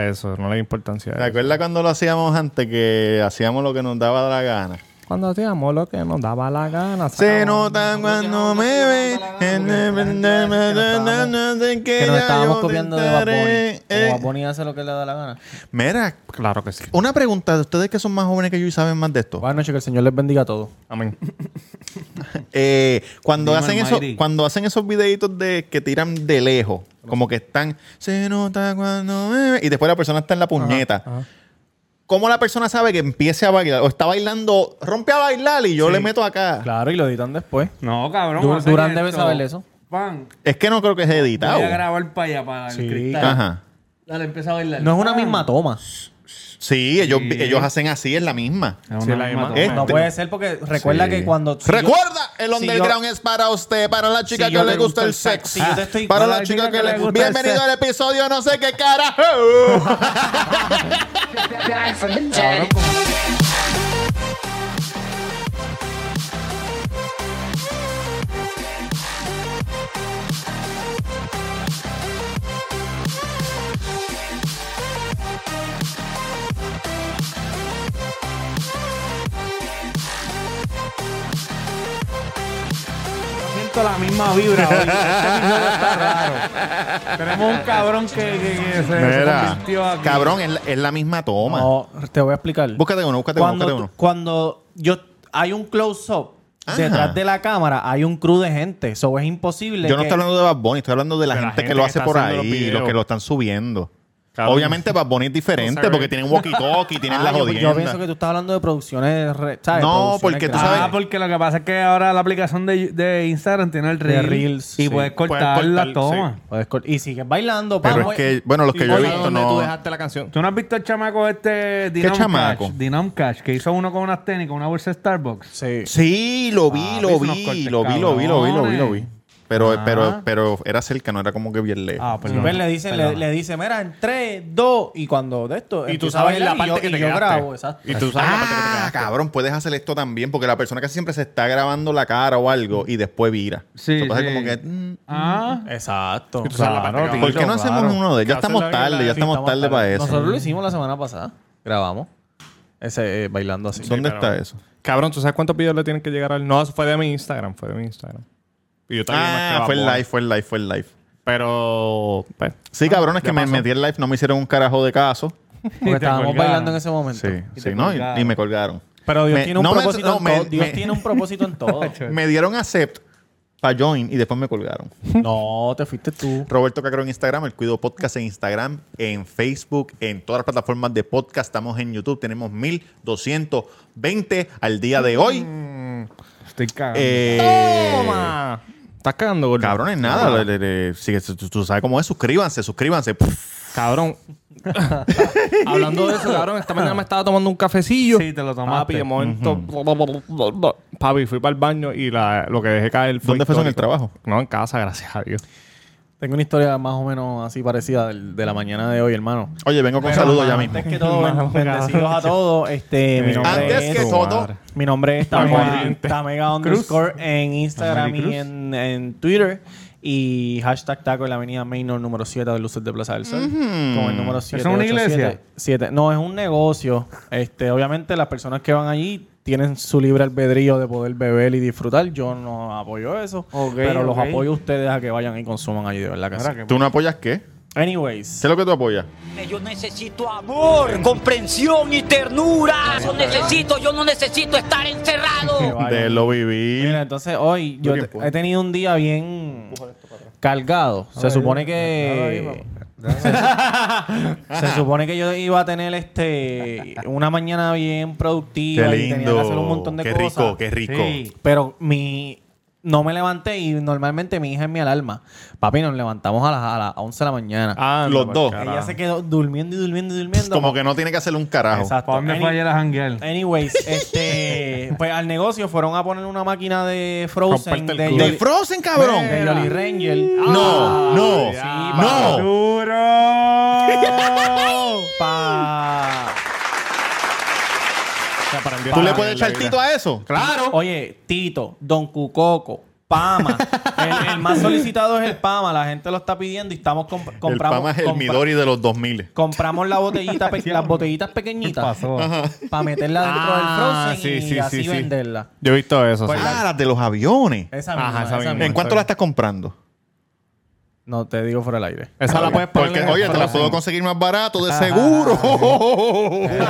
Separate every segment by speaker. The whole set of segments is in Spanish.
Speaker 1: Eso, no le da importancia. a
Speaker 2: ¿Te
Speaker 1: eso.
Speaker 2: acuerdas cuando lo hacíamos antes que hacíamos lo que nos daba la gana?
Speaker 1: Cuando hacíamos lo que nos daba la gana.
Speaker 2: Se
Speaker 1: sacamos-
Speaker 2: nota cuando me ve. en el-
Speaker 3: Que
Speaker 2: Que
Speaker 3: nos
Speaker 2: ya
Speaker 3: estábamos
Speaker 2: yo
Speaker 3: copiando
Speaker 2: te
Speaker 3: de Bad Bunny.
Speaker 2: daré,
Speaker 3: Como
Speaker 2: eh.
Speaker 3: Bad Bunny hace lo que le da la gana.
Speaker 2: Mira,
Speaker 1: Claro que sí.
Speaker 2: una pregunta de ustedes que son más jóvenes que yo y saben más de esto.
Speaker 3: Buenas noches, que el Señor les bendiga a todos.
Speaker 1: Amén.
Speaker 2: Eh, cuando
Speaker 4: Dime,
Speaker 2: hacen eso,
Speaker 4: Mayri.
Speaker 2: cuando hacen esos videitos de que tiran de lejos, como que están se nota cuando me ve", y después la persona está en la puñeta. ¿Cómo la persona sabe que empiece a bailar? O está bailando, rompe a bailar y yo le meto acá.
Speaker 3: Claro, y lo editan después.
Speaker 4: No, cabrón.
Speaker 3: Du-
Speaker 4: hacen
Speaker 3: Durán
Speaker 4: esto.
Speaker 3: debe saber eso.
Speaker 4: Pan.
Speaker 2: Es que no creo que es editado.
Speaker 4: Voy a grabar para allá, para
Speaker 3: Sí.
Speaker 4: el cristal.
Speaker 2: Ajá.
Speaker 4: Dale, empieza a bailar.
Speaker 3: No es una
Speaker 4: Pan.
Speaker 3: misma toma.
Speaker 2: Sí, ellos, ellos hacen así, es la misma.
Speaker 4: Es una
Speaker 1: Sí, la
Speaker 4: misma
Speaker 1: misma
Speaker 4: toma.
Speaker 2: Este-
Speaker 3: Ah, No puede ser porque recuerda
Speaker 4: Sí.
Speaker 3: que cuando... si yo-
Speaker 2: Recuerda, el
Speaker 3: si
Speaker 2: underground
Speaker 3: yo-
Speaker 2: es para usted, para la chica
Speaker 3: si yo
Speaker 2: que le
Speaker 3: te
Speaker 2: gusta el
Speaker 3: sexo,
Speaker 2: sexo.
Speaker 3: si yo te estoy-
Speaker 2: para la chica que le gusta. Bienvenido al episodio, no sé qué carajo.
Speaker 5: Back from the dead.
Speaker 4: Siento la misma vibra hoy. Este episodio está raro. Tenemos un cabrón que, que- que se- se,
Speaker 2: Mira,
Speaker 4: convirtió aquí.
Speaker 2: cabrón, es la, es la misma toma.
Speaker 3: No, te voy a explicar.
Speaker 2: Búscate uno, búscate uno,
Speaker 3: cuando,
Speaker 2: búscate
Speaker 3: tú-
Speaker 2: uno.
Speaker 3: Cuando yo... Hay un close-up.
Speaker 2: Ajá.
Speaker 3: Detrás de la cámara hay un crew de gente. Eso es imposible
Speaker 2: Yo no
Speaker 3: que-
Speaker 2: estoy hablando de Bad Bunny, estoy hablando de la,
Speaker 1: De la
Speaker 2: gente,
Speaker 1: gente
Speaker 2: que lo
Speaker 1: que
Speaker 2: hace
Speaker 1: está
Speaker 2: por
Speaker 1: haciendo los
Speaker 2: ahí, los,
Speaker 1: videos.
Speaker 2: que lo están subiendo.
Speaker 1: Cabrón.
Speaker 2: Obviamente Bad Bunny es
Speaker 1: No
Speaker 2: diferente
Speaker 1: se ve.
Speaker 2: porque tienen walkie-talkie, tienen
Speaker 3: Ah,
Speaker 2: la
Speaker 3: yo, yo pienso
Speaker 2: jodienda.
Speaker 3: que tú estás hablando de producciones... re- ¿sabes?
Speaker 2: No,
Speaker 3: Producciones
Speaker 2: porque tú
Speaker 3: grandes.
Speaker 2: sabes-
Speaker 4: Ah, porque lo que pasa es que ahora la aplicación de, de Instagram tiene el reel.
Speaker 3: Reels,
Speaker 4: y
Speaker 3: sí.
Speaker 4: puedes cortar,
Speaker 1: Puedes cortar,
Speaker 4: la toma.
Speaker 1: sí.
Speaker 3: Puedes cor- pues, Y sigues bailando.
Speaker 2: Pero
Speaker 3: vamos,
Speaker 2: es que, bueno, los que yo he
Speaker 1: Oye,
Speaker 2: visto
Speaker 1: ¿dónde tú
Speaker 2: no.
Speaker 1: dejaste la canción?
Speaker 4: ¿Tú no has visto el chamaco este Dinam
Speaker 2: chamaco?
Speaker 4: Cash? Dinam Cash, que hizo uno con unas tenis, con una bolsa de Starbucks.
Speaker 3: Sí.
Speaker 2: Sí, lo vi,
Speaker 4: Ah,
Speaker 2: lo,
Speaker 4: hizo
Speaker 2: vi,
Speaker 4: unos cortes,
Speaker 2: lo vi, lo vi, lo vi, lo vi, lo vi.
Speaker 4: cabrones.
Speaker 2: Pero,
Speaker 4: Ah.
Speaker 2: pero, pero era cerca, no era como que bien lejos.
Speaker 4: Ah,
Speaker 3: Pues le dice, le,
Speaker 4: perdón.
Speaker 3: le dice, mira, en 3, 2, y cuando de esto.
Speaker 1: Y tú
Speaker 3: empieza a
Speaker 1: sabes la
Speaker 3: bailar y
Speaker 1: parte que
Speaker 3: yo-
Speaker 1: te
Speaker 3: y yo
Speaker 1: quedaste.
Speaker 3: grabo, exacto.
Speaker 1: Y tú sabes la parte que te
Speaker 2: Ah,
Speaker 1: quedaste.
Speaker 2: cabrón, puedes hacer esto también porque la persona casi siempre se está grabando la cara o algo y después vira.
Speaker 4: Sí,
Speaker 2: Entonces
Speaker 4: sí.
Speaker 2: como que... mm,
Speaker 4: Ah,
Speaker 3: Exacto.
Speaker 1: Y tú sabes la parte que te
Speaker 2: ¿Por qué no hacemos uno de ellos? Ya
Speaker 1: Que
Speaker 2: estamos
Speaker 1: hacen la-
Speaker 2: tarde, ya
Speaker 1: sí,
Speaker 2: estamos
Speaker 1: estamos
Speaker 2: tarde
Speaker 1: tarde.
Speaker 2: para eso.
Speaker 3: Nosotros lo hicimos la semana pasada. Grabamos. Ese eh, bailando así.
Speaker 2: ¿Dónde
Speaker 1: Sí, pero-
Speaker 2: está eso?
Speaker 1: Cabrón, ¿tú sabes cuántos videos le tienen que llegar al.? No, eso fue de mi Instagram, fue de mi Instagram. Y yo también más que
Speaker 2: Ah,
Speaker 1: Bad
Speaker 2: fue el
Speaker 1: Bunny.
Speaker 2: live, fue el live, fue el live.
Speaker 1: Pero. pues,
Speaker 2: Sí, cabrón, es que me metí el live, no me hicieron un carajo de caso.
Speaker 4: Y
Speaker 3: Porque
Speaker 4: te
Speaker 3: estábamos
Speaker 4: colgaron.
Speaker 3: bailando en ese momento.
Speaker 2: Sí,
Speaker 4: Y
Speaker 2: sí,
Speaker 4: te
Speaker 2: no, y,
Speaker 4: colgaron.
Speaker 2: y me colgaron.
Speaker 3: Pero Dios
Speaker 2: Me-
Speaker 3: tiene un
Speaker 2: no me-
Speaker 3: propósito
Speaker 2: no,
Speaker 3: en
Speaker 2: me-
Speaker 3: todo. Dios
Speaker 2: me-
Speaker 3: tiene un propósito en todo.
Speaker 2: Me dieron accept para join y después me colgaron.
Speaker 3: no, te fuiste tú.
Speaker 2: Roberto Cacro en Instagram, el Cuido Podcast en Instagram, en Facebook, en todas las plataformas de podcast. Estamos en YouTube, tenemos 1220 al día de hoy.
Speaker 3: Mm.
Speaker 4: Estoy cagado.
Speaker 2: Eh,
Speaker 1: ¡Toma! Estás cagando, gordo.
Speaker 2: cabrones, nada. le- le- le- si- tú, tú sabes cómo es, suscríbanse, suscríbanse. Pff,
Speaker 1: Cabrón. Hablando de eso, cabrón, esta mañana me estaba tomando un cafecillo.
Speaker 4: Sí, te lo tomaste.
Speaker 1: Papi, de momento. Papi, fui para el baño y la- lo que dejé caer fue.
Speaker 2: ¿Dónde fue eso en el
Speaker 1: histórico.
Speaker 2: trabajo?
Speaker 1: No, en casa, gracias a Dios.
Speaker 3: Tengo una historia más o menos así parecida del- de la mañana de hoy, hermano.
Speaker 2: Oye, vengo con saludos ya mismo.
Speaker 3: Antes que todo,
Speaker 1: Mano,
Speaker 3: bendecidos a todos. Este, mi
Speaker 1: Eh,
Speaker 3: nombre
Speaker 2: Antes
Speaker 3: es-
Speaker 2: que
Speaker 1: Tu
Speaker 2: todo-
Speaker 1: madre.
Speaker 3: Mi nombre es Tamega,
Speaker 1: Tamega.
Speaker 3: Tamega underscore en Instagram y en, en Twitter. Y hashtag taco en la avenida Maynor número 7 de Luces de Plaza del Sol. Con el número 7.
Speaker 4: ¿Es una iglesia?
Speaker 3: No, es un negocio. Este, obviamente las personas que van allí tienen su libre albedrío de poder beber y disfrutar. Yo no apoyo eso.
Speaker 4: Ok,
Speaker 3: pero los
Speaker 4: ok.
Speaker 3: apoyo a ustedes a que vayan y consuman allí, de verdad que
Speaker 4: Mira,
Speaker 3: sí.
Speaker 4: que-
Speaker 2: ¿Tú no apoyas qué?
Speaker 3: Anyways.
Speaker 2: ¿Qué es lo que tú apoyas?
Speaker 6: Yo necesito amor, comprensión y ternura. Eso necesito, yo no necesito estar
Speaker 3: que
Speaker 6: encerrado.
Speaker 3: vayan.
Speaker 2: De lo vivir.
Speaker 3: Mira, entonces hoy yo
Speaker 2: bien, pues.
Speaker 3: he tenido un día bien cargado. Se supone que se supone que yo iba a tener este una mañana bien
Speaker 2: Qué
Speaker 3: productiva y tenía que hacer
Speaker 2: lindo.
Speaker 3: un montón de
Speaker 2: qué
Speaker 3: cosas.
Speaker 2: rico, qué rico.
Speaker 4: Sí.
Speaker 3: Pero mi no me levanté y normalmente mi hija es mi alarma. Papi, nos levantamos a las, a las 11 de la mañana.
Speaker 1: Ah,
Speaker 2: Los
Speaker 1: no,
Speaker 2: dos.
Speaker 1: carajo.
Speaker 3: Ella se quedó durmiendo y durmiendo y durmiendo.
Speaker 2: Como que no tiene que hacerle un carajo.
Speaker 3: Exacto.
Speaker 4: ¿Para dónde
Speaker 3: Any-
Speaker 4: fue ayer a janguear?
Speaker 3: Anyways, este, pues al negocio fueron a poner una máquina de Frozen
Speaker 1: Comparte el
Speaker 3: de,
Speaker 1: club.
Speaker 2: ¡De
Speaker 3: Jolly,
Speaker 2: Frozen, cabrón! Ah,
Speaker 3: de Jolly Ranger.
Speaker 2: No, no,
Speaker 1: ya.
Speaker 2: no.
Speaker 4: ¡Duro!
Speaker 3: Pa-
Speaker 1: O sea, para enviar-
Speaker 2: ¿Tú le
Speaker 1: para
Speaker 2: puedes
Speaker 1: la
Speaker 2: echar
Speaker 1: vida.
Speaker 2: tito a eso?
Speaker 1: Claro.
Speaker 3: Oye, Tito, Don Cucoco, Pama. el, el más solicitado es el Pama. La gente lo está pidiendo y estamos comp-
Speaker 2: El
Speaker 3: compramos.
Speaker 2: Pama es el
Speaker 3: compra-
Speaker 2: Midori de los 2000.
Speaker 3: Compramos la botellita, pe- las botellitas pequeñitas
Speaker 7: pasó?
Speaker 3: para meterla dentro
Speaker 1: Ah,
Speaker 3: del Frozen
Speaker 1: sí,
Speaker 3: y
Speaker 1: sí,
Speaker 3: así
Speaker 1: sí, sí.
Speaker 3: venderla.
Speaker 1: Yo he visto eso. sí.
Speaker 2: Ah, las de los aviones.
Speaker 3: Esa
Speaker 1: Ajá,
Speaker 3: misma,
Speaker 1: esa
Speaker 3: esa
Speaker 1: misma.
Speaker 3: misma.
Speaker 2: ¿En cuánto la estás comprando?
Speaker 3: No, te digo fuera del aire.
Speaker 1: Esa la puedes poner.
Speaker 2: Porque,
Speaker 1: en el
Speaker 2: oye, te la
Speaker 1: Frozen.
Speaker 2: puedo conseguir más barato, de seguro.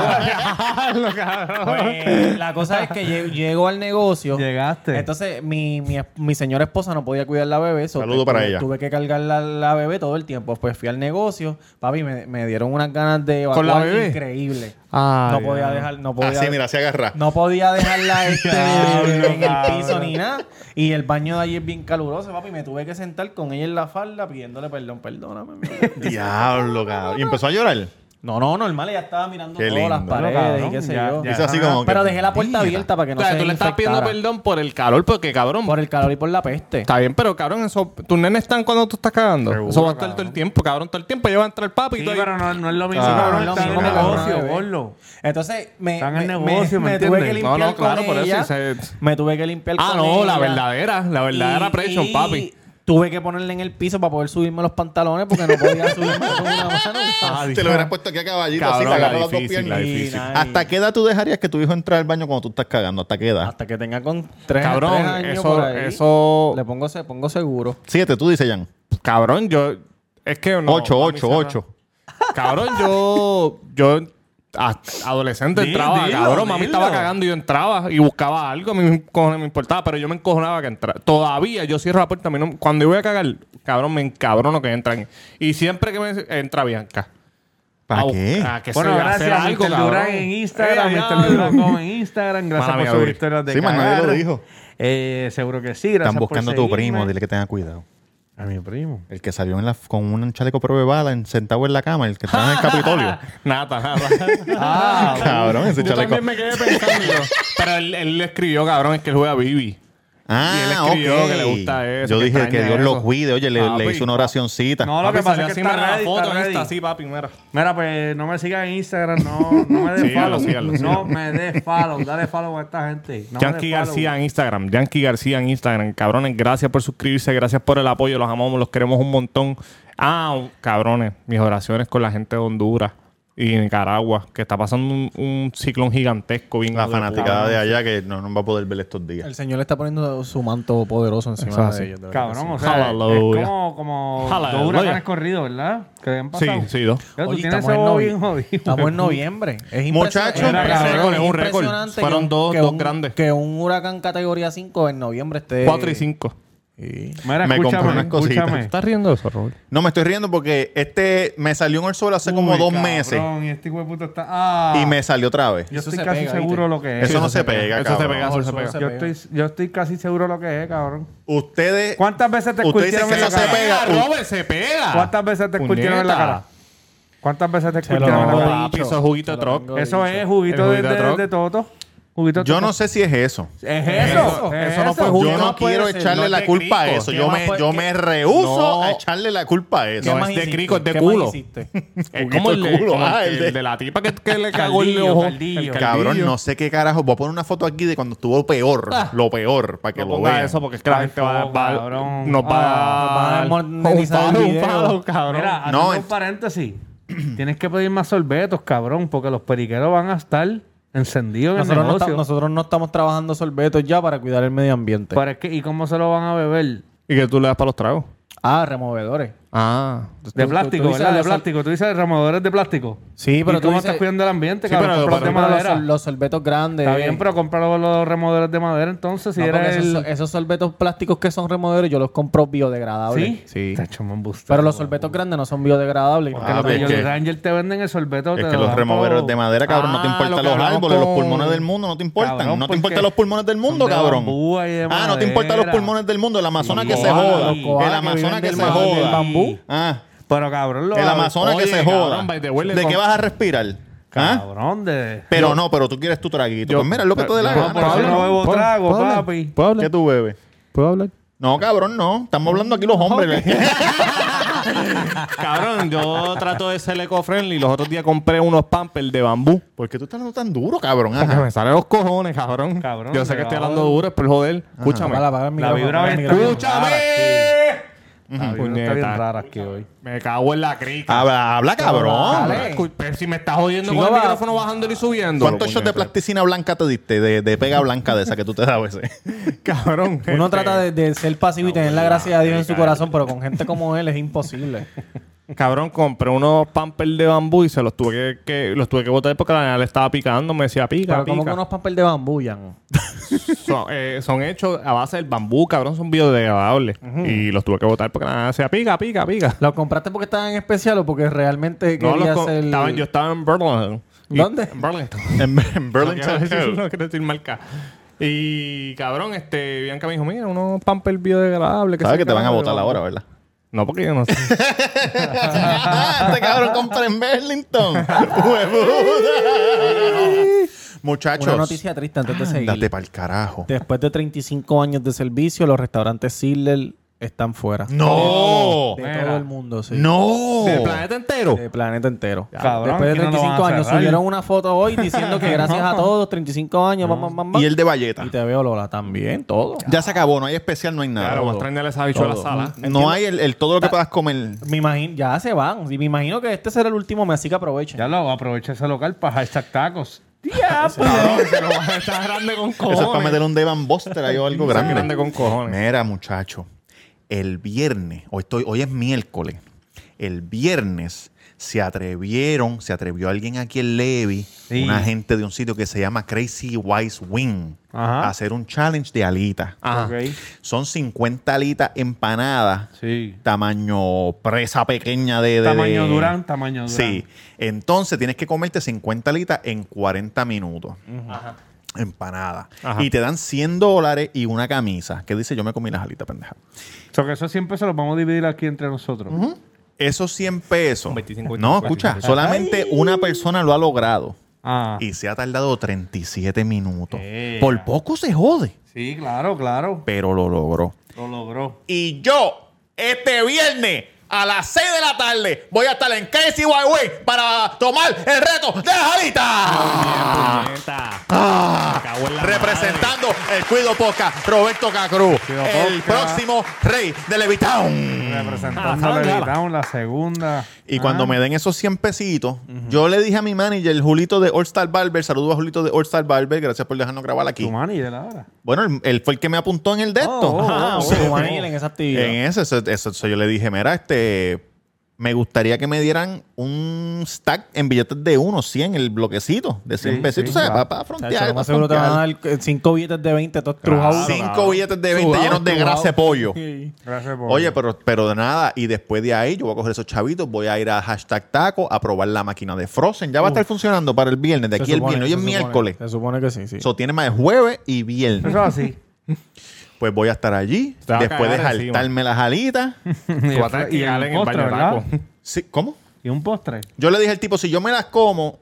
Speaker 3: Pues, la cosa es que lle- llego al negocio.
Speaker 7: Llegaste.
Speaker 3: Entonces, mi, mi, es- mi señora esposa no podía cuidar la bebé. so
Speaker 2: Saludo
Speaker 3: que
Speaker 2: para
Speaker 3: tuve-
Speaker 2: ella.
Speaker 3: Tuve que cargar la, la bebé todo el tiempo. Pues fui al negocio. Papi, me, me dieron unas ganas de evacuar
Speaker 1: ¿Con la bebé?
Speaker 3: increíble.
Speaker 1: Ah,
Speaker 3: no
Speaker 1: ya.
Speaker 3: podía dejar, no podía.
Speaker 2: Así, mira, se agarra.
Speaker 3: No podía dejarla este,
Speaker 7: Diablo,
Speaker 3: en el piso ni nada. Y el baño de allí es bien caluroso, papi. Me tuve que sentar con ella en la falda pidiéndole perdón, perdóname. mi amor.
Speaker 2: Diablo, cabrón. Y empezó a llorar.
Speaker 3: No, no, normal. Ella estaba mirando
Speaker 2: Qué
Speaker 3: todas las
Speaker 2: lindo.
Speaker 3: paredes
Speaker 7: Cabrón,
Speaker 3: y qué sé
Speaker 7: ya-
Speaker 3: yo.
Speaker 7: ya.
Speaker 2: Hizo así como que-
Speaker 3: Pero dejé la puerta
Speaker 2: Mira.
Speaker 3: abierta para que
Speaker 1: O
Speaker 3: no
Speaker 1: sea,
Speaker 3: se
Speaker 1: tú le estás pidiendo
Speaker 3: infectara.
Speaker 1: perdón por el calor, porque cabrón.
Speaker 3: Por el calor y por la peste.
Speaker 1: Está bien, pero cabrón, eso, tus nenes están cuando tú estás cagando.
Speaker 7: Seguro,
Speaker 1: eso va a estar
Speaker 7: cabrón.
Speaker 1: todo el tiempo, cabrón. Todo el tiempo lleva a entrar el papi y
Speaker 7: Sí,
Speaker 1: todo ahí.
Speaker 7: pero no, no es lo mismo.
Speaker 2: Ah,
Speaker 7: cabrón,
Speaker 3: no es lo
Speaker 7: está en el
Speaker 3: mismo, cabrón,
Speaker 7: negocio,
Speaker 3: bebé.
Speaker 7: gordo.
Speaker 3: Entonces, me,
Speaker 7: Está en el
Speaker 3: me-
Speaker 7: negocio, ¿me
Speaker 3: tuve que
Speaker 7: entiendes?
Speaker 1: No,
Speaker 3: limpiar
Speaker 1: no,
Speaker 3: con
Speaker 1: claro, por eso.
Speaker 3: ella.
Speaker 1: se-
Speaker 3: Me tuve que limpiar
Speaker 1: Ah,
Speaker 3: con
Speaker 1: no, la
Speaker 3: ella.
Speaker 1: verdadera, la verdadera
Speaker 3: Y-
Speaker 1: presión,
Speaker 3: y
Speaker 1: papi.
Speaker 3: Tuve que ponerle en el piso para poder subirme los pantalones porque no podía subirme con una cosa nunca.
Speaker 2: Ah, Te lo hubieras puesto aquí a caballito,
Speaker 1: Ah, Cabrón,
Speaker 2: así,
Speaker 1: la
Speaker 2: agarró las dos
Speaker 1: difícil,
Speaker 2: piernas.
Speaker 1: la
Speaker 3: difícil.
Speaker 2: ¿Hasta qué edad tú dejarías que tu hijo entrara al baño cuando tú estás cagando? ¿Hasta qué edad?
Speaker 3: Hasta que tenga con tres,
Speaker 1: Cabrón,
Speaker 3: tres años
Speaker 1: eso-
Speaker 3: por ahí,
Speaker 1: eso-
Speaker 3: Le pongo, se, pongo seguro.
Speaker 2: Siete, tú dices, Jan.
Speaker 1: Cabrón, yo. Es que no.
Speaker 2: Ocho,
Speaker 1: mami,
Speaker 2: ocho,
Speaker 1: se-
Speaker 2: ocho.
Speaker 1: Cabrón, yo. Yo. a- adolescente
Speaker 7: Dilo,
Speaker 1: entraba,
Speaker 7: dilo,
Speaker 1: cabrón. Mami
Speaker 7: dilo.
Speaker 1: estaba cagando y yo entraba y buscaba algo. A mí me cojones me importaba, pero yo me encojonaba que entrara. Todavía yo cierro la puerta. a mí no- cuando yo voy a cagar, cabrón, me encabrono que entran. Y siempre que me entra Bianca.
Speaker 2: ¿Para
Speaker 1: a
Speaker 2: qué?
Speaker 1: buscar- a que
Speaker 7: Bueno,
Speaker 1: se-
Speaker 7: gracias
Speaker 1: hacer
Speaker 7: a
Speaker 1: algo,
Speaker 7: Mr.
Speaker 1: cabrón.
Speaker 7: Durán en Instagram,
Speaker 1: Eh,
Speaker 7: Mr. Durán con en Instagram. Gracias
Speaker 1: Mala
Speaker 7: por
Speaker 1: mía,
Speaker 7: subir
Speaker 1: Duri.
Speaker 7: historias de
Speaker 2: Sí, más nadie
Speaker 7: cagar.
Speaker 2: lo dijo.
Speaker 7: Eh, seguro que sí, gracias
Speaker 2: Están
Speaker 7: por
Speaker 2: buscando a tu
Speaker 7: seguirme.
Speaker 2: primo, dile que tenga cuidado.
Speaker 7: A mi primo.
Speaker 2: El que salió en la- con un chaleco pro de bala en- sentado en la cama, el que estaba en el Capitolio.
Speaker 1: Nata, nata.
Speaker 3: Ah.
Speaker 2: cabrón, ese
Speaker 1: Yo
Speaker 2: chaleco.
Speaker 1: también me quedé pensando. pero él, él le escribió, cabrón, es que él juega a Bibi.
Speaker 2: Ah,
Speaker 1: Y él escribió
Speaker 2: ok.
Speaker 1: que le gusta eso,
Speaker 2: Yo
Speaker 1: que
Speaker 2: dije que
Speaker 1: extraña
Speaker 2: Dios lo
Speaker 1: eso.
Speaker 2: cuide. Oye, le,
Speaker 1: Papi.
Speaker 2: le hice una oracioncita.
Speaker 7: No, lo que pasa es que
Speaker 1: así,
Speaker 7: está
Speaker 1: mira,
Speaker 7: ready,
Speaker 1: la foto,
Speaker 7: está
Speaker 1: ahí está
Speaker 7: ready.
Speaker 1: así, papi, mira.
Speaker 7: Mira, pues no me sigas en Instagram, no, no me des
Speaker 1: Sígalo,
Speaker 7: follow.
Speaker 1: sígalo, sígalo.
Speaker 7: No me des follow, dale follow a esta gente. No me
Speaker 1: Yankee
Speaker 7: des follow.
Speaker 1: García en Instagram. Yankee García en Instagram. Cabrones, gracias por suscribirse. Gracias por el apoyo. Los amamos, los queremos un montón. Ah, cabrones, mis oraciones con la gente de Honduras y Nicaragua, que está pasando un, un ciclón gigantesco. Bien
Speaker 2: La
Speaker 1: hijo de
Speaker 2: fanaticada
Speaker 1: puta.
Speaker 2: de allá que no nos va a poder ver estos días.
Speaker 3: El señor le está poniendo su manto poderoso
Speaker 1: Eso
Speaker 3: encima
Speaker 1: es así.
Speaker 3: de ellos. de verdad que
Speaker 7: Cabrón,
Speaker 3: sí.
Speaker 7: o sea,
Speaker 1: Hallelujah.
Speaker 7: es como, como
Speaker 1: Hallelujah.
Speaker 7: dos huracanes corridos, ¿verdad? Que han
Speaker 1: Sí,
Speaker 7: pasado.
Speaker 1: sí, dos.
Speaker 7: Claro, tú
Speaker 3: Oye,
Speaker 7: tienes
Speaker 3: estamos en,
Speaker 7: ese bobo
Speaker 3: novie-
Speaker 7: bien jodido.
Speaker 3: estamos en noviembre. Es
Speaker 2: Muchachos,
Speaker 3: impresionante-
Speaker 7: era
Speaker 1: récord, es un
Speaker 3: es
Speaker 1: récord.
Speaker 3: impresionante
Speaker 1: Fueron
Speaker 3: que un-
Speaker 1: dos-
Speaker 3: que
Speaker 1: dos
Speaker 3: un-
Speaker 1: grandes.
Speaker 3: Que un huracán categoría 5 en noviembre esté.
Speaker 1: Cuatro y cinco.
Speaker 3: Sí.
Speaker 7: Mira,
Speaker 2: Me compré
Speaker 7: escúchame,
Speaker 2: unas cositas.
Speaker 7: escúchame.
Speaker 1: ¿Estás riendo de eso, Robert?
Speaker 2: No, me estoy riendo porque este me salió en el suelo hace como
Speaker 7: Uy,
Speaker 2: dos
Speaker 7: cabrón,
Speaker 2: meses
Speaker 7: Y este hijo de puta está. Ah,
Speaker 2: y me salió otra vez.
Speaker 7: Yo
Speaker 3: Eso
Speaker 7: estoy
Speaker 3: se
Speaker 7: casi
Speaker 3: pega,
Speaker 7: seguro
Speaker 3: ¿viste?
Speaker 7: lo que es.
Speaker 2: Eso no se pega,
Speaker 1: Eso se
Speaker 2: cabrón.
Speaker 1: pega, eso se
Speaker 3: Eso
Speaker 1: pega.
Speaker 3: se
Speaker 7: Yo
Speaker 3: pega.
Speaker 7: estoy, yo estoy casi seguro lo que es, cabrón.
Speaker 2: Ustedes.
Speaker 7: ¿Cuántas veces te
Speaker 2: Usted dice
Speaker 7: escultieron
Speaker 2: que
Speaker 7: en la
Speaker 2: eso se
Speaker 7: cara?
Speaker 2: pega.
Speaker 1: Robert, se pega.
Speaker 7: ¿Cuántas veces te escultieron en la
Speaker 1: Puñeta.
Speaker 7: cara? ¿Cuántas veces te
Speaker 3: Te lo
Speaker 7: escultieron en
Speaker 3: tengo
Speaker 7: la
Speaker 1: no,
Speaker 7: cara?
Speaker 1: papi,
Speaker 3: dicho,
Speaker 1: eso es juguito
Speaker 3: te
Speaker 1: de
Speaker 3: lo
Speaker 1: troc.
Speaker 3: tengo
Speaker 7: Eso
Speaker 3: dicho.
Speaker 7: es juguito de,
Speaker 1: El juguito de
Speaker 7: de-
Speaker 1: troc.
Speaker 7: de Toto. Juguito de
Speaker 2: Yo
Speaker 7: Toto.
Speaker 2: no sé si es eso.
Speaker 7: ¿Es eso? ¿Es
Speaker 1: eso no fue justo.
Speaker 2: Yo no
Speaker 1: puede
Speaker 2: quiero
Speaker 1: ser,
Speaker 2: echarle
Speaker 1: no es
Speaker 2: la
Speaker 1: de
Speaker 2: culpa a
Speaker 1: Cristo.
Speaker 2: eso.
Speaker 1: ¿Qué
Speaker 2: Yo
Speaker 1: más
Speaker 2: me,
Speaker 1: puede-
Speaker 2: yo
Speaker 1: qué-
Speaker 2: me rehuso
Speaker 1: No.
Speaker 2: a echarle la culpa a
Speaker 1: No,
Speaker 2: eso.
Speaker 1: es
Speaker 3: más
Speaker 1: de
Speaker 3: hiciste?
Speaker 1: crico, es de
Speaker 3: ¿Qué más
Speaker 1: culo.
Speaker 3: hiciste?
Speaker 1: Es
Speaker 2: Juguito
Speaker 1: como el,
Speaker 2: de culo,
Speaker 1: como
Speaker 2: ah,
Speaker 1: el-
Speaker 2: el de-
Speaker 1: el de la tipa que, que le cagó el
Speaker 7: Caldillo,
Speaker 1: ojo.
Speaker 7: caldillo.
Speaker 1: El
Speaker 2: Cabrón,
Speaker 1: caldillo.
Speaker 2: no sé qué carajo. Voy a poner una foto aquí de cuando estuvo peor. Lo peor, para que
Speaker 1: Ah. No
Speaker 2: lo
Speaker 1: ponga
Speaker 2: vean.
Speaker 1: eso porque es que la gente va,
Speaker 7: Ay,
Speaker 1: va-
Speaker 7: cabrón.
Speaker 1: nos va
Speaker 3: Ah,
Speaker 1: a
Speaker 3: nos va a desmonetizar el video.
Speaker 1: cabrón.
Speaker 7: Mira, haciendo
Speaker 2: No,
Speaker 7: un
Speaker 2: es-
Speaker 7: paréntesis. Tienes que pedir más sorbetos, cabrón, porque los periqueros van a estar encendidos en el
Speaker 3: Nosotros no,
Speaker 7: negocio.
Speaker 3: estamos- nosotros no estamos trabajando sorbetos ya para cuidar el medio ambiente.
Speaker 7: Pero es que, ¿y cómo se lo van a beber?
Speaker 1: ¿Y que tú le das para los tragos?
Speaker 3: Ah, removedores.
Speaker 1: Ah.
Speaker 7: De
Speaker 3: Tú-
Speaker 7: plástico,
Speaker 3: tú dices
Speaker 7: ¿verdad? De
Speaker 3: los sor-
Speaker 7: plástico. Tú dices removedores de plástico.
Speaker 3: Sí, pero
Speaker 7: ¿Y
Speaker 3: tú
Speaker 7: cómo
Speaker 3: dices-
Speaker 7: estás cuidando el ambiente,
Speaker 1: Sí,
Speaker 7: cabrón?
Speaker 1: pero-
Speaker 7: Compra los de
Speaker 1: pero-
Speaker 3: Los,
Speaker 7: madera.
Speaker 3: sor- los sorbetos grandes.
Speaker 7: Está bien, pero compra los removedores de madera entonces. Si
Speaker 3: No, porque
Speaker 7: eres
Speaker 3: esos,
Speaker 7: el...
Speaker 3: so- esos sorbetos plásticos que son removedores, yo los compro biodegradables.
Speaker 7: ¿Sí?
Speaker 1: Sí.
Speaker 7: Te ha hecho un embuste,
Speaker 3: Pero los
Speaker 7: cabrón.
Speaker 3: sorbetos grandes no son biodegradables.
Speaker 2: Ah,
Speaker 7: Que los
Speaker 2: pero es
Speaker 7: de
Speaker 2: que-
Speaker 7: Jolly Ranger te venden el sorbeto. te
Speaker 2: Es que
Speaker 7: lo
Speaker 2: los
Speaker 7: dan
Speaker 2: removeros
Speaker 7: todo-
Speaker 2: de madera, cabrón, no te
Speaker 1: Ah, lo
Speaker 2: importan
Speaker 1: que
Speaker 2: los
Speaker 1: hablamos
Speaker 2: árboles, los
Speaker 1: con-
Speaker 2: pulmones del mundo, no te importan.
Speaker 7: Cabrón,
Speaker 2: no te
Speaker 7: porque
Speaker 2: importan los pulmones del mundo,
Speaker 7: son de
Speaker 2: cabrón.
Speaker 7: bambú y de
Speaker 2: Ah, no te
Speaker 7: madera.
Speaker 2: importan los pulmones del mundo, el Amazonas que se
Speaker 7: koalas,
Speaker 2: joda.
Speaker 7: los koalas
Speaker 2: El
Speaker 3: que
Speaker 2: Amazonas
Speaker 3: viven
Speaker 2: que
Speaker 3: del
Speaker 2: se
Speaker 3: mar, del
Speaker 2: joda.
Speaker 3: bambú.
Speaker 2: Ah,
Speaker 7: Pero cabrón, lo
Speaker 2: el Amazonas que
Speaker 1: Oye,
Speaker 2: se
Speaker 1: cabrón,
Speaker 2: joda.
Speaker 1: by the way, le
Speaker 2: ¿De
Speaker 1: con-
Speaker 2: qué vas a respirar? ¿Ah?
Speaker 7: Cabrón, de...
Speaker 2: Pero no, pero tú quieres tu traguito.
Speaker 1: Yo-
Speaker 2: pues mira, es lo que te dé la
Speaker 1: Yo-
Speaker 2: gana.
Speaker 7: Por eso
Speaker 1: Pablo,
Speaker 7: no bebo
Speaker 1: ¿puedo-
Speaker 7: trago,
Speaker 1: puedo hablar?
Speaker 7: papi.
Speaker 1: ¿Puedo
Speaker 2: ¿Qué
Speaker 1: hablar?
Speaker 2: tú bebes?
Speaker 1: ¿Puedo hablar?
Speaker 2: No, cabrón, no. Estamos hablando aquí los hombres.
Speaker 1: Cabrón, yo trato de ser eco-friendly. Los otros días compré unos pampers de bambú.
Speaker 2: ¿Por qué tú estás hablando tan duro, cabrón? Ajá.
Speaker 1: Porque me salen los cojones, cabrón.
Speaker 3: Cabrón,
Speaker 1: yo sé que
Speaker 3: pero
Speaker 1: estoy hablando duro, es por joder. Escúchame.
Speaker 4: Apaga, apaga el
Speaker 3: La
Speaker 4: micrófono,
Speaker 3: vibra
Speaker 4: apaga el
Speaker 3: está
Speaker 4: micrófono.
Speaker 3: bien rara
Speaker 4: La
Speaker 3: aquí.
Speaker 4: vibra está bien
Speaker 1: Puñeta.
Speaker 4: rara aquí hoy.
Speaker 1: Me cago en la crica.
Speaker 2: Habla, habla, cabrón.
Speaker 4: Dale.
Speaker 1: Escu- Ah, Pero si me estás jodiendo
Speaker 4: Chico,
Speaker 1: con el
Speaker 4: va-
Speaker 1: micrófono bajándolo y subiendo.
Speaker 2: ¿Cuántos shots de plasticina blanca te diste? De, de pega blanca de esa que tú te ¿eh? das a veces.
Speaker 1: Cabrón.
Speaker 4: Uno
Speaker 1: este,
Speaker 4: trata de, de ser pasivo y tener la gracia de Dios en su corazón, pero con gente como él es imposible.
Speaker 1: Cabrón, compré unos pampers de bambú y se los tuve que, que- los tuve que botar porque la nena le estaba picando. Me decía, pica,
Speaker 4: Pero como que
Speaker 1: pica.
Speaker 4: unos papel de bambú, Jan.
Speaker 1: son, eh, son hechos a base del bambú, cabrón. Son biodegradables. Y los tuve que botar porque la nena decía, pica, pica, pica.
Speaker 4: ¿Los compraste porque estaban en especial o porque realmente
Speaker 1: No, los
Speaker 4: querías
Speaker 1: co-
Speaker 4: ser...?
Speaker 1: estaban- yo estaba en Burlington. Y-
Speaker 4: ¿Dónde?
Speaker 1: En Burlington.
Speaker 2: en, en
Speaker 1: No
Speaker 2: Burlington
Speaker 1: quiero decir-
Speaker 2: Hills.
Speaker 1: No quiero decir marca. Y cabrón, este, Bianca me dijo, mira, unos pampers biodegradables.
Speaker 2: Sabes
Speaker 1: sé
Speaker 2: que te van a
Speaker 1: carajo,
Speaker 2: votar
Speaker 1: de
Speaker 2: ahora,
Speaker 1: bambú.
Speaker 2: ¿verdad?
Speaker 1: No, porque yo no sé.
Speaker 2: este cabrón compra en Burlington. Huevuda. Muchachos,
Speaker 4: Una noticia triste antes de seguir.
Speaker 2: date para el carajo.
Speaker 4: Después de 35 años de servicio, los restaurantes Sidler están fuera.
Speaker 2: No,
Speaker 4: De todo el mundo, sí.
Speaker 2: no.
Speaker 1: ¿Del planeta entero?
Speaker 4: De planeta entero.
Speaker 3: Cabrón,
Speaker 4: Después de
Speaker 3: ¿quién no lo
Speaker 4: 35
Speaker 3: va a
Speaker 4: años,
Speaker 3: cerrar?
Speaker 4: subieron una foto hoy diciendo que gracias a todos, 35 años, bam, bam, bam, bam.
Speaker 2: Y el de Valleta.
Speaker 4: Y te veo Lola también, todo.
Speaker 2: Ya se acabó, no hay especial, no hay nada.
Speaker 1: Claro, vas a traerle esa bicho a la
Speaker 4: Todo.
Speaker 1: sala.
Speaker 2: no hay el, el todo lo que puedas comer.
Speaker 4: Me imagino, ya se van. Y me imagino que este será el último mes, así que aprovechen.
Speaker 7: Ya lo aprovecha ese local para hashtag tacos.
Speaker 1: Cabrón, se lo vas a estar grande con cojones.
Speaker 2: Eso es para meter un Devan Buster ahí o algo grande.
Speaker 1: grande con cojones.
Speaker 2: Mera, muchacho. El viernes, hoy, estoy, hoy es miércoles. El viernes se atrevieron, se atrevió alguien aquí en Levy,
Speaker 7: Sí.
Speaker 2: una gente de un sitio que se llama Crazy Wise Wing,
Speaker 7: Ajá.
Speaker 2: a hacer un challenge de alitas.
Speaker 1: Ajá.
Speaker 7: Ok.
Speaker 2: Son 50 alitas empanadas,
Speaker 7: Sí.
Speaker 2: tamaño presa pequeña de... de-
Speaker 7: Tamaño
Speaker 2: de-
Speaker 7: Durán, tamaño Durán.
Speaker 2: Sí. Entonces tienes que comerte 50 alitas en 40 minutos. Empanada.
Speaker 1: Ajá.
Speaker 2: Y te dan 100 dólares y una camisa. Que dice, yo me comí las alitas, pendeja.
Speaker 7: So que eso siempre se lo vamos a dividir aquí entre nosotros.
Speaker 2: Esos 100 pesos.
Speaker 1: 25,
Speaker 2: no, escucha, solamente una persona lo ha logrado.
Speaker 7: Ah.
Speaker 2: Y se ha tardado 37 minutos.
Speaker 7: Ea.
Speaker 2: Por poco se jode,
Speaker 7: Sí, claro, claro.
Speaker 2: pero lo logró.
Speaker 7: Lo logró.
Speaker 2: Y yo, este viernes a las 6 de la tarde, voy a estar en Crazy Highway para tomar el reto de las alitas. Ah,
Speaker 1: cago en la
Speaker 2: representando el Cuido Poca, Roberto Cacruz,
Speaker 7: Cuido
Speaker 2: el
Speaker 7: Poca.
Speaker 2: próximo rey de Levitown.
Speaker 7: Representando
Speaker 1: Ah,
Speaker 7: a
Speaker 1: sácala.
Speaker 7: Levitown, la segunda.
Speaker 2: Mm.
Speaker 7: Ah,
Speaker 2: Y cuando
Speaker 4: Ah.
Speaker 2: me den esos 100 pesitos, yo le dije a mi manager, Julito de All Star Barber, saludos a Julito de All Star Barber, gracias por dejarnos grabar aquí.
Speaker 7: Tu manager ahora.
Speaker 2: Bueno, él, él fue el que me apuntó en el de esto.
Speaker 4: Oh,
Speaker 1: Ajá,
Speaker 4: oh,
Speaker 1: bueno.
Speaker 4: como Daniel en esa actividad.
Speaker 2: En ese, eso, eso- eso yo le dije, mira, este, me gustaría que me dieran un stack en billetes de uno, 100, el bloquecito, de 100
Speaker 7: Sí,
Speaker 2: pesitos,
Speaker 7: sí,
Speaker 2: ¿sabes?
Speaker 7: claro.
Speaker 2: Para
Speaker 4: O sea,
Speaker 2: frontear.
Speaker 4: lo
Speaker 2: pa'
Speaker 4: más seguro te van a
Speaker 2: frontear.
Speaker 4: dar eh, cinco billetes de 20, todos trujados.
Speaker 2: Cinco billetes de 20
Speaker 4: Sudado,
Speaker 2: llenos de
Speaker 4: sudado.
Speaker 2: grasa de pollo.
Speaker 4: Sí.
Speaker 7: Gracias por.
Speaker 2: Oye, pero, pero de nada, y después de ahí yo voy a coger esos chavitos, voy a ir a hashtag taco a probar la máquina de Frozen. Ya va a estar funcionando para el viernes, de
Speaker 4: Se
Speaker 2: aquí el
Speaker 4: supone,
Speaker 2: viernes, hoy
Speaker 4: se
Speaker 2: es
Speaker 4: supone.
Speaker 2: miércoles.
Speaker 4: Se supone que sí, sí.
Speaker 2: Eso tiene más de jueves y viernes.
Speaker 7: Eso así.
Speaker 2: Pues voy a estar allí,
Speaker 1: Te va a
Speaker 2: después de
Speaker 1: cagar encima.
Speaker 2: jaltarme las alitas.
Speaker 1: Tú vas a tener que
Speaker 7: Y un
Speaker 1: llegar en el
Speaker 7: postre,
Speaker 1: baño de
Speaker 7: ¿verdad?
Speaker 1: taco.
Speaker 2: Sí, ¿Cómo?
Speaker 7: Y un postre.
Speaker 2: Yo le dije al tipo, si yo me las como,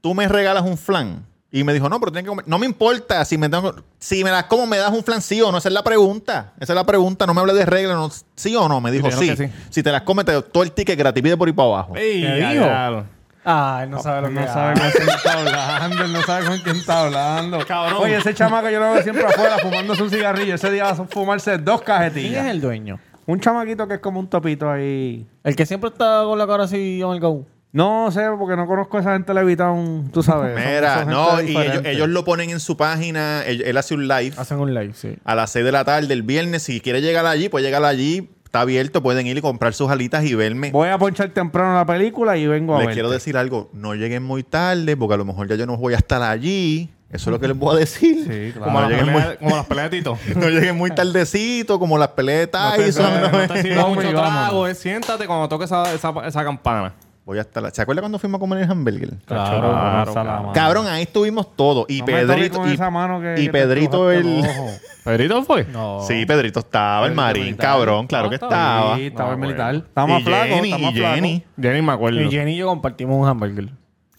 Speaker 2: tú me regalas un flan. Y me dijo, no, pero tienes que comer. No me importa si me, tengo- si me las como, me das un flan sí o no. Esa es la pregunta. Esa es la pregunta. No me hables de reglas. No, sí o no. Me dijo,
Speaker 1: Dijeron
Speaker 2: sí.
Speaker 1: que sí.
Speaker 2: Si te las comes, te doy todo el ticket gratis. Pide por ir para abajo.
Speaker 1: Ey,
Speaker 4: ¿Qué
Speaker 1: ya,
Speaker 4: dijo?
Speaker 1: ya.
Speaker 4: Ah, él no sabe lo que
Speaker 7: No
Speaker 4: hace.
Speaker 7: sabe con quién está hablando, él no sabe con quién está hablando.
Speaker 1: Cabrón.
Speaker 7: Oye, ese chamaco yo lo veo siempre afuera fumándose un cigarrillo. Ese día va a fumarse dos
Speaker 4: ¿Quién es
Speaker 7: cajetillas.
Speaker 4: el dueño?
Speaker 7: Un chamaquito que es como un topito ahí.
Speaker 4: El que siempre está con la cara así on el go.
Speaker 7: No sé, porque no conozco a esa gente Levitown, tú sabes. son-
Speaker 2: Mira,
Speaker 7: son
Speaker 2: no.
Speaker 7: gente
Speaker 2: Y ellos,
Speaker 7: diferente.
Speaker 2: ellos lo ponen en su página. Él, él hace un live
Speaker 4: Hacen un live, sí.
Speaker 2: a las 6 de la tarde el viernes. Si quiere llegar allí, pues llegar allí. Está abierto. Pueden ir y comprar sus alitas y verme.
Speaker 7: Voy a ponchar temprano la película y vengo a
Speaker 2: Les
Speaker 7: ver.
Speaker 2: quiero decir algo, no lleguen muy tarde porque a lo mejor ya yo no voy a estar allí. Eso es lo que les voy a decir.
Speaker 7: Sí, claro.
Speaker 1: Como
Speaker 2: No
Speaker 1: las
Speaker 2: lleguen muy,
Speaker 1: peleas- como las peleas de Tito.
Speaker 2: no lleguen muy tardecito, como las peleas de
Speaker 1: Ay,
Speaker 2: Tyson.
Speaker 1: no, no te sirvas
Speaker 7: Vamos y
Speaker 1: mucho
Speaker 7: vámonos.
Speaker 1: trago, eh. Siéntate cuando toque esa, esa, esa campana.
Speaker 2: Voy a estar... la- ¿Se acuerda cuando fuimos a comer el hamburger?
Speaker 7: Claro,
Speaker 1: Claro,
Speaker 7: pasa la
Speaker 1: claro.
Speaker 7: mano.
Speaker 2: Cabrón, ahí estuvimos todos. Y
Speaker 7: No me toques
Speaker 2: Pedrito...
Speaker 7: con
Speaker 2: Y,
Speaker 7: esa mano que-
Speaker 2: y
Speaker 7: que te
Speaker 2: Pedrito
Speaker 7: crujaste
Speaker 2: el...
Speaker 7: los ojos.
Speaker 1: ¿Pedrito fue?
Speaker 4: No.
Speaker 2: Sí, Pedrito estaba, el
Speaker 7: Pedrito
Speaker 2: marín,
Speaker 7: militar.
Speaker 2: cabrón, claro
Speaker 7: No,
Speaker 2: que
Speaker 7: estaba-
Speaker 2: estaba.
Speaker 7: Sí, estaba
Speaker 1: Ah,
Speaker 7: en
Speaker 1: bueno.
Speaker 7: militar. Estaba más
Speaker 2: Y
Speaker 7: flaco,
Speaker 2: Jenny,
Speaker 7: estaba más
Speaker 2: y
Speaker 7: flaco.
Speaker 2: Jenny.
Speaker 1: Ya ni me acuerdo.
Speaker 4: Y Jenny y yo compartimos un hamburger.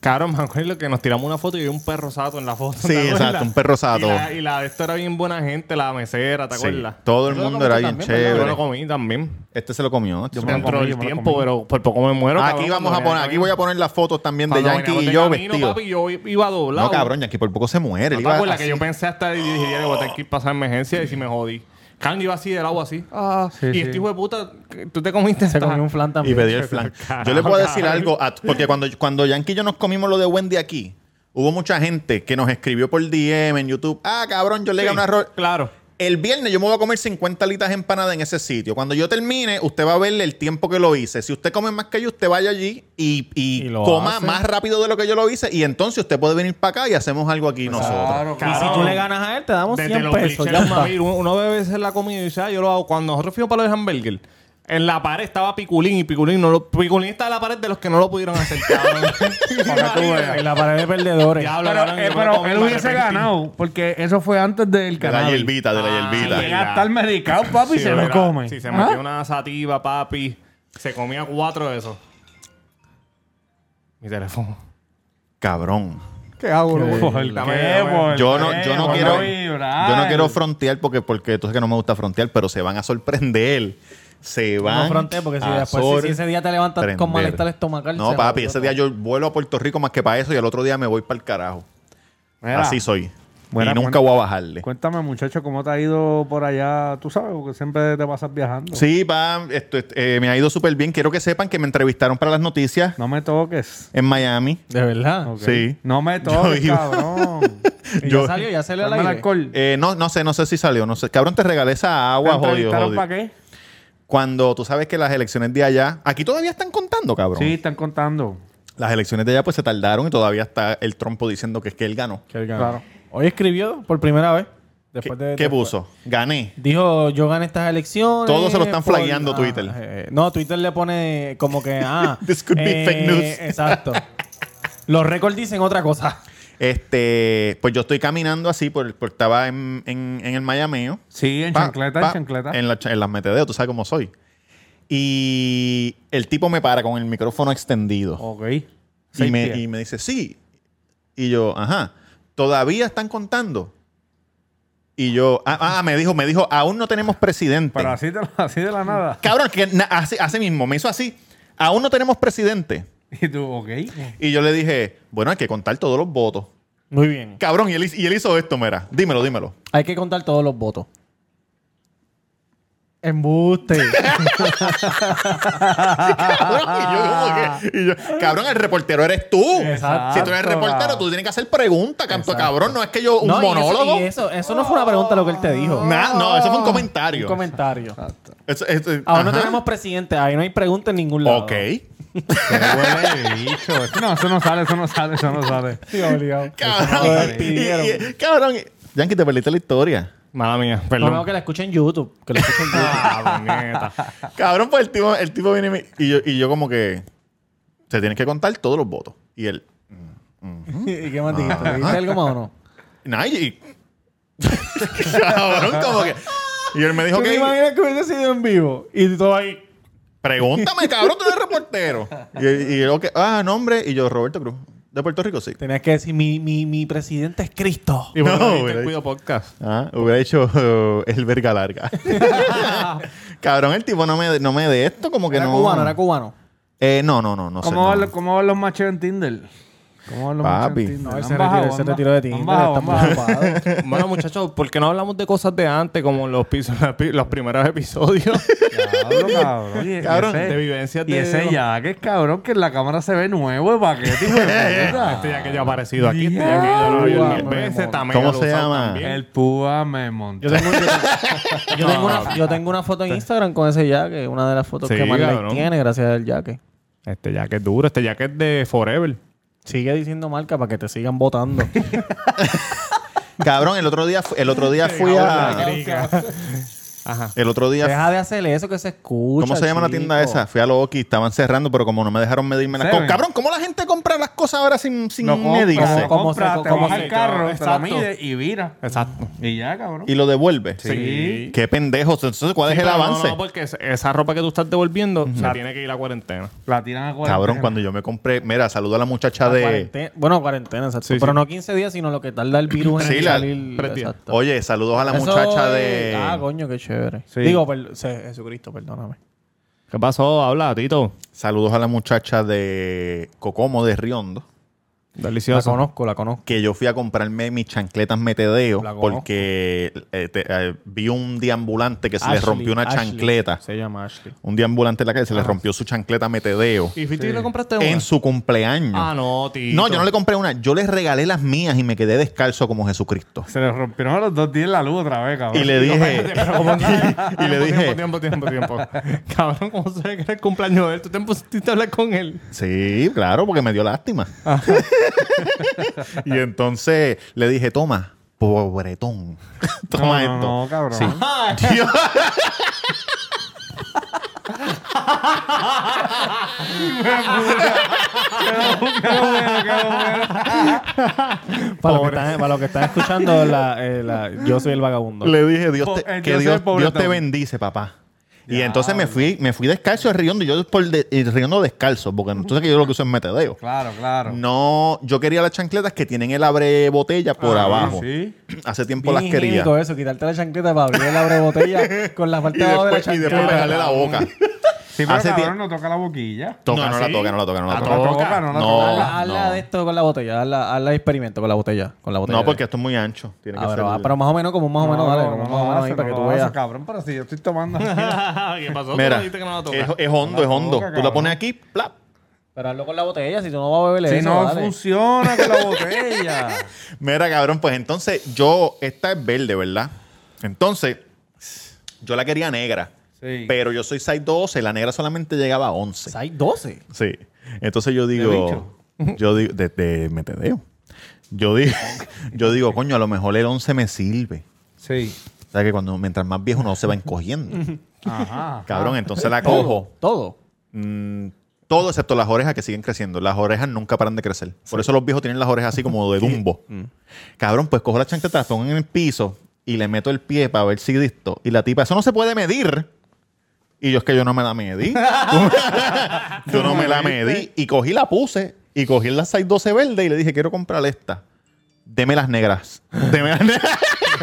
Speaker 1: Cabrón, me acuerdo que nos tiramos una foto y vi un perro sato en la foto.
Speaker 2: Sí,
Speaker 1: ¿te acuerdas?
Speaker 2: exacto, un perro sato.
Speaker 1: Y la, y la de esto era bien buena gente, la mesera, ¿te
Speaker 2: Sí,
Speaker 1: acuerdas?
Speaker 2: todo el
Speaker 1: Yo lo comí
Speaker 2: mundo era bien
Speaker 1: también, ¿verdad? Yo
Speaker 2: chévere.
Speaker 1: lo comí también.
Speaker 2: Este se lo comió. este se lo comió.
Speaker 1: Dentro
Speaker 7: comí,
Speaker 1: del
Speaker 7: yo me lo
Speaker 1: tiempo,
Speaker 7: comí.
Speaker 1: pero por poco me muero.
Speaker 2: Aquí vamos a poner, aquí voy a poner las fotos también de Yankee y yo vestido.
Speaker 1: Papi, yo iba doblado.
Speaker 2: No, cabrón, Yankee por poco se muere.
Speaker 1: ¿No
Speaker 2: él
Speaker 1: te
Speaker 2: iba
Speaker 1: acuerdas que
Speaker 2: así.
Speaker 1: yo pensé hasta y dije, ya le voy a tener que ir pasar emergencia y si me jodí. Kang iba así del agua así. Ah,
Speaker 7: Sí,
Speaker 1: y
Speaker 7: sí.
Speaker 1: este hijo de puta, que- tú te comiste
Speaker 4: Se
Speaker 1: esta-
Speaker 4: comió un flan
Speaker 2: Y
Speaker 4: también.
Speaker 2: pedí el flan. Yo le puedo decir algo, a- porque cuando, cuando Yankee y yo nos comimos lo de Wendy aquí, hubo mucha gente que nos escribió por DM en YouTube. Ah, cabrón, yo le
Speaker 1: Sí,
Speaker 2: gané un error.
Speaker 1: Claro.
Speaker 2: El viernes yo me voy a comer 50 litas empanadas en ese sitio. Cuando yo termine, usted va a verle el tiempo que lo hice. Si usted come más que yo, usted vaya allí y, y
Speaker 1: Y lo
Speaker 2: coma
Speaker 1: hace.
Speaker 2: más rápido de lo que yo lo hice. Y entonces usted puede venir para acá y hacemos algo aquí nosotros.
Speaker 7: Claro,
Speaker 1: Claro.
Speaker 3: Y si tú le ganas a él, te damos
Speaker 1: Desde
Speaker 3: 100
Speaker 1: los
Speaker 3: pesos. Ya
Speaker 1: clichés,
Speaker 3: está.
Speaker 1: mami, uno- uno debe hacer la comida y dice, ah, yo lo hago. Cuando nosotros fuimos para los hamburger, en la pared estaba Piculín y Piculín no lo, Piculín está en la pared de los que no lo pudieron hacer. cabrón.
Speaker 4: En la pared de perdedores.
Speaker 1: Diablo,
Speaker 7: Pero,
Speaker 1: cabrón,
Speaker 7: eh,
Speaker 1: yo me
Speaker 7: pero
Speaker 1: comí,
Speaker 7: él
Speaker 1: me
Speaker 7: hubiese
Speaker 1: arrepentí.
Speaker 7: ganado, porque eso fue antes del
Speaker 2: De la
Speaker 7: canal.
Speaker 2: hierbita, de la hierbita.
Speaker 1: sí,
Speaker 7: Llega a estar medicado, papi, y
Speaker 1: Sí,
Speaker 7: se lo
Speaker 1: mira,
Speaker 7: come.
Speaker 1: Si se
Speaker 7: ¿Ah?
Speaker 1: metió una sativa, papi, se comía cuatro de esos. Mi teléfono.
Speaker 2: Cabrón.
Speaker 4: ¿Qué hago?
Speaker 7: Por
Speaker 4: loco?
Speaker 7: el-
Speaker 1: la
Speaker 7: qué
Speaker 1: verdad,
Speaker 7: por
Speaker 1: bueno.
Speaker 4: Pues
Speaker 7: el-
Speaker 2: Yo no,
Speaker 7: qué
Speaker 2: yo no
Speaker 7: por
Speaker 2: quiero.
Speaker 7: vibrar.
Speaker 2: Yo no quiero frontear porque, porque tú sabes que no me gusta frontear, pero se van a sorprender. Se van.
Speaker 4: No fronteé, porque si
Speaker 2: a
Speaker 4: después si- si ese día te levantas
Speaker 2: sorprender.
Speaker 4: con malestar estomacal.
Speaker 2: No,
Speaker 4: se
Speaker 2: papi,
Speaker 4: jodió
Speaker 2: ese día yo vuelo a Puerto Rico más que para eso y al otro día me voy para el carajo.
Speaker 7: Mira,
Speaker 2: Así soy.
Speaker 7: Buena,
Speaker 2: y nunca
Speaker 7: buena.
Speaker 2: voy a bajarle.
Speaker 7: Ah. Cuéntame, muchacho, ¿cómo te ha ido por allá? Tú sabes, porque siempre te pasas viajando.
Speaker 2: Sí, pa, esto, esto, eh, me ha ido súper bien. Quiero que sepan que me entrevistaron para las noticias
Speaker 7: No me toques.
Speaker 2: en Miami.
Speaker 4: De verdad.
Speaker 7: Ok.
Speaker 2: Sí.
Speaker 7: No me toques,
Speaker 2: Yo iba-
Speaker 7: cabrón.
Speaker 4: Y
Speaker 2: Yo-
Speaker 4: ya salió, ya salió al
Speaker 7: Dame el
Speaker 4: aire.
Speaker 7: alcohol.
Speaker 2: Eh, no, no sé, no sé si salió. No sé. Cabrón, te regalé esa agua,
Speaker 7: ¿Te
Speaker 2: jodido.
Speaker 7: entrevistaron
Speaker 2: jodido.
Speaker 7: para qué?
Speaker 2: Cuando tú sabes que las elecciones de allá. Aquí todavía están contando, cabrón.
Speaker 7: Sí, están contando.
Speaker 2: Las elecciones de allá pues se tardaron y todavía está el trompo diciendo que es que él ganó.
Speaker 4: Que él ganó.
Speaker 7: Claro.
Speaker 4: Hoy escribió por primera vez.
Speaker 2: ¿Qué,
Speaker 4: Después de,
Speaker 2: qué
Speaker 4: después-
Speaker 2: puso? Gané.
Speaker 4: Dijo, yo gané estas elecciones.
Speaker 2: Todos se lo están flagueando
Speaker 4: ah,
Speaker 2: Twitter.
Speaker 4: eh, no, Twitter le pone como que, ah.
Speaker 2: This could be fake news.
Speaker 4: Exacto. Los récords dicen otra cosa.
Speaker 2: Este, pues yo estoy caminando así por, por- estaba en, en- en el Mayameo.
Speaker 7: Sí, en
Speaker 2: Pa,
Speaker 7: chancleta,
Speaker 2: pa,
Speaker 7: en chancleta.
Speaker 2: En, la cha- en las metedeos, tú sabes cómo soy. Y el tipo me para con el micrófono extendido.
Speaker 7: Ok.
Speaker 2: y,
Speaker 7: Seis
Speaker 2: me,
Speaker 7: pies.
Speaker 2: y me dice, sí. Y yo, ajá, todavía están contando. Y yo, ah, ah, me dijo, me dijo, aún no tenemos presidente.
Speaker 7: Pero así de, así de la nada.
Speaker 2: Cabrón, que na- así, así mismo, me hizo así. Aún no tenemos presidente.
Speaker 7: Y tú, ok.
Speaker 2: Y yo le dije, bueno, hay que contar todos los votos.
Speaker 4: Muy bien.
Speaker 2: Cabrón, y él, hi- y él hizo esto, mira. Dímelo, dímelo.
Speaker 4: Hay que contar todos los votos. Embuste.
Speaker 2: Cabrón, y yo como que- y yo, cabrón, el reportero eres tú.
Speaker 4: Exacto.
Speaker 2: Si tú eres reportero, tú tienes que hacer preguntas, canto cabrón. No es que yo, un
Speaker 4: No, y eso-
Speaker 2: monólogo.
Speaker 4: y eso, eso no fue una pregunta lo que él te dijo.
Speaker 2: Nah, no, eso fue un
Speaker 4: Un
Speaker 2: comentario.
Speaker 4: comentario.
Speaker 2: Eso- eso-
Speaker 4: Ahora no
Speaker 2: ajá.
Speaker 4: tenemos presidente, ahí no hay pregunta en ningún lado.
Speaker 2: Ok.
Speaker 7: No, eso no sale, eso no sale, eso no sale.
Speaker 4: Sí, obligado.
Speaker 2: Cabrón. y- y- cabrón. Yankee, te perdiste la historia.
Speaker 1: Mala mía,
Speaker 4: No, no,
Speaker 1: perdón.
Speaker 4: que la escuchen en YouTube. Que la escuchen en YouTube.
Speaker 1: Ah, puñeta.
Speaker 2: Cabrón, pues el tipo, el tipo viene y, me- y yo, y yo como que se tienen que contar todos los votos. Y él,
Speaker 4: ¿Y qué más dijiste? Ah. ¿Dijiste algo más o no?
Speaker 2: nah, y- cabrón, como que. Y él me dijo que.
Speaker 4: que hubiese sido en vivo? Y todo ahí.
Speaker 2: Pregúntame, cabrón, tú eres reportero. Y, y yo, que, ah, nombre. Y yo, Roberto Cruz. De Puerto Rico, sí.
Speaker 4: Tenías que decir, mi, mi, mi presidente es Cristo.
Speaker 1: Y bueno,
Speaker 2: No,
Speaker 1: ahí te
Speaker 2: güey.
Speaker 1: cuido podcast.
Speaker 2: Ah, hubiera hecho uh, el verga larga. cabrón, el tipo no me, no me de esto, como que
Speaker 4: Era
Speaker 2: no.
Speaker 4: cubano, era cubano.
Speaker 2: Eh, no, no, no, no sé.
Speaker 7: ¿Cómo,
Speaker 2: no.
Speaker 7: van los- ¿Cómo van los machos en Tinder? ¿Cómo van los machos
Speaker 2: Papi.
Speaker 7: en Tinder?
Speaker 4: No,
Speaker 7: ¿Han
Speaker 4: él se
Speaker 7: bajado,
Speaker 4: retiró, él se
Speaker 7: han
Speaker 4: retiró de
Speaker 7: bajado?
Speaker 4: Tinder.
Speaker 7: ¿Han bajado,
Speaker 4: está muy
Speaker 7: han bajado?
Speaker 4: ocupado.
Speaker 1: Bueno, muchachos, ¿por qué no hablamos de cosas de antes, como los, pisos- las pi- los primeros episodios?
Speaker 7: Cabrón, cabrón. Y- y
Speaker 2: Cabrón,
Speaker 7: ese-
Speaker 1: de vivencias
Speaker 7: Y
Speaker 1: de-
Speaker 7: ese ya, que es cabrón, que en la cámara se ve nuevo el paquete. hijo de puta.
Speaker 1: este ya que ya ha aparecido aquí, este ya que
Speaker 7: Ya,
Speaker 1: ya lo había
Speaker 7: guau,
Speaker 1: visto
Speaker 4: me
Speaker 1: veces,
Speaker 4: mola.
Speaker 1: también
Speaker 2: ¿Cómo
Speaker 1: lo
Speaker 2: se
Speaker 1: he usado
Speaker 2: llama?
Speaker 1: también.
Speaker 7: El púa me montó.
Speaker 4: Yo tengo, yo, yo tengo
Speaker 2: Ah.
Speaker 4: una, yo tengo una foto en Instagram con ese jaque, una de las fotos
Speaker 1: Sí,
Speaker 4: que más likes
Speaker 1: cabrón.
Speaker 4: tiene gracias al jaque.
Speaker 1: Este jacket es duro, este jacket es de Forever.
Speaker 4: Sigue diciendo marca para que te sigan votando.
Speaker 2: Cabrón, el otro día, fu- el otro día fui a.
Speaker 1: Ajá.
Speaker 2: El otro día,
Speaker 3: Deja de hacer eso que se escucha.
Speaker 2: ¿cómo se llama la tienda
Speaker 3: chico.
Speaker 2: esa? Fui a Loki, estaban cerrando, pero como no me dejaron medirme las cosas.
Speaker 7: Seven.
Speaker 2: Cabrón, ¿cómo la gente compra las cosas ahora sin, sin
Speaker 7: Lo compra,
Speaker 2: medirse?
Speaker 7: lo compra,
Speaker 3: ¿Cómo se-
Speaker 7: te
Speaker 3: cómo
Speaker 7: baja
Speaker 3: se-
Speaker 7: el carro, te
Speaker 1: exacto.
Speaker 7: lo mide y vira.
Speaker 1: Exacto.
Speaker 7: Y ya, cabrón.
Speaker 2: ¿Y lo devuelve?
Speaker 7: Sí.
Speaker 2: Qué pendejos. Entonces, ¿cuál es el
Speaker 1: Pero no,
Speaker 2: avance?
Speaker 1: No, porque es- esa ropa que tú estás devolviendo se tiene que ir a cuarentena.
Speaker 7: La tiran a cuarentena.
Speaker 2: Cabrón, cuando yo me compré, mira, saludo a la muchacha de.
Speaker 3: Cuarentena- bueno, cuarentena, exacto.
Speaker 1: Sí, sí.
Speaker 3: Pero no 15 días, sino lo que tarda el virus en
Speaker 2: Sí, la-
Speaker 3: salir.
Speaker 1: tres días.
Speaker 3: exacto.
Speaker 2: Oye, saludos a la
Speaker 3: Eso
Speaker 2: muchacha
Speaker 3: es-
Speaker 2: de.
Speaker 3: Ah, coño, qué chévere. Digo, per- se- Jesucristo, perdóname.
Speaker 1: ¿Qué pasó? Habla, Tito.
Speaker 2: Saludos a la muchacha de Cocomo de Riondo.
Speaker 3: La
Speaker 1: Delicioso.
Speaker 3: conozco, la conozco.
Speaker 2: Que yo fui a comprarme mis chancletas metedeo
Speaker 3: La conozco.
Speaker 2: porque eh, te- eh, vi un deambulante que se le
Speaker 3: Ashley,
Speaker 2: rompió una
Speaker 3: Ashley.
Speaker 2: chancleta.
Speaker 3: Se llama Ashley. Ah.
Speaker 2: Un deambulante en la calle se le rompió su chancleta metedeo
Speaker 1: ¿Y fuiste y le compraste una?
Speaker 2: en su cumpleaños.
Speaker 1: Ah, no, Tito.
Speaker 2: no, yo no le compré una. Yo le regalé las mías y me quedé descalzo como Jesucristo.
Speaker 7: Se le rompieron a los dos días la luz otra vez, cabrón.
Speaker 2: Y le dije. y le dije.
Speaker 1: Ah, Tiempo, tiempo, tiempo, tiempo. Cabrón, ¿cómo se que era el cumpleaños de él? ¿Tú te pusiste a hablar con él?
Speaker 2: Sí, claro, porque me dio lástima. y entonces le dije, toma, pobretón. toma
Speaker 7: No, no,
Speaker 2: esto.
Speaker 7: no, cabrón.
Speaker 2: Dios.
Speaker 3: Para los, que están, para los que están escuchando, la- eh, la- yo soy el vagabundo.
Speaker 2: le dije, Dios
Speaker 7: Po-
Speaker 2: te,
Speaker 7: eh,
Speaker 2: que
Speaker 7: yo soy
Speaker 2: Dios,
Speaker 7: pobretón.
Speaker 2: Dios te bendice, papá. Y entonces me fui, me fui descalzo riendo. Yo por de- eh, riendo descalzo, porque entonces que yo lo que uso es metedeo.
Speaker 7: Claro, claro.
Speaker 2: Mm, No, yo quería las chancletas que tienen el abre botella por abajo.
Speaker 7: Ah, Sí.
Speaker 2: Hace tiempo
Speaker 3: Bien
Speaker 2: las quería.
Speaker 3: higiénico eso, quitarte la chancleta para abrir la abre botella con la
Speaker 2: Y
Speaker 3: parte de abajo de la
Speaker 2: después, y
Speaker 3: chancleta.
Speaker 2: después regalé la boca.
Speaker 7: Sí, pero
Speaker 2: Hace tie-
Speaker 7: cabrón, no toca la boquilla.
Speaker 2: no, no la toca, no la toca, no la
Speaker 1: La
Speaker 2: toca.
Speaker 7: No la
Speaker 1: Toca.
Speaker 7: toca, no la
Speaker 2: No.
Speaker 7: toca.
Speaker 3: Hazla, hazla
Speaker 2: no.
Speaker 3: de esto con la botella, hazla, hazla experimento con la botella. Con la botella
Speaker 2: No, porque esto es muy ancho. Tiene
Speaker 3: Ah,
Speaker 2: que
Speaker 3: pero,
Speaker 2: ser-
Speaker 3: ah, pero más o menos, como un más o menos, dale, como un más o menos ahí
Speaker 7: hace,
Speaker 3: para que
Speaker 7: no
Speaker 3: tú
Speaker 7: lo hace,
Speaker 3: veas.
Speaker 7: cabrón, pero si yo estoy tomando.
Speaker 1: ¿Qué pasó?
Speaker 2: Mira,
Speaker 1: Tú dijiste que no la toca.
Speaker 2: es, es hondo, es hondo.
Speaker 7: toca,
Speaker 2: Tú la
Speaker 7: cabrón.
Speaker 2: pones aquí, plap.
Speaker 3: Pero hazlo con la botella, si tú no vas a beber
Speaker 7: si
Speaker 3: eso,
Speaker 7: no
Speaker 3: dale.
Speaker 7: funciona con la botella.
Speaker 2: Mira, cabrón, pues entonces yo, esta es verde, ¿verdad? Entonces, yo la quería negra.
Speaker 7: Sí.
Speaker 2: Pero yo soy 6'12, la negra solamente llegaba a 11.
Speaker 3: Hay 12.
Speaker 2: Sí. Entonces yo digo, yo digo, de, de metedeo. Yo digo, yo digo, coño, a lo mejor el 11 me sirve.
Speaker 7: Sí.
Speaker 2: O sea que cuando mientras más viejo uno se va encogiendo.
Speaker 7: Ajá.
Speaker 2: Cabrón, entonces la cojo.
Speaker 3: Todo.
Speaker 2: Mm, todo excepto las orejas que siguen creciendo. Las orejas nunca paran de crecer. Por eso los viejos tienen las orejas así como de dumbo. Cabrón, pues cojo la chancleta, la pongo en el piso y le meto el pie para ver si listo. Y la tipa, eso no se puede medir. Y yo es que yo no me la medí. yo no me la medí. Y cogí la puse. Y cogí la 612 verde y le dije, quiero comprar esta. Deme las negras. Deme las negras.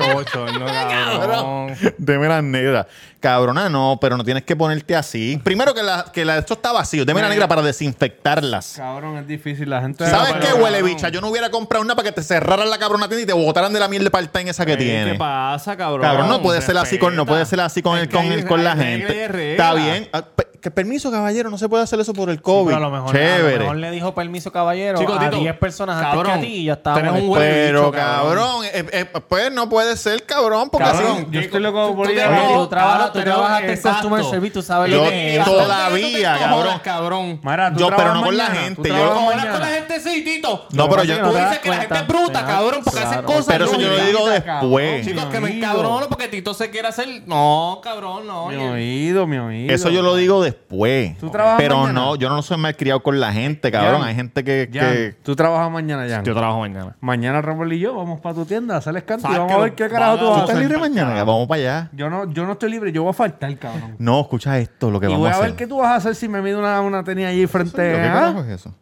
Speaker 1: no, cabrón.
Speaker 2: Deme las negras. Cabrona, no, pero no tienes que ponerte así. Primero que, la, que la, esto está vacío. Deme la negra para desinfectarlas.
Speaker 7: Cabrón, es difícil. La gente.
Speaker 2: ¿Sabes
Speaker 1: pero-
Speaker 2: qué,
Speaker 1: pero-
Speaker 2: huele bicha? Yo no hubiera comprado una para que te cerraran la cabrona tienda y te botaran de la miel de parta en esa que
Speaker 1: ¿Qué
Speaker 2: tiene.
Speaker 1: pasa, cabrón?
Speaker 2: Cabrón, no puede ser así con, no
Speaker 1: Respeta.
Speaker 2: puede ser así con,
Speaker 1: Es
Speaker 2: el,
Speaker 1: que
Speaker 2: con,
Speaker 1: hay-
Speaker 2: el- con la
Speaker 1: hay regla y hay
Speaker 2: gente.
Speaker 1: regla.
Speaker 2: Está bien. Ah, pe- que permiso, caballero, no se puede hacer eso por el COVID.
Speaker 3: Pero a lo mejor, a lo
Speaker 2: Chévere.
Speaker 3: mejor le dijo permiso, caballero,
Speaker 1: Chico,
Speaker 3: a
Speaker 1: Tito,
Speaker 3: 10 personas antes
Speaker 1: cabrón,
Speaker 3: que a ti y ya estaba
Speaker 1: tenés un
Speaker 3: molesto.
Speaker 1: huele
Speaker 2: Pero,
Speaker 1: bicho,
Speaker 2: cabrón,
Speaker 1: cabrón.
Speaker 2: eh, eh, pues no puede ser, cabrón, porque
Speaker 7: Cabrón,
Speaker 2: así.
Speaker 7: yo estoy loco por
Speaker 1: tú
Speaker 7: ir
Speaker 1: te-
Speaker 7: a
Speaker 3: Oye,
Speaker 1: Pero,
Speaker 3: tú trabajas, tú
Speaker 1: cabrón,
Speaker 3: trabajaste en
Speaker 1: exacto.
Speaker 3: customer service, tú sabes
Speaker 2: Yo-
Speaker 3: lo que es.
Speaker 2: todo-
Speaker 3: eso.
Speaker 2: Todavía,
Speaker 1: Tú te
Speaker 2: cabrón.
Speaker 1: encojonas, cabrón.
Speaker 7: Mira, tú
Speaker 2: Yo, pero
Speaker 7: trabajas
Speaker 2: no con la
Speaker 7: mañana,
Speaker 2: gente.
Speaker 7: tú
Speaker 2: Yo,
Speaker 7: trabajas
Speaker 1: Ahora
Speaker 7: mañana.
Speaker 1: con la gente sí, Tito.
Speaker 2: no, pero yo.
Speaker 3: Pero
Speaker 1: Tú
Speaker 3: te
Speaker 1: dices
Speaker 3: das
Speaker 1: que la gente
Speaker 3: cuenta.
Speaker 1: es bruta,
Speaker 3: Claro,
Speaker 1: cabrón, porque
Speaker 3: claro.
Speaker 1: hacen cosas.
Speaker 2: Pero eso yo lo
Speaker 1: lógicas.
Speaker 2: digo después.
Speaker 1: Chicos, que
Speaker 7: Mi
Speaker 1: me
Speaker 7: oído.
Speaker 1: encabrono porque Tito se quiere hacer. No, cabrón, no.
Speaker 7: Mi
Speaker 1: oye.
Speaker 7: oído, mi oído.
Speaker 2: Eso yo lo digo después.
Speaker 7: ¿Tú trabajas
Speaker 2: Pero
Speaker 7: mañana?
Speaker 2: no, yo no soy malcriado con la gente, cabrón.
Speaker 7: Jan,
Speaker 2: Hay gente que.
Speaker 7: Jan,
Speaker 2: que-
Speaker 7: tú trabajas mañana, Jan.
Speaker 1: Yo trabajo mañana.
Speaker 7: Mañana Ramón y yo vamos para tu tienda, sales canto y
Speaker 1: Sácalo.
Speaker 7: vamos a ver qué carajo
Speaker 1: Vamos
Speaker 7: tú
Speaker 2: ¿Tú
Speaker 1: a
Speaker 7: vas a
Speaker 2: estás
Speaker 7: hacer.
Speaker 2: libre mañana? Vamos para allá.
Speaker 7: Yo no, yo no estoy libre, yo voy a faltar, cabrón.
Speaker 2: No, escucha esto, lo que
Speaker 7: Y
Speaker 2: vamos
Speaker 7: voy
Speaker 2: a
Speaker 7: a ver
Speaker 2: hacer.
Speaker 7: qué tú vas a hacer si me mide una, una tenis allí frente
Speaker 2: ¿Qué
Speaker 7: a...
Speaker 2: carajo es eso?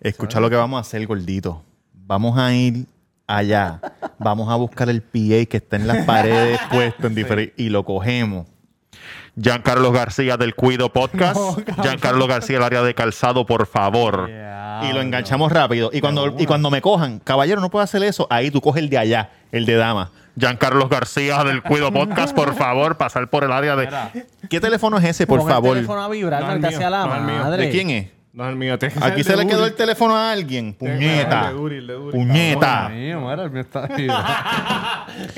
Speaker 2: Escucha lo que vamos a hacer, gordito. Vamos a ir allá. Vamos a buscar el PA que está en las paredes puesto en diferente y lo cogemos. Giancarlo García del Cuido Podcast. Giancarlo García, el área de calzado, por favor. y lo enganchamos rápido. Y cuando, y cuando me cojan, caballero, no puedo hacer eso. Ahí tú coges el de allá, el de dama. Giancarlo García del Cuido Podcast, por favor, pasar por el área de. ¿Qué teléfono es ese, por
Speaker 3: Pon
Speaker 2: favor?
Speaker 3: el teléfono a vibrar,
Speaker 1: No, el
Speaker 3: marca hacia
Speaker 1: mío,
Speaker 3: la
Speaker 1: no, el mío.
Speaker 3: madre.
Speaker 2: ¿De quién es?
Speaker 1: No es el mío. tiene que ser
Speaker 2: Aquí
Speaker 1: el
Speaker 2: se
Speaker 1: de
Speaker 2: le quedó
Speaker 1: Uri.
Speaker 2: el teléfono a alguien.
Speaker 1: el
Speaker 2: Puñeta.
Speaker 1: de Uri, el de Uri.
Speaker 2: Puñeta.
Speaker 7: Mío, madre, el mío está libre.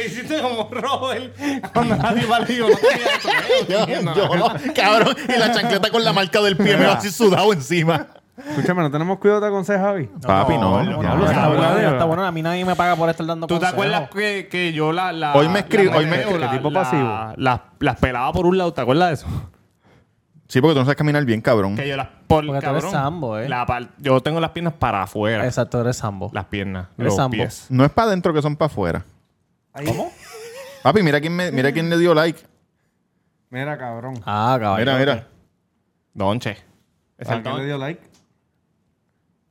Speaker 1: Hiciste como Robert con nadie valido. No tenía eso, ¿eh?
Speaker 2: Yo- yo no, cabrón, y la chancleta con la marca del pie me va así sudado encima.
Speaker 7: Escúchame, no tenemos cuidado, te aconseja Ah. Javi.
Speaker 2: Papi, no. ya,
Speaker 3: Pablo,
Speaker 2: ya.
Speaker 3: está bueno,
Speaker 7: bueno.
Speaker 3: está bueno. A mí nadie me paga por estar dando
Speaker 1: ¿Tú te
Speaker 3: consejos.
Speaker 1: acuerdas que, que yo la, la-
Speaker 2: Hoy me escribí-
Speaker 1: la-
Speaker 2: hoy me-
Speaker 1: la- la-
Speaker 7: tipo
Speaker 1: la-
Speaker 7: pasivo.
Speaker 1: las- las pelaba por un lado, ¿te acuerdas de eso?
Speaker 2: Sí, porque tú no sabes caminar bien, cabrón.
Speaker 1: Que yo las por
Speaker 3: Porque tú
Speaker 1: cabrón,
Speaker 3: eres sambo, ¿eh?
Speaker 1: la par- yo tengo las piernas para afuera,
Speaker 3: Exacto, eres sambo.
Speaker 1: las piernas,
Speaker 3: Eres
Speaker 1: los
Speaker 3: sambo.
Speaker 1: pies.
Speaker 2: No es para adentro que son para afuera.
Speaker 7: ¿Cómo?
Speaker 2: Papi, mira quién, me- mira quién le dio like.
Speaker 7: Mira, cabrón.
Speaker 3: Ah, caballero.
Speaker 2: Mira, mira.
Speaker 1: Donche. Es
Speaker 7: ¿A
Speaker 1: el
Speaker 7: quién le
Speaker 1: don-
Speaker 7: dio like?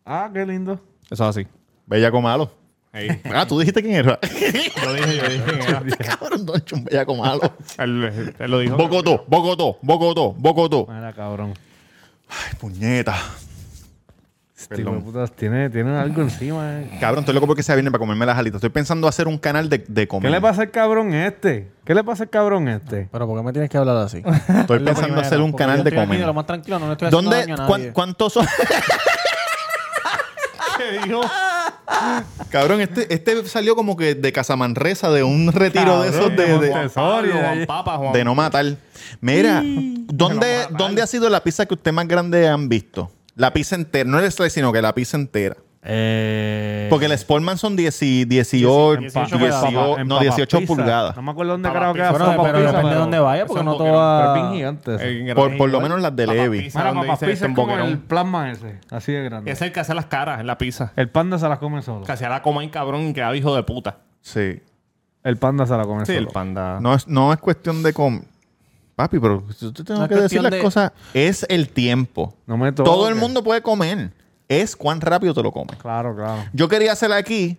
Speaker 7: Ah, qué lindo.
Speaker 1: Eso así.
Speaker 2: Bellaco malo.
Speaker 1: Ahí.
Speaker 2: Ah, tú dijiste quién era.
Speaker 1: Yo dije, yo dije. que era-
Speaker 2: Cabrón, Doncho, un bellaco malo.
Speaker 1: Él, eh, él lo dijo.
Speaker 2: Bocotó, Bocotó, Bocotó, Bocotó.
Speaker 7: Mira, cabrón.
Speaker 2: Ay, puñeta.
Speaker 7: Este hijo de putas, tiene, tiene algo encima, eh.
Speaker 2: Cabrón, estoy loco porque se viene para comerme las alitas. Estoy pensando hacer un canal de, de
Speaker 7: ¿Qué
Speaker 2: comer.
Speaker 7: le pasa al cabrón este? ¿Qué le pasa al cabrón este?
Speaker 3: Pero ¿por qué me tienes que hablar así?
Speaker 2: Estoy pensando hacer un canal de
Speaker 3: comida.
Speaker 2: comer.
Speaker 3: Lo más tranquilo, no le estoy haciendo
Speaker 2: ¿Dónde?
Speaker 3: daño a
Speaker 2: cuán-
Speaker 3: nadie.
Speaker 2: ¿Cuántos son? Cabrón, este, este salió como que de Casamanresa, de un retiro de esos de,
Speaker 3: este
Speaker 2: de-
Speaker 1: Pablo, Juan Papa, Juan
Speaker 2: de no matar. Mira, ¿dónde, ¿dónde ha sido la pizza que usted más grande han visto? La pizza entera, no el slice, sino que la pizza entera.
Speaker 3: Eh,
Speaker 2: Porque el Spolman son 10 y 18,
Speaker 1: Dieciocho
Speaker 2: 18,
Speaker 7: En
Speaker 2: no,
Speaker 7: papas
Speaker 2: 18
Speaker 7: pizza.
Speaker 2: pulgadas.
Speaker 7: No me acuerdo dónde
Speaker 1: Papas
Speaker 7: carajo
Speaker 1: pizza.
Speaker 7: queda.
Speaker 1: Bueno,
Speaker 3: Bueno,
Speaker 7: Papas
Speaker 3: pero
Speaker 7: pizza,
Speaker 3: depende de dónde vaya,
Speaker 1: Eso
Speaker 3: porque
Speaker 1: es
Speaker 3: no
Speaker 1: un
Speaker 3: todo
Speaker 7: Pero
Speaker 3: va...
Speaker 7: es bien gigante eso.
Speaker 1: En
Speaker 2: Por,
Speaker 1: Gran-
Speaker 2: por lo menos las de
Speaker 1: Papa
Speaker 2: Levi.
Speaker 1: pizza,
Speaker 7: Mira,
Speaker 1: donde
Speaker 7: papas
Speaker 1: dice
Speaker 7: pizza
Speaker 1: este
Speaker 7: es como
Speaker 1: boquerón.
Speaker 7: el plasma ese. Así de grande.
Speaker 1: Es el que hace las caras en la pizza.
Speaker 7: El panda se la come solo.
Speaker 1: Que hacía la coma y cabrón y quedaba hijo de puta.
Speaker 2: Sí.
Speaker 7: El panda se la come
Speaker 1: Sí, el
Speaker 7: solo.
Speaker 1: panda.
Speaker 2: No es, no es cuestión de com Papi, pero yo te tengo
Speaker 3: No es
Speaker 2: que decir
Speaker 3: cuestión
Speaker 2: las
Speaker 3: de-
Speaker 2: cosas. Es el tiempo.
Speaker 7: No me toques.
Speaker 2: Todo el mundo puede comer. Es cuán rápido te lo comes.
Speaker 7: Claro, claro.
Speaker 2: Yo quería hacer aquí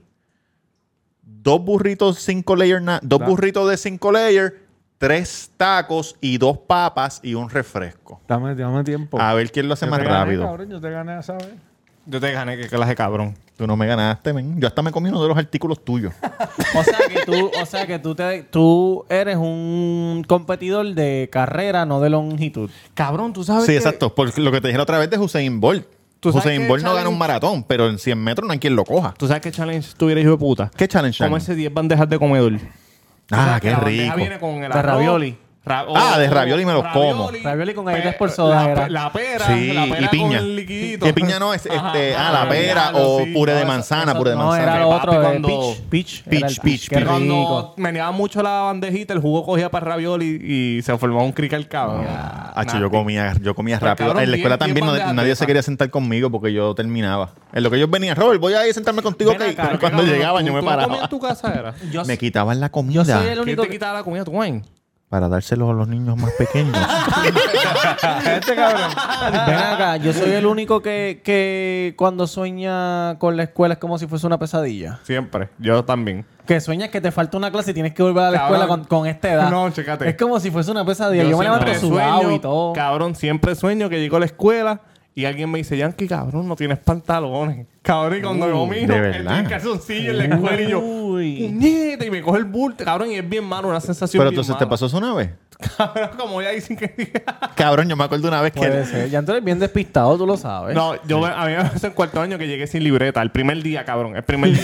Speaker 2: dos burritos cinco layer, na- dos
Speaker 7: Da-
Speaker 2: burritos de cinco layer, tres tacos y dos papas y un refresco.
Speaker 7: Dame, dame tiempo.
Speaker 2: A ver quién lo hace
Speaker 7: Oh. Yo
Speaker 2: más
Speaker 7: te gané,
Speaker 2: rápido.
Speaker 7: cabrón, yo te gané, ¿sabes?
Speaker 1: Yo te gané que clase de cabrón.
Speaker 2: Tú no me ganaste, men. Yo hasta me comí uno de los artículos tuyos.
Speaker 3: O sea que tú, o sea que tú, te, tú eres un competidor de carrera, no de longitud.
Speaker 1: Cabrón, tú sabes
Speaker 2: Sí,
Speaker 1: que-
Speaker 2: exacto. Por lo que te dije la otra vez de Hussein Bolt.
Speaker 1: ¿Tú sabes
Speaker 2: Hussein
Speaker 1: qué
Speaker 2: Bolt no gana
Speaker 1: challenge?
Speaker 2: un maratón, pero en 100 metros no hay quien lo coja.
Speaker 1: Tú sabes qué challenge tuviera hijo de puta.
Speaker 2: ¿Qué challenge? Shannon?
Speaker 1: Comerse 10 bandejas de comedor.
Speaker 2: Ah,
Speaker 1: O sea,
Speaker 2: qué
Speaker 1: la bandeja
Speaker 2: rico.
Speaker 1: viene con el
Speaker 3: De
Speaker 1: arroz,
Speaker 3: ravioli.
Speaker 1: ra- oh,
Speaker 2: Ah, de ravioli me los como.
Speaker 3: Ravioli con galletas
Speaker 1: pe-
Speaker 3: por sodadera.
Speaker 1: La, la pera,
Speaker 2: Sí,
Speaker 1: la pera
Speaker 2: y
Speaker 1: con
Speaker 2: piña.
Speaker 1: el liquidito.
Speaker 2: Que piña no es
Speaker 1: Ajá,
Speaker 2: este, ah,
Speaker 1: ajá,
Speaker 2: la pera
Speaker 1: diablo,
Speaker 2: o
Speaker 1: sí.
Speaker 2: puré de
Speaker 1: No,
Speaker 2: manzana,
Speaker 3: eso-
Speaker 2: puré de
Speaker 3: no, era
Speaker 2: manzana.
Speaker 3: lo
Speaker 1: Papi,
Speaker 3: otro, eh,
Speaker 1: cuando-
Speaker 3: peach, peach, era
Speaker 2: Peach,
Speaker 3: el-
Speaker 2: peach,
Speaker 3: qué
Speaker 2: peach.
Speaker 1: Cuando
Speaker 3: rico.
Speaker 1: meneaba mucho la bandejita, el jugo cogía para ravioli y se formaba un crick al cabrón.
Speaker 2: Ah, chico, yo comía, yo comía
Speaker 1: Pero,
Speaker 2: rápido.
Speaker 1: cabrón,
Speaker 2: en la escuela
Speaker 1: bien, bien
Speaker 2: también no-
Speaker 1: bandeja
Speaker 2: nadie
Speaker 1: de
Speaker 2: se
Speaker 1: pan.
Speaker 2: quería sentar conmigo porque yo terminaba. En lo que ellos venían, Robert, voy a ir a sentarme contigo.
Speaker 1: Ven
Speaker 2: que
Speaker 1: acá, ¿qué
Speaker 2: cuando
Speaker 1: cabrón?
Speaker 2: llegaban
Speaker 1: ¿Tú-
Speaker 2: yo me
Speaker 1: tú no comías
Speaker 2: paraba.
Speaker 1: en tu casa era?
Speaker 3: Yo,
Speaker 2: Me quitaban la comida
Speaker 3: yo soy el
Speaker 1: ¿Quién
Speaker 3: único
Speaker 1: te
Speaker 3: que...
Speaker 1: quitaba la comida? ¿Tu wine?
Speaker 2: para dárselo a los niños más pequeños.
Speaker 7: Este cabrón.
Speaker 3: Ven acá, yo soy el único que, que cuando sueña con la escuela es como si fuese una pesadilla.
Speaker 1: Siempre. Yo también.
Speaker 3: Que sueñas que te falta una clase y tienes que volver a la
Speaker 1: Cabrón.
Speaker 3: escuela con, con esta edad.
Speaker 1: No, chécate.
Speaker 3: Es como si fuese una pesadilla. Yo, me levanto
Speaker 1: siempre
Speaker 3: sudado
Speaker 1: sueño,
Speaker 3: y todo.
Speaker 1: Cabrón, siempre sueño que llego a la escuela y alguien me dice, Yankee, cabrón, no tienes pantalones. Cabrón, y cuando yo miro,
Speaker 2: de
Speaker 1: estoy
Speaker 2: verdad.
Speaker 1: en calzoncillo en la escuela y yo,
Speaker 3: Uy.
Speaker 1: "Puñeta", y me coge el bulto, cabrón, y es bien malo, una sensación
Speaker 2: Pero
Speaker 1: bien
Speaker 2: entonces te
Speaker 1: mala.
Speaker 2: pasó eso una vez.
Speaker 1: Cabrón, como ya dicen que...
Speaker 2: Cabrón, yo me acuerdo una vez
Speaker 3: Puede
Speaker 2: que.
Speaker 3: ser. Ya tú eres bien despistado, tú lo
Speaker 2: Pues,
Speaker 3: sabes.
Speaker 1: No, yo me- a mí me pasó en cuarto año que llegué sin libreta. El primer día, cabrón. El primer día.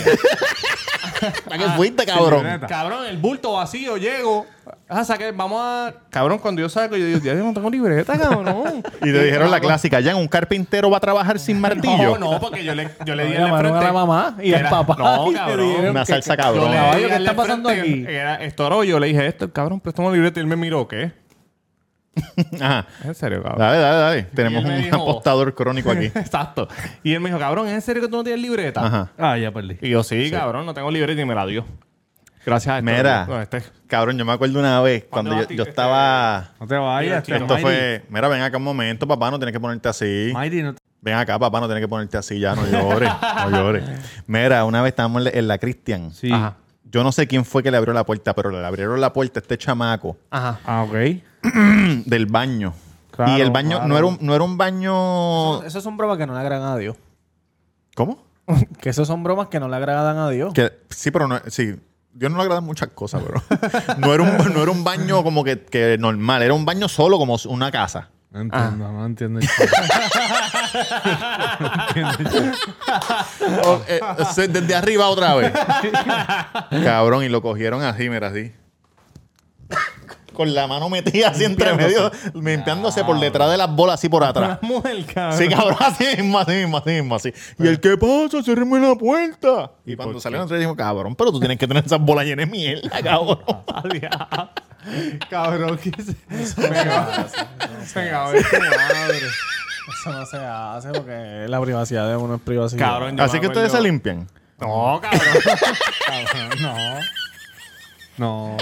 Speaker 1: Ah,
Speaker 2: ¿Para qué fuiste, cabrón?
Speaker 1: cabrón, el bulto vacío, llego. Ah, saqué, vamos a... Cabrón, cuando yo saco, yo digo, ya no tengo libreta, cabrón.
Speaker 2: Y te dijeron la clásica, ya un carpintero va a trabajar sin martillo.
Speaker 1: No, no, porque yo le, yo le di
Speaker 3: Le
Speaker 1: en la
Speaker 3: llamaron a
Speaker 1: frente.
Speaker 3: la mamá y
Speaker 1: que
Speaker 3: al
Speaker 1: era-
Speaker 3: papá.
Speaker 1: No,
Speaker 3: y le
Speaker 1: cabrón.
Speaker 3: dijeron
Speaker 2: Una
Speaker 3: que-
Speaker 2: salsa
Speaker 3: que-
Speaker 2: cabrón.
Speaker 1: le
Speaker 3: Caballo,
Speaker 1: di
Speaker 3: ¿qué
Speaker 1: en
Speaker 3: está
Speaker 1: la
Speaker 3: pasando
Speaker 1: frente,
Speaker 3: aquí?
Speaker 1: Era estoró y yo le dije esto, cabrón, préstame la libreta. Y él me miró, ¿qué?
Speaker 2: Ajá.
Speaker 1: ¿Es en serio, cabrón?
Speaker 2: Dale, dale, dale. Tenemos
Speaker 1: ¿eh? Y él
Speaker 2: un
Speaker 1: me dijo-
Speaker 2: apostador crónico aquí.
Speaker 1: Exacto. Y él me dijo, cabrón, ¿es en serio que tú no tienes libreta?
Speaker 2: Ajá.
Speaker 7: Ah, ya perdí.
Speaker 1: Y yo, sí, cabrón, no tengo libreta y me la dio. Gracias a esto.
Speaker 2: Mira,
Speaker 1: No, este-
Speaker 2: cabrón, yo me acuerdo una vez
Speaker 1: ¿Cuándo
Speaker 2: cuando yo,
Speaker 1: vas a ti-
Speaker 2: yo estaba.
Speaker 7: No te vayas. este
Speaker 2: Esto
Speaker 7: Mighty.
Speaker 2: fue. Mira, ven acá un momento, papá, no tienes que ponerte así.
Speaker 7: Mighty, no te...
Speaker 2: Ven acá, papá, no tienes que ponerte así ya, no llores, no llores. Mira, una vez estábamos en la, en la Christian. Ah,
Speaker 7: Sí.
Speaker 1: Ajá.
Speaker 2: Yo no sé quién fue que le abrió la puerta, pero le abrieron la puerta a este chamaco
Speaker 1: Ajá.
Speaker 7: Ah, ok.
Speaker 2: del baño.
Speaker 7: Claro,
Speaker 2: y el baño
Speaker 7: claro.
Speaker 2: no, era un, no era un baño.
Speaker 3: Esas son bromas que no le agradan a Dios.
Speaker 2: ¿Cómo?
Speaker 3: Que esas son bromas que no le agradan a Dios.
Speaker 2: Que, sí, pero no. Sí. Dios no le agradan muchas cosas, pero. no, era un, no era un baño como que, que normal, era un baño solo como una casa.
Speaker 7: No entiendo, no entiendo. el chiste.
Speaker 2: O- eh, se- desde arriba otra vez. Cabrón, y lo cogieron así, mira, así. con la mano metida así entre medio, limpiándose por detrás de las bolas así por atrás.
Speaker 1: Mujer, cabrón.
Speaker 2: Sí, cabrón, así mismo, así mismo, así mismo, así. Y el que pasa, cerremos la puerta. Y,
Speaker 1: ¿Y
Speaker 2: cuando
Speaker 1: por
Speaker 2: salieron nosotros dijimos, cabrón, pero tú tienes que tener esas bolas llenas de mierda, cabrón.
Speaker 4: Cabrón, ¿qué es eso?
Speaker 1: Venga, a ver, madre.
Speaker 3: Eso no se hace porque la privacidad de uno es privacidad.
Speaker 1: Cabrón, yo
Speaker 2: así
Speaker 1: me
Speaker 2: que ustedes
Speaker 1: acuerdo-
Speaker 2: se limpian.
Speaker 1: No, cabrón.
Speaker 7: No. No.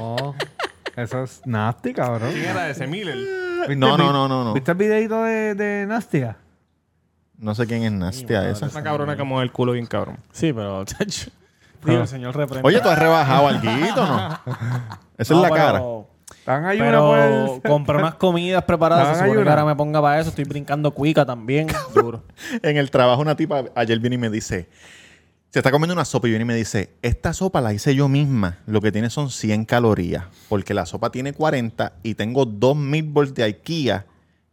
Speaker 7: Eso es nasty, cabrón.
Speaker 1: ¿Quién era ese Miller?
Speaker 7: ¿Viste
Speaker 2: No, no,
Speaker 7: el vi-
Speaker 2: no, no, no.
Speaker 7: ¿Viste el videito de, de Nastia?
Speaker 2: No sé quién es Nastia esa.
Speaker 1: Una cabrona que mueve el culo bien cabrón.
Speaker 3: Sí, pero, chacho. Ah. Digo, el señor reprende.
Speaker 2: Oye, tú has rebajado algo, ¿no? Esa es
Speaker 3: No,
Speaker 2: la
Speaker 3: pero-
Speaker 2: cara.
Speaker 7: Están ayudando por
Speaker 3: Pero
Speaker 7: el...
Speaker 3: compré unas comidas preparadas.
Speaker 7: Hagan
Speaker 3: Se supone que
Speaker 7: ayuno.
Speaker 3: ahora me ponga para eso. Estoy brincando cuica también. Duro.
Speaker 2: En el trabajo una tipa ayer viene y me dice, se está comiendo una sopa y viene y me dice, esta sopa la hice yo misma, lo que tiene son 100 calorías, porque la sopa tiene 40 y tengo dos meatballs de IKEA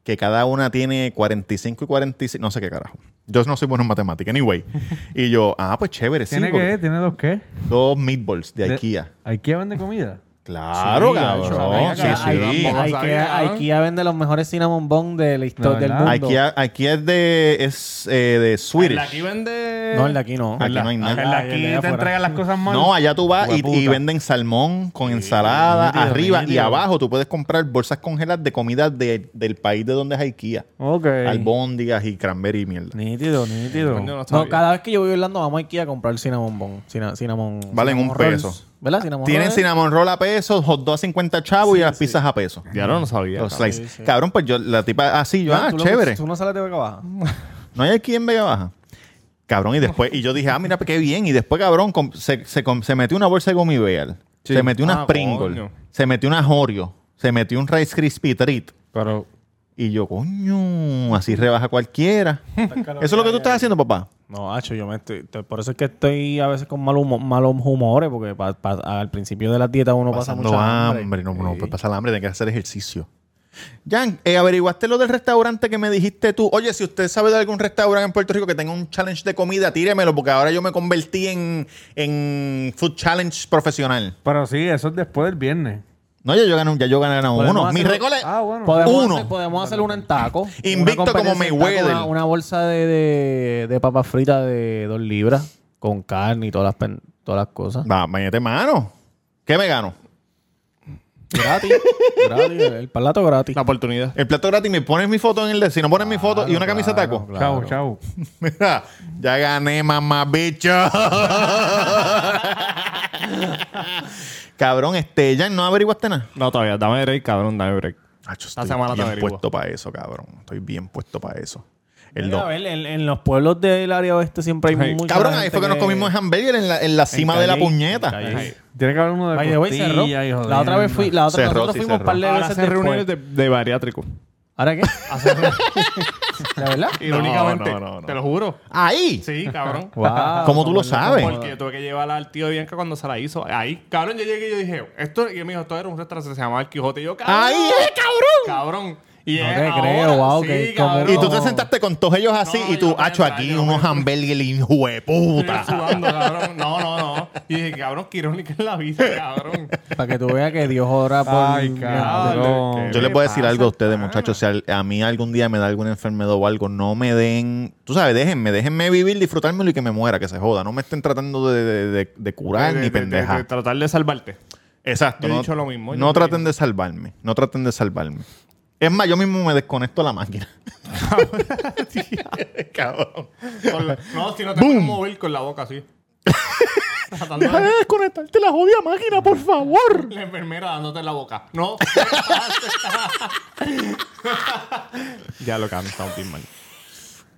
Speaker 2: que cada una tiene 45 y 46, no sé qué carajo. Yo no soy bueno en matemática, anyway. Y yo, ah, pues chévere, sí,
Speaker 7: ¿Tiene
Speaker 2: porque
Speaker 7: qué? ¿Tiene dos qué?
Speaker 2: dos meatballs de
Speaker 7: De-
Speaker 2: IKEA.
Speaker 7: ¿Ikea vende comida?
Speaker 2: Claro, cabrón. Sí,
Speaker 1: sabía
Speaker 2: sí.
Speaker 1: que- Ay, tampoco.
Speaker 3: Ikea,
Speaker 1: sabía.
Speaker 3: Ikea vende los mejores cinnamon bun de la historia
Speaker 7: La verdad.
Speaker 3: del mundo.
Speaker 2: IKEA, IKEA es de, es, eh, de Swedish.
Speaker 1: La aquí vende.
Speaker 3: No, el de aquí no.
Speaker 2: Aquí no hay nada.
Speaker 3: Ah, el de allá afuera.
Speaker 7: las cosas mal.
Speaker 2: No, allá tú vas y,
Speaker 7: Hueputa.
Speaker 2: y venden salmón con ensalada arriba y abajo. Tú puedes comprar bolsas congeladas de comida de- del país de donde es IKEA.
Speaker 7: Ok.
Speaker 2: Albóndigas y cranberry y mierda.
Speaker 7: Nítido, nítido.
Speaker 1: Yo no sabía.
Speaker 3: No, cada vez que yo voy a Orlando vamos a Ikea a comprar cinnamon bun. Cina- cinnamon,
Speaker 2: Valen
Speaker 3: cinnamon
Speaker 2: un
Speaker 3: rolls.
Speaker 2: peso.
Speaker 3: ¿Verdad? Cinnamon
Speaker 2: Tienen
Speaker 3: rolls.
Speaker 2: cinnamon roll a peso, hot dog a 50 chavos y las pizzas a peso.
Speaker 1: Ya no lo sabía.
Speaker 2: Los
Speaker 1: cabrón.
Speaker 2: slices. Cabrón, pues yo, la tipa así, yo,
Speaker 3: Ah,
Speaker 2: ah,
Speaker 3: tú lo-
Speaker 2: chévere.
Speaker 3: Tú no sales de Vega Baja.
Speaker 2: No hay aquí en Vega Baja. Cabrón, y después, y yo dije, ah, mira, qué bien. Y después, cabrón, com- se, se com- se metió una bolsa de gummy bear. Se metió unas
Speaker 1: Ah,
Speaker 2: Pringles.
Speaker 1: coño.
Speaker 2: Se metió unas Oreo. Se metió un Rice Krispie Treat.
Speaker 7: Pero,
Speaker 2: Y yo, coño, así rebaja cualquiera. Eso es lo que tú estás haciendo, papá.
Speaker 3: No, Hacho, yo me estoy, te- Por eso es que estoy a veces con mal humo- malos humores, porque pa- pa- al principio de la dieta uno
Speaker 2: Pasando
Speaker 3: pasa mucha
Speaker 2: hambre. No, no, pues pasar hambre, tienes que hacer ejercicio. Jan, eh, averiguaste lo del restaurante que me dijiste tú. Oye, si usted sabe de algún restaurante en Puerto Rico que tenga un challenge de comida, tíremelo, porque ahora yo me convertí en, en food challenge profesional.
Speaker 7: pero sí, eso es después del viernes.
Speaker 2: No, ya yo gané, ya yo gané
Speaker 3: Podemos
Speaker 2: uno. Mi
Speaker 3: hacer-
Speaker 2: récord es
Speaker 7: Ah, bueno.
Speaker 3: Podemos,
Speaker 2: Uno.
Speaker 3: Hacer, podemos hacer una en taco.
Speaker 2: Invicto
Speaker 3: Una competencia
Speaker 2: como
Speaker 3: en taco,
Speaker 2: Mayweather.
Speaker 3: Una, una bolsa de, de, de papas fritas de dos libras con carne y todas las, pen- todas las cosas.
Speaker 2: Va, mañete mano. ¿Qué me gano?
Speaker 3: Gratis. gratis. El palato gratis.
Speaker 1: La oportunidad.
Speaker 2: El plato gratis, me pones mi foto en el... de- Si no pones mi foto y una camisa
Speaker 3: claro,
Speaker 2: taco.
Speaker 7: Chau, chau.
Speaker 2: Mira, ya gané, mamá bicho. Cabrón, este, ya no averiguaste nada.
Speaker 1: No, todavía. Dame break, cabrón. Dame break.
Speaker 2: Acho,
Speaker 1: Esta semana te
Speaker 2: bien
Speaker 1: averiguo.
Speaker 2: puesto para eso, cabrón. Estoy bien puesto para eso. El
Speaker 3: Mira,
Speaker 2: do-
Speaker 3: a ver, en, en los pueblos del área oeste siempre hay
Speaker 1: Hey.
Speaker 3: mucha
Speaker 2: Cabrón,
Speaker 3: gente
Speaker 2: ahí fue que nos
Speaker 3: que-
Speaker 2: comimos el hamburger en la, en la cima de la
Speaker 3: calle, en
Speaker 2: puñeta.
Speaker 3: calle.
Speaker 1: Ay.
Speaker 7: Tiene que haber uno de
Speaker 3: By the way,
Speaker 7: costilla,
Speaker 3: cerró.
Speaker 7: hijo de
Speaker 3: La otra vez
Speaker 7: mierda.
Speaker 3: fui, la otra
Speaker 2: Cerró,
Speaker 3: nosotros
Speaker 2: sí,
Speaker 3: fuimos un par de
Speaker 1: Ahora
Speaker 3: veces
Speaker 1: hacen
Speaker 3: después.
Speaker 1: reuniones de, de bariátrico.
Speaker 3: ¿Ahora qué? ¿La verdad?
Speaker 1: Irónicamente.
Speaker 2: no, no, no.
Speaker 1: Te lo juro.
Speaker 2: Ahí.
Speaker 1: Sí, cabrón.
Speaker 3: Wow,
Speaker 2: ¿Cómo tú lo
Speaker 3: cabrón,
Speaker 2: sabes?
Speaker 3: ¿cómo-
Speaker 1: Porque tuve que llevarla al tío de Bianca cuando se la hizo. Ahí, cabrón, yo llegué y yo dije, esto, y él me dijo, esto era un restaurante, se llamaba El Quijote. Y yo, cabrón.
Speaker 2: Ahí es,
Speaker 1: Cabrón. Y
Speaker 3: No
Speaker 1: es
Speaker 3: te
Speaker 1: ahora,
Speaker 3: creo, wow,
Speaker 1: sí,
Speaker 3: que-
Speaker 1: cabrón.
Speaker 2: Y tú te sentaste con todos ellos así
Speaker 1: No,
Speaker 2: y tú,
Speaker 1: yo no
Speaker 2: hacho,
Speaker 1: tenía
Speaker 2: aquí
Speaker 1: nada,
Speaker 2: unos
Speaker 1: yo no-
Speaker 2: hamburgues, hijo de puta.
Speaker 1: Estoy sudando, cabrón. No, no, no. Y dije, cabrón, qué irónica es la vida, cabrón.
Speaker 3: Para que tú veas que Dios ora por...
Speaker 7: Ay, cabrón.
Speaker 1: ¿Qué
Speaker 2: Yo les
Speaker 1: le
Speaker 2: voy a decir
Speaker 1: pasa,
Speaker 2: algo a ustedes,
Speaker 1: pana?
Speaker 2: muchachos. Si al- a mí algún día me da alguna enfermedad o algo, no me den. Tú sabes, déjenme, déjenme vivir, disfrutármelo y que me muera, que se joda. No me estén tratando de, de- de- de curar
Speaker 1: Eh, De-
Speaker 2: ni
Speaker 1: de- de-
Speaker 2: pendeja.
Speaker 1: de tratar de salvarte.
Speaker 2: Exacto.
Speaker 1: yo he
Speaker 2: no
Speaker 1: dicho lo mismo, yo
Speaker 2: no
Speaker 1: lo
Speaker 2: traten
Speaker 1: mismo.
Speaker 2: de salvarme. No traten de salvarme. Es más, yo mismo me desconecto a la máquina. Cabrón.
Speaker 1: Con la- No, si no te puedes mover con la boca así. Tratando de-
Speaker 2: desconectarte la jodida máquina, por favor.
Speaker 1: La enfermera dándote en la boca. No. ya lo cantamos bien mal.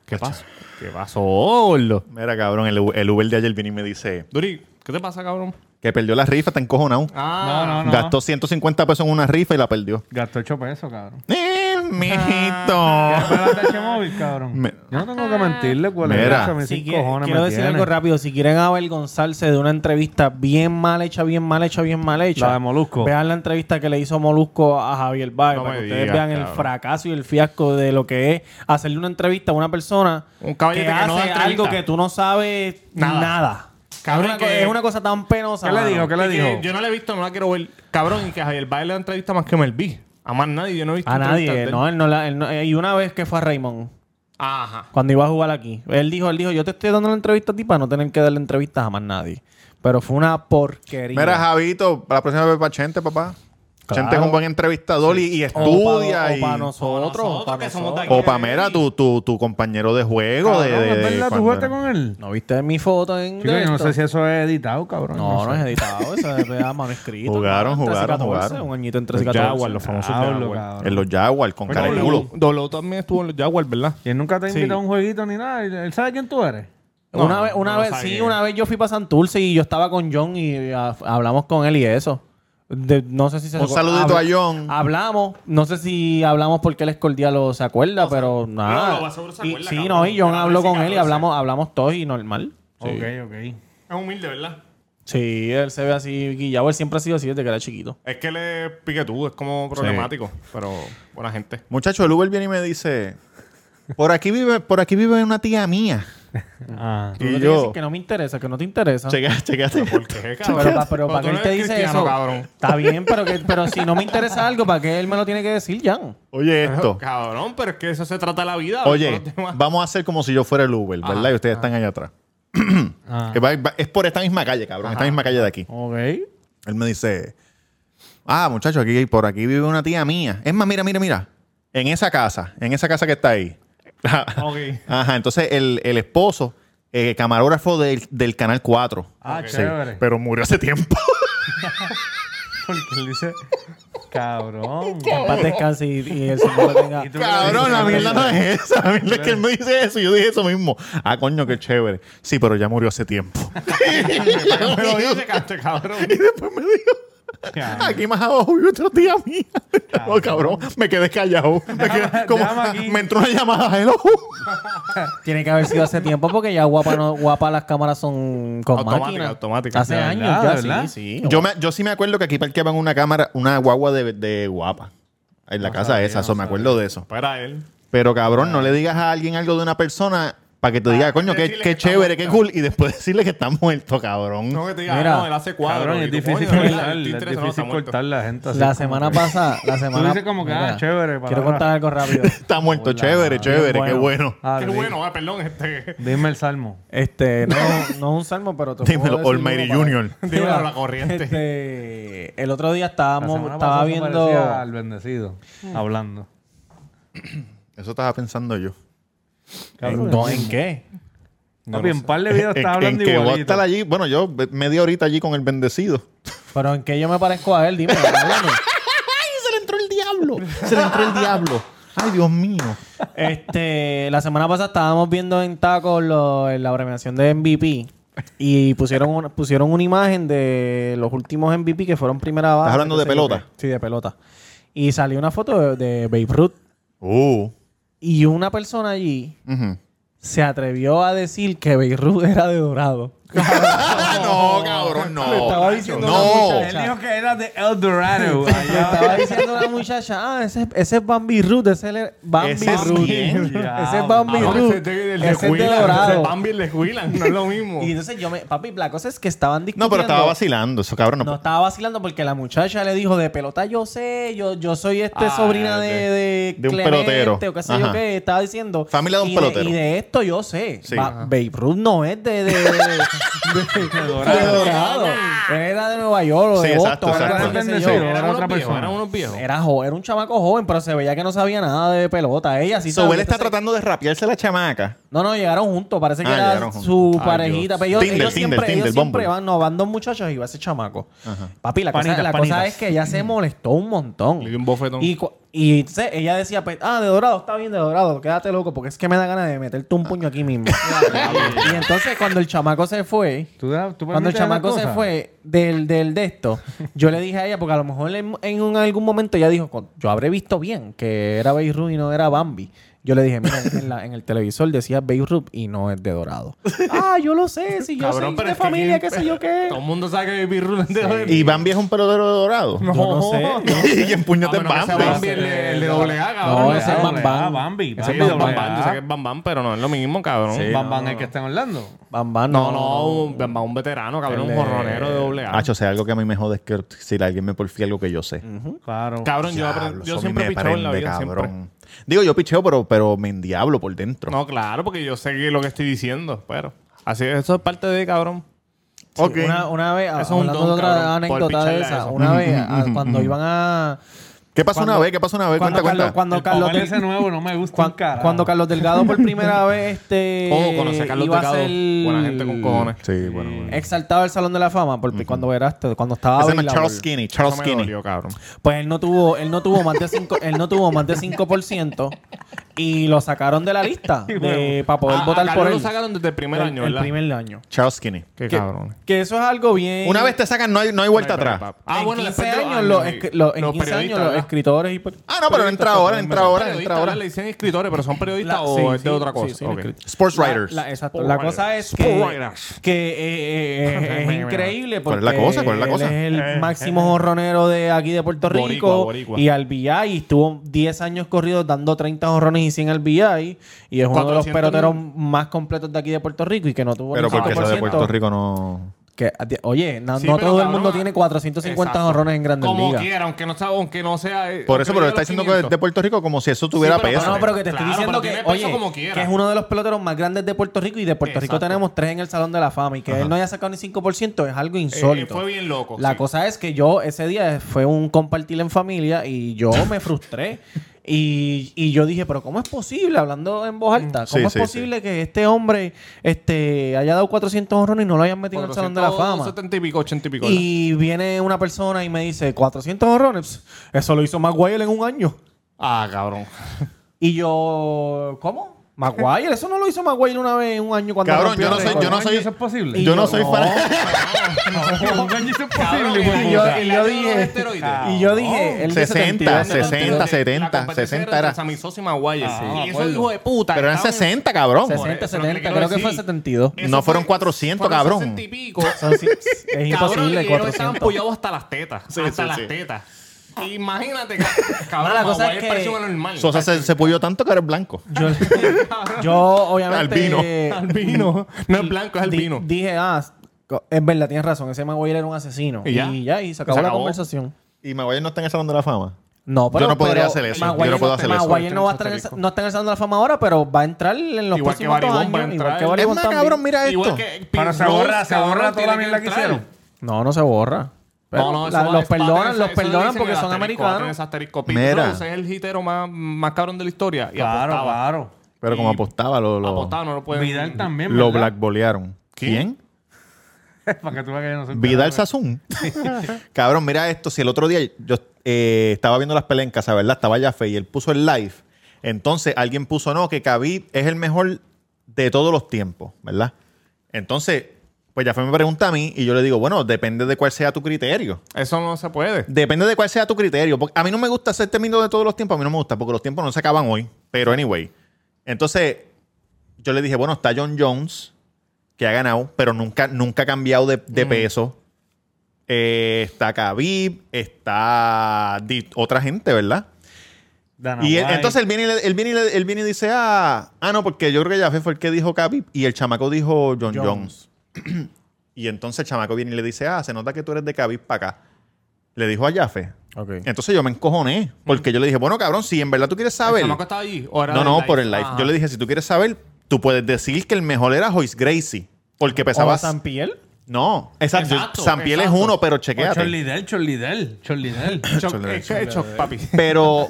Speaker 1: ¿Qué pasó? ¿Qué pasó, Orlo?
Speaker 2: Mira, cabrón, el, el Uber de ayer viene y me dice
Speaker 1: Duri, ¿qué te pasa, cabrón?
Speaker 2: que perdió la rifa, está encojonado.
Speaker 1: Ah,
Speaker 7: No, no, no.
Speaker 2: Gastó 150 pesos en una rifa y la perdió.
Speaker 7: Gastó 8 pesos, cabrón.
Speaker 2: ¡Eh,
Speaker 3: Ah,
Speaker 2: mijito!
Speaker 7: Pero móvil, cabrón.
Speaker 2: Me-
Speaker 7: Yo no tengo que mentirle cuál es
Speaker 2: Mira.
Speaker 7: la cosa, mis
Speaker 3: Si
Speaker 7: cinco
Speaker 3: quiere-
Speaker 7: cojones
Speaker 3: quiero
Speaker 7: me
Speaker 3: decir
Speaker 7: tiene.
Speaker 3: algo rápido. Si quieren avergonzarse de una entrevista bien mal hecha, bien mal hecha, bien mal hecha.
Speaker 7: La de Molusco.
Speaker 3: Vean la entrevista que le hizo Molusco a Javier Baez.
Speaker 1: No
Speaker 3: para
Speaker 1: me
Speaker 3: que ustedes
Speaker 1: digas,
Speaker 3: vean el
Speaker 1: cabrón.
Speaker 3: fracaso y el fiasco de lo que es hacerle una entrevista a una persona
Speaker 1: Un caballete que no da
Speaker 3: hace
Speaker 1: entrevista.
Speaker 3: algo que tú no sabes
Speaker 1: Nada.
Speaker 3: nada.
Speaker 1: Cabrón,
Speaker 3: Una co-
Speaker 1: que-
Speaker 3: es una cosa tan penosa.
Speaker 7: ¿Qué le
Speaker 3: mano.
Speaker 7: dijo? ¿Qué le
Speaker 1: Y que
Speaker 7: dijo?
Speaker 1: Yo no la he visto, no la quiero ver. Cabrón, y que a Javier Baez le da entrevista más que me vi. A más nadie, yo no he visto
Speaker 3: A
Speaker 1: entrevistas de
Speaker 3: nadie.
Speaker 1: él.
Speaker 3: No, él no la- él no- eh, y una vez que fue a Raymond,
Speaker 1: Ajá.
Speaker 3: cuando iba a jugar aquí, él dijo, él dijo, yo te estoy dando la entrevista a ti para no tener que darle entrevistas a más nadie. Pero fue una porquería.
Speaker 2: Mira, Javito, para la próxima vez para Chente, papá.
Speaker 3: Claro.
Speaker 2: Chente es un buen entrevistador y, y
Speaker 3: O pa-
Speaker 2: estudia.
Speaker 3: o para
Speaker 2: y-
Speaker 3: nosotros.
Speaker 1: nosotros,
Speaker 3: o pa'
Speaker 1: que somos
Speaker 3: nosotros.
Speaker 1: de aquí.
Speaker 2: O para Mera, tu, tu, tu compañero de juego. de,
Speaker 7: Cabrón,
Speaker 2: de-
Speaker 7: ¿es
Speaker 2: de
Speaker 7: verdad? ¿Tú
Speaker 2: cuando
Speaker 7: jugaste
Speaker 2: era.
Speaker 7: con él?
Speaker 3: ¿No viste mi foto en
Speaker 7: Chico,
Speaker 3: de
Speaker 7: yo no
Speaker 3: esto?
Speaker 7: sé si eso es editado, cabrón.
Speaker 3: No, no
Speaker 7: sé.
Speaker 3: es editado, eso es de manuscrito.
Speaker 2: Jugaron,
Speaker 3: Entre 13 y
Speaker 2: jugaron,
Speaker 3: 14,
Speaker 2: jugaron.
Speaker 3: Un añito entre
Speaker 1: Los
Speaker 3: 13 y 14.
Speaker 1: Jaguars, los famosos
Speaker 7: Diablo,
Speaker 1: Jaguars.
Speaker 7: cabrón.
Speaker 2: En los Jaguars, con cara de culo.
Speaker 1: Dolo también estuvo en los Jaguars, ¿verdad?
Speaker 7: Y él nunca te ha
Speaker 1: Sí.
Speaker 7: invitado a un jueguito ni nada. ¿Él él sabe quién tú eres?
Speaker 1: No,
Speaker 3: una vez, una
Speaker 1: no lo
Speaker 3: vez,
Speaker 1: sabe
Speaker 3: sí,
Speaker 1: quién
Speaker 3: una vez yo fui para Santurce y yo estaba con John y ah, hablamos con él y eso. De- no sé si se
Speaker 2: Un
Speaker 3: recuerda-
Speaker 2: saludito
Speaker 3: habla-
Speaker 2: a John.
Speaker 3: Hablamos, no sé si hablamos porque él es cordial o se acuerda, pero nada.
Speaker 1: lo más seguro se
Speaker 3: Y-
Speaker 1: acuerda,
Speaker 3: sí,
Speaker 1: cabrón.
Speaker 3: no, y John
Speaker 1: Era
Speaker 3: habló con él y
Speaker 1: 14.
Speaker 3: hablamos, hablamos todos y normal. Sí.
Speaker 7: ok.
Speaker 1: Es humilde, ¿verdad?
Speaker 3: Sí, él se ve así guillado, él siempre ha sido así desde que era chiquito.
Speaker 1: Es que le pique tú, es como problemático, pero buena gente.
Speaker 2: Muchacho, el Uber viene y me dice: Por aquí vive, por aquí vive una tía mía.
Speaker 7: Ah.
Speaker 3: Tú le
Speaker 2: Y
Speaker 3: tienes que decir
Speaker 2: yo.
Speaker 3: que no me interesa, que no te interesa.
Speaker 2: Checa, este checate.
Speaker 1: ¿Por qué,
Speaker 3: Pero,
Speaker 1: cabrón?
Speaker 3: pa- pero
Speaker 1: Tú
Speaker 3: para qué
Speaker 1: no
Speaker 3: él te
Speaker 1: eres
Speaker 3: dice
Speaker 1: cristiano,
Speaker 3: eso.
Speaker 1: cabrón.
Speaker 3: Está bien, pero que, pero si no me interesa algo, ¿para qué él me lo tiene que decir, Jan?
Speaker 2: Oye, esto.
Speaker 1: Cabrón, pero es que eso se trata la vida. Este
Speaker 2: Oye,
Speaker 1: Los demás-
Speaker 2: vamos a hacer como si yo fuera el Uber,
Speaker 3: Ah,
Speaker 2: ¿verdad? Y ustedes están allá atrás. Que va- va- es por esta misma calle, cabrón. Esta misma calle de aquí.
Speaker 7: Ok.
Speaker 2: Él me dice, ah, muchacho, aquí, por aquí vive una tía mía. Es más, mira, mira, mira. En esa casa, en esa casa que está ahí.
Speaker 1: Ok.
Speaker 2: Ajá, entonces el, el esposo, eh, camarógrafo del, del Canal 4.
Speaker 7: Ah,
Speaker 2: Sí,
Speaker 7: chévere.
Speaker 2: pero murió hace tiempo.
Speaker 7: Porque él dice, cabrón.
Speaker 3: En paz descanse y, y el señor le tenga.
Speaker 7: Y tú-
Speaker 2: Cabrón, la mierda no es esa. La mierda es que él me dice eso y yo dije eso mismo. Ah, coño, qué chévere. Sí, pero ya murió hace tiempo.
Speaker 1: Me lo dice, cabrón, cabrón.
Speaker 2: Y después me dijo. Aquí más abajo vive otra tía mía. No, cabrón, me quedé callado. Me, quedé como-
Speaker 7: déjame aquí.
Speaker 2: me entró una llamada. Hello.
Speaker 3: Tiene que haber sido hace tiempo porque ya guapa, no, guapa las cámaras son con
Speaker 1: Automática,
Speaker 3: máquina.
Speaker 1: automática.
Speaker 3: Hace
Speaker 1: De
Speaker 3: años
Speaker 7: verdad,
Speaker 3: ya,
Speaker 7: de verdad.
Speaker 3: sí, sí.
Speaker 2: Yo, me- yo sí me acuerdo que aquí parqueaban una cámara, una guagua de, de guapa. En la casa esa, eso me acuerdo de eso.
Speaker 1: Para él.
Speaker 2: Pero cabrón, no le digas a alguien algo de una persona para que te diga, coño, qué,
Speaker 1: decirle
Speaker 2: qué
Speaker 1: que está
Speaker 2: chévere, qué
Speaker 1: muerta.
Speaker 2: cool. Y después decirle que está muerto, cabrón.
Speaker 1: No, que te diga,
Speaker 3: Mira,
Speaker 1: no, él hace cuadro.
Speaker 7: Cabrón,
Speaker 1: y
Speaker 7: es
Speaker 1: tú,
Speaker 7: difícil
Speaker 1: coño, ¿verdad?
Speaker 7: cortar.
Speaker 1: El
Speaker 7: Es
Speaker 1: títere se nota
Speaker 7: difícil
Speaker 1: muerto.
Speaker 7: cortar la gente así.
Speaker 3: La
Speaker 7: como
Speaker 3: semana
Speaker 7: que-
Speaker 3: pasada, la semana
Speaker 7: dices como que, ah, chévere,
Speaker 3: Quiero
Speaker 7: palabra.
Speaker 3: contar algo rápido.
Speaker 2: Está muerto, chévere, chévere, qué bueno.
Speaker 7: Ah,
Speaker 1: Qué
Speaker 7: di-
Speaker 1: bueno, ah, perdón, este.
Speaker 7: Dime el salmo.
Speaker 3: Este, no, no es un salmo, pero te puedo
Speaker 2: Dímelo,
Speaker 3: decir uno
Speaker 2: Almighty
Speaker 3: para-
Speaker 2: Junior.
Speaker 1: Dímelo a la corriente.
Speaker 3: Este, el otro día
Speaker 7: La
Speaker 3: estábamos,
Speaker 7: semana
Speaker 3: estaba
Speaker 7: pasada se
Speaker 3: viendo.
Speaker 7: parecía al bendecido hablando.
Speaker 2: Eso estaba pensando yo.
Speaker 7: Cabrón,
Speaker 3: ¿En qué?
Speaker 7: Papi, en par de videos estaba hablando
Speaker 2: que voy a
Speaker 7: igualito.
Speaker 2: estar allí, bueno, yo media horita allí con el bendecido.
Speaker 3: ¿Pero en qué yo me parezco a él? Dime, háblame.
Speaker 2: ¡Ay, se le entró el diablo! Se le entró el diablo. ¡Ay, Dios mío!
Speaker 3: Este, la semana pasada estábamos viendo en Tacos lo- la premiación de MVP y pusieron una, pusieron una imagen de los últimos MVP que fueron primera base.
Speaker 2: hablando
Speaker 3: qué
Speaker 2: de
Speaker 3: sé yo
Speaker 2: pelota?
Speaker 3: qué. Sí, de pelota. Y salió una foto de, de Babe Ruth
Speaker 2: Uh.
Speaker 3: y una persona allí
Speaker 2: Ujú.
Speaker 3: se atrevió a decir que Babe Ruth era de dorado.
Speaker 2: Ah, no, cabrón, no.
Speaker 3: Le estaba diciendo
Speaker 2: no.
Speaker 3: una
Speaker 7: Él
Speaker 3: muchacha.
Speaker 7: dijo que era de El Dorado.
Speaker 3: Le estaba diciendo a la muchacha, ah, ese, ese es Bambi Ruth, ese es el- Bambi
Speaker 2: ¿Ese es
Speaker 3: Ruth.
Speaker 2: quién?
Speaker 3: Ese es Bambi
Speaker 1: Ah, no,
Speaker 3: Ruth.
Speaker 1: ese es de- el de
Speaker 3: Ese es de
Speaker 1: Huilan, ese es
Speaker 3: dorado.
Speaker 1: Bambi el de Huilan, no es lo mismo.
Speaker 3: Y entonces yo me. Papi, la cosa es que estaban discutiendo.
Speaker 2: No, pero estaba vacilando, eso cabrón. No, pues.
Speaker 3: No estaba vacilando porque la muchacha le dijo de pelota yo sé, yo, yo soy este
Speaker 1: Ah,
Speaker 3: sobrina de,
Speaker 2: de-
Speaker 3: de,
Speaker 2: de un
Speaker 3: Clemente
Speaker 2: pelotero.
Speaker 3: o qué sé
Speaker 2: Ajá.
Speaker 3: yo qué, estaba diciendo.
Speaker 2: Familia de un
Speaker 3: y
Speaker 2: pelotero.
Speaker 3: y de esto yo sé.
Speaker 2: Sí.
Speaker 3: Ba-
Speaker 2: Ajá.
Speaker 3: Babe Ruth no es de, de, de, de
Speaker 7: Dorado.
Speaker 3: Dorado. Él era de Nueva York o de
Speaker 2: Sí, exacto,
Speaker 3: Boston. o
Speaker 2: exacto.
Speaker 3: algo así,
Speaker 7: Era
Speaker 3: qué sé yo.
Speaker 7: bendecido.
Speaker 1: Eran
Speaker 7: era
Speaker 1: unos
Speaker 7: otra
Speaker 1: viejos,
Speaker 7: persona.
Speaker 1: Eran unos viejos.
Speaker 3: Era, jo- era un chamaco joven, pero se veía que no sabía nada de pelota. Ella sí este
Speaker 2: so,
Speaker 3: sabía.
Speaker 2: él está
Speaker 3: Entonces-
Speaker 2: tratando de rapearse a la chamaca.
Speaker 3: No, no, llegaron juntos. Parece que
Speaker 2: Ah,
Speaker 3: era
Speaker 2: llegaron
Speaker 3: su
Speaker 2: juntos. Ay,
Speaker 3: parejita.
Speaker 2: Dios.
Speaker 3: Pero ellos,
Speaker 2: Tinder,
Speaker 3: ellos
Speaker 2: Tinder,
Speaker 3: siempre,
Speaker 2: Tinder,
Speaker 3: ellos siempre
Speaker 2: Bumble.
Speaker 3: van, no, van dos muchachos y va ese chamaco. Papi, la, cosa,
Speaker 7: Panitas,
Speaker 3: la
Speaker 7: panitas.
Speaker 3: cosa es que ella se molestó un montón.
Speaker 1: Le dio un bofetón.
Speaker 3: Y, cu- y entonces ella decía, pues, ah, de dorado, está bien, de dorado, quédate loco, porque es que me da ganas de meterte un puño aquí mismo. y entonces cuando el chamaco se fue,
Speaker 7: ¿Tú da- tú
Speaker 3: cuando el
Speaker 7: permites
Speaker 3: chamaco
Speaker 7: esas
Speaker 3: se
Speaker 7: cosas?
Speaker 3: fue del, del de esto, yo le dije a ella, porque a lo mejor en, en un- algún momento ella dijo, "Con- yo habré visto bien que era Beirut y no era Bambi. Yo le dije, mira, en, la- en el televisor decía Beirut y no es de dorado. ah, yo lo sé, si yo
Speaker 1: Cabrón,
Speaker 3: soy
Speaker 1: pero
Speaker 3: de
Speaker 1: es que
Speaker 3: familia, qué
Speaker 1: quién-
Speaker 3: sé yo qué.
Speaker 1: Todo el mundo sabe que Baby Ruth es de dorado.
Speaker 2: ¿Y Bambi es un pelotero dorado?
Speaker 3: Yo no sé.
Speaker 2: y en puño
Speaker 1: A
Speaker 2: de
Speaker 1: menos que sea Bambi,
Speaker 2: Bambi.
Speaker 1: el de- el de doble A, cabrón.
Speaker 3: ese es
Speaker 1: Sí,
Speaker 3: Bam Bam.
Speaker 7: Bambi.
Speaker 1: ese es
Speaker 7: Bambi,
Speaker 1: Bam
Speaker 7: doble
Speaker 1: Bam. Yo sé
Speaker 7: A.
Speaker 1: que es Bam Bam, pero no es lo mismo, cabrón.
Speaker 7: Bam Bam, el que está en Orlando.
Speaker 3: Bam Bam,
Speaker 1: No, no, un, Bam Bam, un veterano, cabrón, un jorronero de doble A.
Speaker 2: Hacho, o sea, algo que a mí me jode es que si alguien me porfía algo que yo sé.
Speaker 7: Claro.
Speaker 1: Cabrón, yo,
Speaker 2: Diablo,
Speaker 1: aprend-
Speaker 2: eso
Speaker 1: yo
Speaker 2: a mí
Speaker 1: siempre he
Speaker 2: me
Speaker 1: pichado en la
Speaker 2: prende,
Speaker 1: vida, siempre.
Speaker 2: cabrón. Digo, yo picheo, pero, pero me endiablo por dentro.
Speaker 1: No, claro, porque yo sé que lo que estoy diciendo, pero... Así, eso es parte de, cabrón.
Speaker 2: Ok.
Speaker 3: Una, una vez,
Speaker 1: Eso es un
Speaker 3: hablando
Speaker 1: don,
Speaker 3: de otra
Speaker 1: cabrón, por
Speaker 3: anécdota
Speaker 1: picharle
Speaker 3: de
Speaker 1: a
Speaker 3: esa,
Speaker 1: eso.
Speaker 3: una vez, a- cuando iban a...
Speaker 2: ¿Qué pasó una
Speaker 3: cuando-
Speaker 2: vez? ¿Qué pasó una vez?
Speaker 3: Cuando
Speaker 2: Cuenta,
Speaker 3: Carlos,
Speaker 2: cuenta.
Speaker 3: cuando
Speaker 7: El
Speaker 3: Carlos
Speaker 7: papel
Speaker 3: Del-
Speaker 7: ese nuevo no me gusta. un
Speaker 3: cuan-
Speaker 7: carajo.
Speaker 3: cuando Carlos Delgado por primera vez este
Speaker 1: Oh, conocer a Carlos
Speaker 3: iba
Speaker 1: Delgado.
Speaker 3: a ser
Speaker 1: Buena gente con cojones.
Speaker 2: Sí, bueno. bueno.
Speaker 3: exaltado al Salón de la Fama porque cuando era esto, cuando estaba
Speaker 2: Ese se llama
Speaker 3: Bailaor.
Speaker 2: Charles Skinny. Charles
Speaker 1: Eso me
Speaker 2: Skinny.
Speaker 1: dolió, cabrón.
Speaker 3: Pues él no tuvo, él no tuvo más de 5, él no tuvo más de 5% y lo sacaron de la lista para poder
Speaker 1: A- a
Speaker 3: votar
Speaker 1: Carlos
Speaker 3: por él.
Speaker 1: Ah, lo sacaron desde el primer
Speaker 3: El-
Speaker 1: año,
Speaker 3: el
Speaker 1: ¿verdad?
Speaker 3: primer año.
Speaker 2: Charles Skinny.
Speaker 1: Qué
Speaker 3: Que-
Speaker 1: cabrón.
Speaker 3: Que eso es algo bien
Speaker 2: Una vez te sacan, no hay, no hay vuelta atrás.
Speaker 1: Ah,
Speaker 3: en
Speaker 1: bueno,
Speaker 3: 15
Speaker 1: después de
Speaker 3: años, los, escri- los- en
Speaker 1: los
Speaker 3: 15 años
Speaker 1: periodistas,
Speaker 3: los
Speaker 1: ¿verdad?
Speaker 3: escritores y per-
Speaker 2: Ah, no, pero entra ahora, entra ahora,
Speaker 1: Periodistas,
Speaker 2: entra ahora.
Speaker 1: ¿verdad? Le dicen escritores, pero son periodistas
Speaker 3: La-
Speaker 1: o
Speaker 3: sí,
Speaker 1: es de
Speaker 3: sí,
Speaker 1: otra
Speaker 3: sí,
Speaker 1: cosa.
Speaker 3: sí,
Speaker 1: Ok.
Speaker 3: escri-
Speaker 2: Sports
Speaker 3: La-
Speaker 2: writers.
Speaker 3: la- exacto.
Speaker 1: Sport
Speaker 3: la
Speaker 1: writers.
Speaker 3: cosa es
Speaker 1: Sport
Speaker 3: que,
Speaker 1: writers.
Speaker 3: que eh, eh, eh, es increíble
Speaker 2: ¿Cuál
Speaker 3: porque
Speaker 2: es la cosa? ¿Cuál es la cosa?
Speaker 3: él es el máximo jorronero de aquí de Puerto Rico
Speaker 1: Eh, Boricua, boricua.
Speaker 3: y al BI y estuvo 10 años corridos dando 30 jorrones y 100 al BI y es uno de los
Speaker 1: 400
Speaker 3: peloteros más completos de aquí de Puerto Rico y que no tuvo
Speaker 2: Pero
Speaker 3: ni
Speaker 2: porque eso de
Speaker 3: 5%.
Speaker 2: Puerto Rico no.
Speaker 3: Que, a ti- oye, no,
Speaker 1: Sí,
Speaker 3: no
Speaker 1: pero
Speaker 3: todo el
Speaker 1: cabrón,
Speaker 3: mundo
Speaker 1: ah,
Speaker 3: tiene 450
Speaker 1: exacto.
Speaker 3: jorrones en Grandes
Speaker 1: Como
Speaker 3: Ligas.
Speaker 1: quiera, aunque no sea... Aunque no sea eh,
Speaker 2: Por eso,
Speaker 1: aunque
Speaker 2: pero
Speaker 1: llegue a
Speaker 2: está
Speaker 1: los
Speaker 2: diciendo que es
Speaker 1: 500.
Speaker 2: de Puerto Rico como si eso tuviera
Speaker 1: pero-
Speaker 2: peso.
Speaker 3: No, no, pero que te
Speaker 1: Claro,
Speaker 3: estoy diciendo
Speaker 1: pero
Speaker 3: que,
Speaker 1: tiene peso
Speaker 3: oye,
Speaker 1: como quiera.
Speaker 3: que es uno de los peloteros más grandes de Puerto Rico y de Puerto Rico
Speaker 1: Exacto.
Speaker 3: tenemos tres en el Salón de la Fama y que él no haya sacado ni 5% es algo
Speaker 1: Eh,
Speaker 3: insólito.
Speaker 1: Fue bien loco.
Speaker 3: La
Speaker 1: sí.
Speaker 3: cosa es que yo ese día fue un compartir en familia y yo me frustré. Y, y yo dije, pero ¿cómo es posible? Hablando en voz alta,
Speaker 2: Mm. Sí,
Speaker 3: ¿cómo es
Speaker 2: sí,
Speaker 3: posible que este hombre este, haya dado 400 honrones y no lo hayan metido en el Salón de la Fama?
Speaker 1: 70 y pico, 80 y pico. ¿verdad?
Speaker 3: Y viene una persona y me dice, 400 honrones, eso lo hizo Maguire en un año.
Speaker 1: Ah, cabrón.
Speaker 3: Y yo, ¿cómo? Maguire, eso no lo hizo Maguire una vez en un año cuando
Speaker 2: Cabrón,
Speaker 3: rompió
Speaker 2: yo no
Speaker 3: el
Speaker 2: soy,
Speaker 3: récord.
Speaker 2: yo no
Speaker 7: ¿Un año
Speaker 2: soy.
Speaker 7: eso es posible?
Speaker 3: Y
Speaker 2: Yo
Speaker 3: yo,
Speaker 2: no soy
Speaker 3: no.
Speaker 2: fan.
Speaker 7: Un año eso es posible,
Speaker 1: Cabrón,
Speaker 7: güey.
Speaker 3: Y yo,
Speaker 1: El
Speaker 3: y
Speaker 1: año
Speaker 3: yo
Speaker 1: de los
Speaker 3: dije,
Speaker 1: esteroides.
Speaker 3: y yo dije, él dice
Speaker 2: 60,
Speaker 3: 72.
Speaker 2: 60,
Speaker 1: La
Speaker 2: 70,
Speaker 1: competencia
Speaker 2: 60
Speaker 1: entre
Speaker 2: era.
Speaker 1: Sammy Sosa y Maguire.
Speaker 7: Ah,
Speaker 1: sí.
Speaker 7: me
Speaker 1: Y eso
Speaker 7: acuerdo.
Speaker 1: hijo de puta.
Speaker 2: Pero eran
Speaker 1: estaban-
Speaker 2: 60, cabrón.
Speaker 1: Eso
Speaker 3: 60,
Speaker 1: es lo que le
Speaker 3: 70,
Speaker 1: quiero
Speaker 3: creo que
Speaker 1: decir.
Speaker 3: fue 72.
Speaker 1: Eso
Speaker 2: No
Speaker 1: fue-
Speaker 2: fueron 400,
Speaker 1: fueron
Speaker 2: cabrón.
Speaker 1: 60 y pico.
Speaker 3: Son si- es
Speaker 1: Cabrón,
Speaker 3: imposible,
Speaker 1: y ellos estaban
Speaker 3: 400.
Speaker 1: apoyados hasta las tetas. hasta
Speaker 2: sí,
Speaker 1: las
Speaker 2: sí.
Speaker 1: tetas. Imagínate, ca- cabrón,
Speaker 3: la cosa
Speaker 1: Maguire
Speaker 3: es que-
Speaker 1: parecía un anormal.
Speaker 2: Sosa se, se pulió tanto que era blanco.
Speaker 3: Yo, yo, obviamente...
Speaker 2: Albino.
Speaker 1: Albino. No es blanco, es
Speaker 3: di-
Speaker 1: albino.
Speaker 3: Dije, ah, co- es verdad, tienes razón, ese Maguire era un asesino.
Speaker 1: Y ya.
Speaker 3: y, y se acabó, la conversación.
Speaker 2: Y Maguire no está en el Salón de la Fama.
Speaker 3: No, pero
Speaker 2: Yo no podría
Speaker 3: pero
Speaker 2: hacer eso.
Speaker 3: Maguire
Speaker 2: Yo no puedo hacer eso.
Speaker 3: Maguire no, va a estar en el, no está en el Salón de la Fama ahora, pero va a entrar en los
Speaker 1: Igual que
Speaker 3: próximos dos
Speaker 1: Barry
Speaker 3: años.
Speaker 1: Bonds va a
Speaker 3: igual
Speaker 1: entrar.
Speaker 3: que
Speaker 1: Es
Speaker 3: Barry
Speaker 2: Es
Speaker 3: Bonds
Speaker 2: más,
Speaker 3: también.
Speaker 2: cabrón, mira
Speaker 1: Igual
Speaker 2: esto.
Speaker 1: que
Speaker 7: Pero se
Speaker 1: Pete
Speaker 7: borra-
Speaker 1: Rose,
Speaker 7: se borra
Speaker 1: cabrón,
Speaker 7: toda
Speaker 1: tiene
Speaker 7: la mierda que
Speaker 1: entrar.
Speaker 7: hicieron.
Speaker 3: No, no se borra. Pero
Speaker 1: No, no, eso
Speaker 3: la-
Speaker 1: va-
Speaker 3: los
Speaker 1: es parte de
Speaker 3: perdonan,
Speaker 1: esa-
Speaker 3: los
Speaker 1: eso le
Speaker 3: perdonan
Speaker 1: dicen
Speaker 3: porque
Speaker 1: el
Speaker 3: son
Speaker 1: asterisco, va a tener
Speaker 3: americanos.
Speaker 1: ese asterisco. Pete
Speaker 2: Mira.
Speaker 1: Rose es el hitero más, más cabrón de la historia. Y
Speaker 7: Claro,
Speaker 1: apostaba.
Speaker 7: claro.
Speaker 2: Pero como
Speaker 1: Y-
Speaker 2: apostaba, lo, lo,
Speaker 1: Apostaba, no lo pueden.
Speaker 7: Vidal también.
Speaker 2: lo
Speaker 7: ¿verdad?
Speaker 2: blackbolearon. ¿Quién?
Speaker 7: Para que tú veas que yo no soy
Speaker 2: Vidal
Speaker 7: pelado.
Speaker 2: Sassoon. Cabrón, mira esto. Si el otro día yo eh, estaba viendo las peleas en casa, ¿verdad? Estaba ya fe y él puso el live. Entonces alguien puso, no, que Khabib es el mejor de todos los tiempos, ¿verdad? Entonces, pues ya fue me pregunta a mí y yo le digo, bueno, depende de cuál sea tu criterio.
Speaker 1: Eso no se puede.
Speaker 2: Depende de cuál sea tu criterio. Porque a mí no me gusta hacer término de todos los tiempos. A mí no me gusta porque los tiempos no se acaban hoy. Pero anyway. Entonces, yo le dije, bueno, está John Jones, que ha ganado, pero nunca, nunca ha cambiado de, de peso. Eh, está Khabib, está di- otra gente, ¿verdad?
Speaker 7: Dana
Speaker 2: Y él-
Speaker 7: White.
Speaker 2: entonces él viene, y le- él, viene y le- él viene y dice, ah, ah, no, porque yo creo que ya fue el que dijo Khabib y el chamaco dijo John Jones. y entonces el chamaco viene y le dice, ah, se nota que tú eres de Khabib para acá. Le dijo a Jaffe. Entonces yo me encojoné porque yo le dije, bueno, cabrón, si en verdad tú quieres
Speaker 1: ¿El
Speaker 2: saber...
Speaker 1: chamaco estaba allí? ¿O era
Speaker 2: No,
Speaker 1: del
Speaker 2: no,
Speaker 1: live?
Speaker 2: por el live.
Speaker 1: Ajá.
Speaker 2: Yo le dije, si tú quieres saber, tú puedes decir que el mejor era Joyce Gracie porque pesaba...
Speaker 3: ¿O San Piel?
Speaker 2: No, exacto.
Speaker 1: Exacto,
Speaker 2: San Piel es
Speaker 1: exacto.
Speaker 2: uno, pero
Speaker 7: O
Speaker 2: chequéate.
Speaker 7: Chorlidel, Chorlidel, Chorlidel.
Speaker 1: Choc,
Speaker 2: Chole,
Speaker 1: eh, eh, choc, papi.
Speaker 2: Pero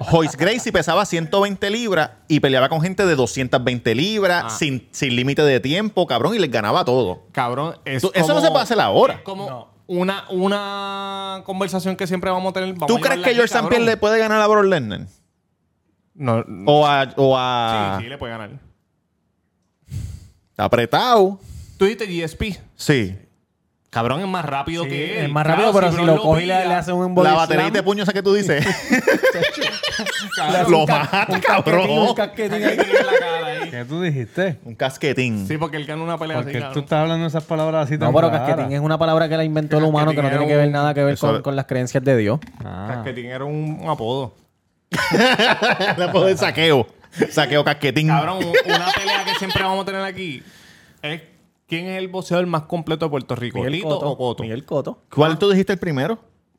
Speaker 2: Joyce Gracie pesaba 120 libras y peleaba con gente de 220 libras,
Speaker 1: Ah.
Speaker 2: sin, sin límite de tiempo, cabrón, y les ganaba todo.
Speaker 1: Cabrón, es
Speaker 2: Tú- eso
Speaker 1: como-
Speaker 2: no se puede hacer ahora.
Speaker 1: es como una, una conversación que siempre vamos a tener. vamos
Speaker 2: ¿Tú
Speaker 1: a
Speaker 2: crees
Speaker 1: llevarla
Speaker 2: que
Speaker 1: aquí,
Speaker 2: George St. Pierre
Speaker 1: cabrón.
Speaker 2: le puede ganar a Brock Lesnar?
Speaker 1: No,
Speaker 2: O a. O a
Speaker 1: Sí, sí, le puede ganar.
Speaker 2: Apretado.
Speaker 1: Tú dijiste GSP.
Speaker 2: Sí.
Speaker 1: Cabrón es más rápido que él.
Speaker 3: es más
Speaker 1: Claro,
Speaker 3: rápido, pero
Speaker 1: si
Speaker 3: si
Speaker 1: Bron
Speaker 3: lo coge y le,
Speaker 1: pilla-
Speaker 3: le hace un body
Speaker 2: La batería
Speaker 3: slam,
Speaker 2: de puño esa que tú dices.
Speaker 3: le hace
Speaker 2: lo
Speaker 3: un ca-
Speaker 2: mata,
Speaker 3: un casquetín,
Speaker 2: cabrón.
Speaker 3: un casquetín ahí.
Speaker 1: en la cara ahí.
Speaker 7: ¿Qué tú dijiste?
Speaker 2: Un casquetín.
Speaker 1: Sí, porque él gana una pelea
Speaker 7: Porque
Speaker 1: así,
Speaker 7: tú
Speaker 1: cabrón.
Speaker 7: estás hablando esas palabras así
Speaker 3: No,
Speaker 7: tan
Speaker 3: pero
Speaker 7: raras?
Speaker 3: casquetín es una palabra que la inventó el humano que no
Speaker 1: Casquetín
Speaker 3: tiene que
Speaker 1: era
Speaker 3: ver
Speaker 1: un-
Speaker 3: nada que ver
Speaker 2: Eso
Speaker 3: con,
Speaker 2: era-
Speaker 3: con las creencias de Dios.
Speaker 2: Ah.
Speaker 1: Casquetín era un apodo.
Speaker 2: La puedo de saqueo. Saqueo casquetín.
Speaker 1: Cabrón, u- una pelea que siempre vamos a tener aquí es quién es el boxeador más completo de Puerto Rico,
Speaker 3: Miguel
Speaker 1: Tito
Speaker 3: Cotto.
Speaker 1: o Coto.
Speaker 3: Miguel Cotto.
Speaker 2: ¿Cuál tú dijiste el primero?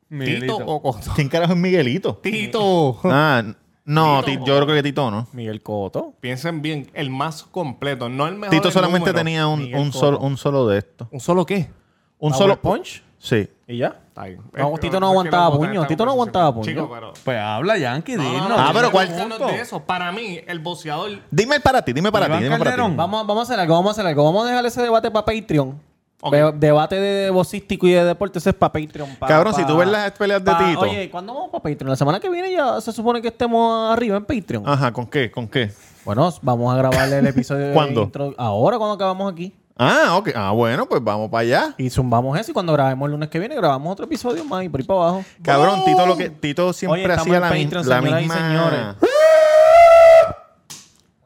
Speaker 1: Tito
Speaker 7: Miguelito.
Speaker 1: o Coto.
Speaker 2: ¿Quién carajo es Miguelito?
Speaker 1: Tito.
Speaker 2: Ah, no, Ti- yo creo que Tito no.
Speaker 3: Miguel Cotto.
Speaker 1: Piensen bien, el más completo, no el mejor.
Speaker 2: Tito
Speaker 1: en
Speaker 2: solamente
Speaker 1: número.
Speaker 2: tenía un,
Speaker 1: Miguel
Speaker 2: un,
Speaker 1: Cotto.
Speaker 2: solo, un solo de estos.
Speaker 1: ¿Un solo qué?
Speaker 2: Un
Speaker 3: Power
Speaker 2: solo.
Speaker 3: punch.
Speaker 2: Sí.
Speaker 3: Y ya.
Speaker 1: Está bien.
Speaker 3: No,
Speaker 1: Es-
Speaker 3: Tito no
Speaker 1: es que
Speaker 3: aguantaba
Speaker 1: los botones
Speaker 3: puño,
Speaker 1: están
Speaker 3: Tito no
Speaker 1: buenísimos.
Speaker 3: aguantaba puño.
Speaker 1: Chico, pero-
Speaker 7: Pues habla, Yankee,
Speaker 1: No, no,
Speaker 7: dinos.
Speaker 1: no,
Speaker 2: Ah, pero
Speaker 1: no,
Speaker 2: ¿cuál-
Speaker 1: no, no es de eso. Para mí, el boxeador.
Speaker 2: Dime el para ti, dime para ti,
Speaker 7: Iván
Speaker 2: dime para ti.
Speaker 7: Calderón.
Speaker 3: Vamos, vamos a hacer algo, vamos a hacer algo. Vamos a dejar ese debate para Patreon.
Speaker 1: Ok.
Speaker 3: Ve- Debate de vocístico y de deporte, ese es para Patreon. pa-
Speaker 2: Cabrón,
Speaker 3: pa-
Speaker 2: si tú ves las peleas de
Speaker 3: pa-
Speaker 2: Tito.
Speaker 3: Oye, ¿cuándo vamos para Patreon? La semana que viene ya se supone que estemos arriba en Patreon.
Speaker 2: Ajá, ¿con qué? ¿Con qué?
Speaker 3: Bueno, vamos a grabar el episodio. de
Speaker 2: ¿Cuándo?
Speaker 3: intro- Ahora, cuando acabamos aquí.
Speaker 2: Ah, ok. Ah, bueno, pues vamos para allá.
Speaker 3: Y zumbamos eso y cuando grabemos el lunes que viene grabamos otro episodio más y por ahí para abajo.
Speaker 2: Cabrón, Tito lo que Tito siempre
Speaker 3: Oye, estamos
Speaker 2: hacía
Speaker 3: en
Speaker 2: la, mi-
Speaker 3: Patreon,
Speaker 2: la
Speaker 3: señoras y
Speaker 2: misma.
Speaker 3: señores.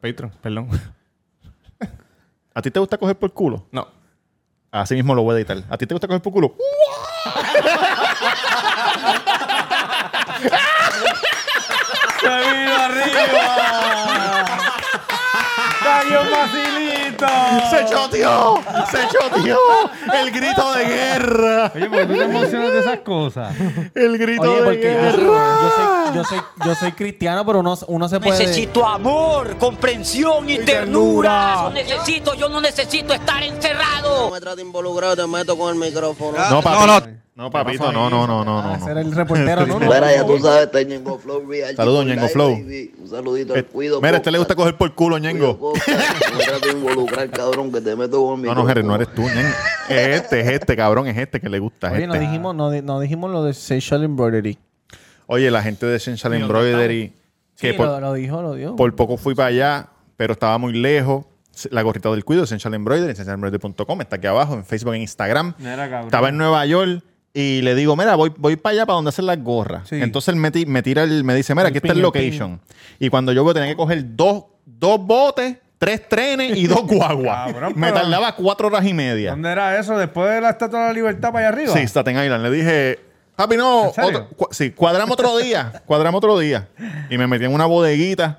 Speaker 1: Patreon, perdón.
Speaker 2: ¿A ti te gusta coger por culo?
Speaker 1: No.
Speaker 2: Así mismo lo voy a editar. ¿A ti te gusta coger por culo?
Speaker 7: ¡Se vino arriba! ¡Cayó facilito!
Speaker 2: ¡Se choteó! ¡Se choteó! ¡El grito de guerra!
Speaker 7: Oye, ¿por qué tú te emocionas de esas cosas?
Speaker 2: ¡El grito
Speaker 3: Oye,
Speaker 2: de
Speaker 3: porque yo soy,
Speaker 2: guerra!
Speaker 3: yo soy- yo soy- yo soy cristiano, pero uno, uno se puede...
Speaker 6: Necesito amor, comprensión y, ternura. Eso necesito, yo no necesito estar encerrado.
Speaker 8: me trate involucrado, te meto con el micrófono.
Speaker 2: No, papi. No, papito, no, no, no, no, no. no.
Speaker 3: Ah, ese era el reportero, ¿no? No,
Speaker 8: Mira, ya
Speaker 3: no.
Speaker 8: tú sabes, está Ñengo Flow Real.
Speaker 2: Saludos,
Speaker 8: Chico,
Speaker 2: Ñengo
Speaker 8: live,
Speaker 2: Flow.
Speaker 8: baby. Un saludito al
Speaker 2: Eh,
Speaker 8: cuido.
Speaker 2: Mira, a este le gusta
Speaker 8: podcast.
Speaker 2: coger por culo,
Speaker 8: Cuido
Speaker 2: Ñengo.
Speaker 8: podcast. No me trate de involucrar, cabrón, que te meto con
Speaker 2: No, no,
Speaker 8: el micrófono.
Speaker 2: Jerry, no eres tú, Ñengo. Es este, es este, cabrón, es este que le gusta. es
Speaker 3: Oye, no
Speaker 2: este.
Speaker 3: dijimos, no, di- no dijimos lo de sexual embroidery.
Speaker 2: Oye, la gente de Essential
Speaker 1: ¿Y dónde
Speaker 2: Embroidery, que
Speaker 3: Sí,
Speaker 2: por,
Speaker 3: lo, lo dijo, lo dio.
Speaker 2: por poco fui para allá, pero estaba muy lejos. La gorrita del cuido, Essential Embroidery, essentialembroidery.com, está aquí abajo, en Facebook, en Instagram.
Speaker 7: Mira, cabrón.
Speaker 2: Estaba en Nueva York y le digo, mira, voy, voy para allá para donde hacen las gorras.
Speaker 7: Sí.
Speaker 2: Entonces él me, ti- me tira el, me dice, mira, aquí está el location. Y cuando yo veo, tenía que coger dos, dos botes, tres trenes y dos guaguas.
Speaker 7: Cabrón,
Speaker 2: me
Speaker 7: pero-
Speaker 2: tardaba cuatro horas y media.
Speaker 7: ¿Dónde era eso? ¿Después de la Estatua de la Libertad para allá arriba?
Speaker 2: Sí, Staten Island. Le dije, papi, no,
Speaker 7: ¿En serio?
Speaker 2: otro- cua- sí, cuadramos otro día, cuadramos otro día. Y me metí en una bodeguita.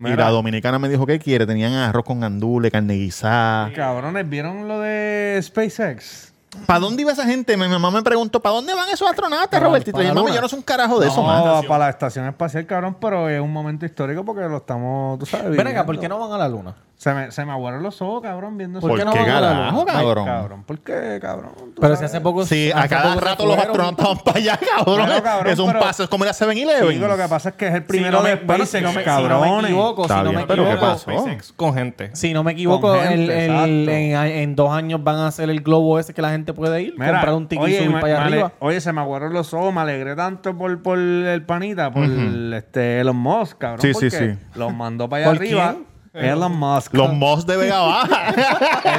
Speaker 2: Y
Speaker 7: Mira.
Speaker 2: la dominicana me dijo, ¿qué quiere? Tenían arroz con andule, carne guisada.
Speaker 7: Cabrones, ¿vieron lo de SpaceX?
Speaker 2: ¿Para dónde iba esa gente? Mi mamá me preguntó, ¿para dónde van esos astronautas, Robertito? Y
Speaker 3: para
Speaker 2: dije,
Speaker 3: la
Speaker 2: mami,
Speaker 3: luna.
Speaker 2: yo no soy un carajo de eso, man.
Speaker 7: No, para la estación espacial, cabrón, pero es un momento histórico porque lo estamos, tú sabes.
Speaker 3: Ven acá, ¿por
Speaker 7: viviendo.
Speaker 3: qué no van a la luna?
Speaker 7: Se me, se me aguaron los ojos, cabrón, viendo
Speaker 2: ¿Por
Speaker 7: eso.
Speaker 2: qué
Speaker 3: no van a la
Speaker 2: carajo,
Speaker 7: Ay,
Speaker 2: cabrón?
Speaker 7: cabrón? ¿Por qué, cabrón? Tú
Speaker 3: Pero si
Speaker 7: sabes.
Speaker 3: hace poco...
Speaker 2: Sí, a
Speaker 3: hace
Speaker 2: cada
Speaker 3: poco se
Speaker 2: rato los
Speaker 3: fueron.
Speaker 2: astronautas van para allá, cabrón.
Speaker 7: Bueno, cabrón,
Speaker 2: es un
Speaker 7: pero-
Speaker 2: paso, es como ir a 7-Eleven.
Speaker 7: Digo, lo que pasa es que es el primero
Speaker 3: no me-
Speaker 7: de
Speaker 3: bueno, si
Speaker 7: SpaceX,
Speaker 3: no me- si no me
Speaker 7: cabrones.
Speaker 3: equivoco,
Speaker 2: Está
Speaker 3: si no
Speaker 2: bien,
Speaker 3: me
Speaker 2: pero ¿qué
Speaker 3: equivoco,
Speaker 2: pasó?
Speaker 1: SpaceX con gente.
Speaker 3: Si no me equivoco,
Speaker 7: Con gente,
Speaker 3: el- el-
Speaker 7: exacto.
Speaker 3: en, en dos años van a hacer el globo ese que la gente puede ir,
Speaker 7: Mira,
Speaker 3: comprar un ticket y subir
Speaker 7: me-
Speaker 3: para allá
Speaker 7: me ale-
Speaker 3: arriba.
Speaker 7: oye, se me aguaron los ojos, me alegré tanto por, por el panita, por este Elon Musk, cabrón.
Speaker 2: Sí, sí,
Speaker 7: porque
Speaker 2: sí.
Speaker 7: Los mandó para allá
Speaker 3: ¿Por
Speaker 7: arriba. Elon Musk.
Speaker 2: Los Moss de Vega Baja.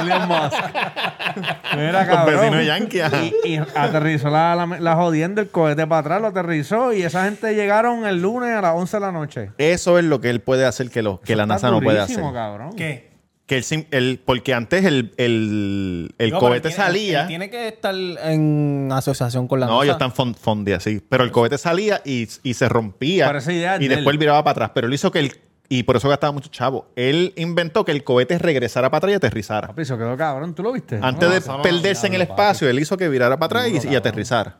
Speaker 7: Elon Musk. Mira,
Speaker 2: Los
Speaker 7: cabrón.
Speaker 2: vecinos yanquis, ajá.
Speaker 7: Y, y aterrizó la, la, la jodienda, el cohete para atrás, lo aterrizó y esa gente llegaron el lunes a las 11 de la noche.
Speaker 2: Eso es lo que él puede hacer que, lo, que la
Speaker 7: Está
Speaker 2: NASA no puede hacer.
Speaker 7: durísimo, cabrón.
Speaker 1: ¿Qué?
Speaker 2: Que él sim- él- porque antes el, el, el
Speaker 3: Digo, pero
Speaker 2: cohete
Speaker 3: él tiene-
Speaker 2: salía.
Speaker 3: él Tiene que estar en asociación con la
Speaker 2: no,
Speaker 3: NASA.
Speaker 2: ellos están fon- fondi así. Pero el cohete salía y, y se rompía.
Speaker 7: Pero esa idea es
Speaker 2: y
Speaker 7: de
Speaker 2: después
Speaker 7: él.
Speaker 2: viraba para atrás. Pero él hizo que el. Y por eso gastaba mucho chavo. Él inventó que el cohete regresara para atrás y aterrizara.
Speaker 7: Papi, eso quedó cabrón, ¿tú lo viste?
Speaker 3: Ah,
Speaker 2: Antes
Speaker 7: No,
Speaker 2: de
Speaker 7: eso no-
Speaker 2: perderse en el espacio, él hizo que virara para atrás y- y, aterrizara.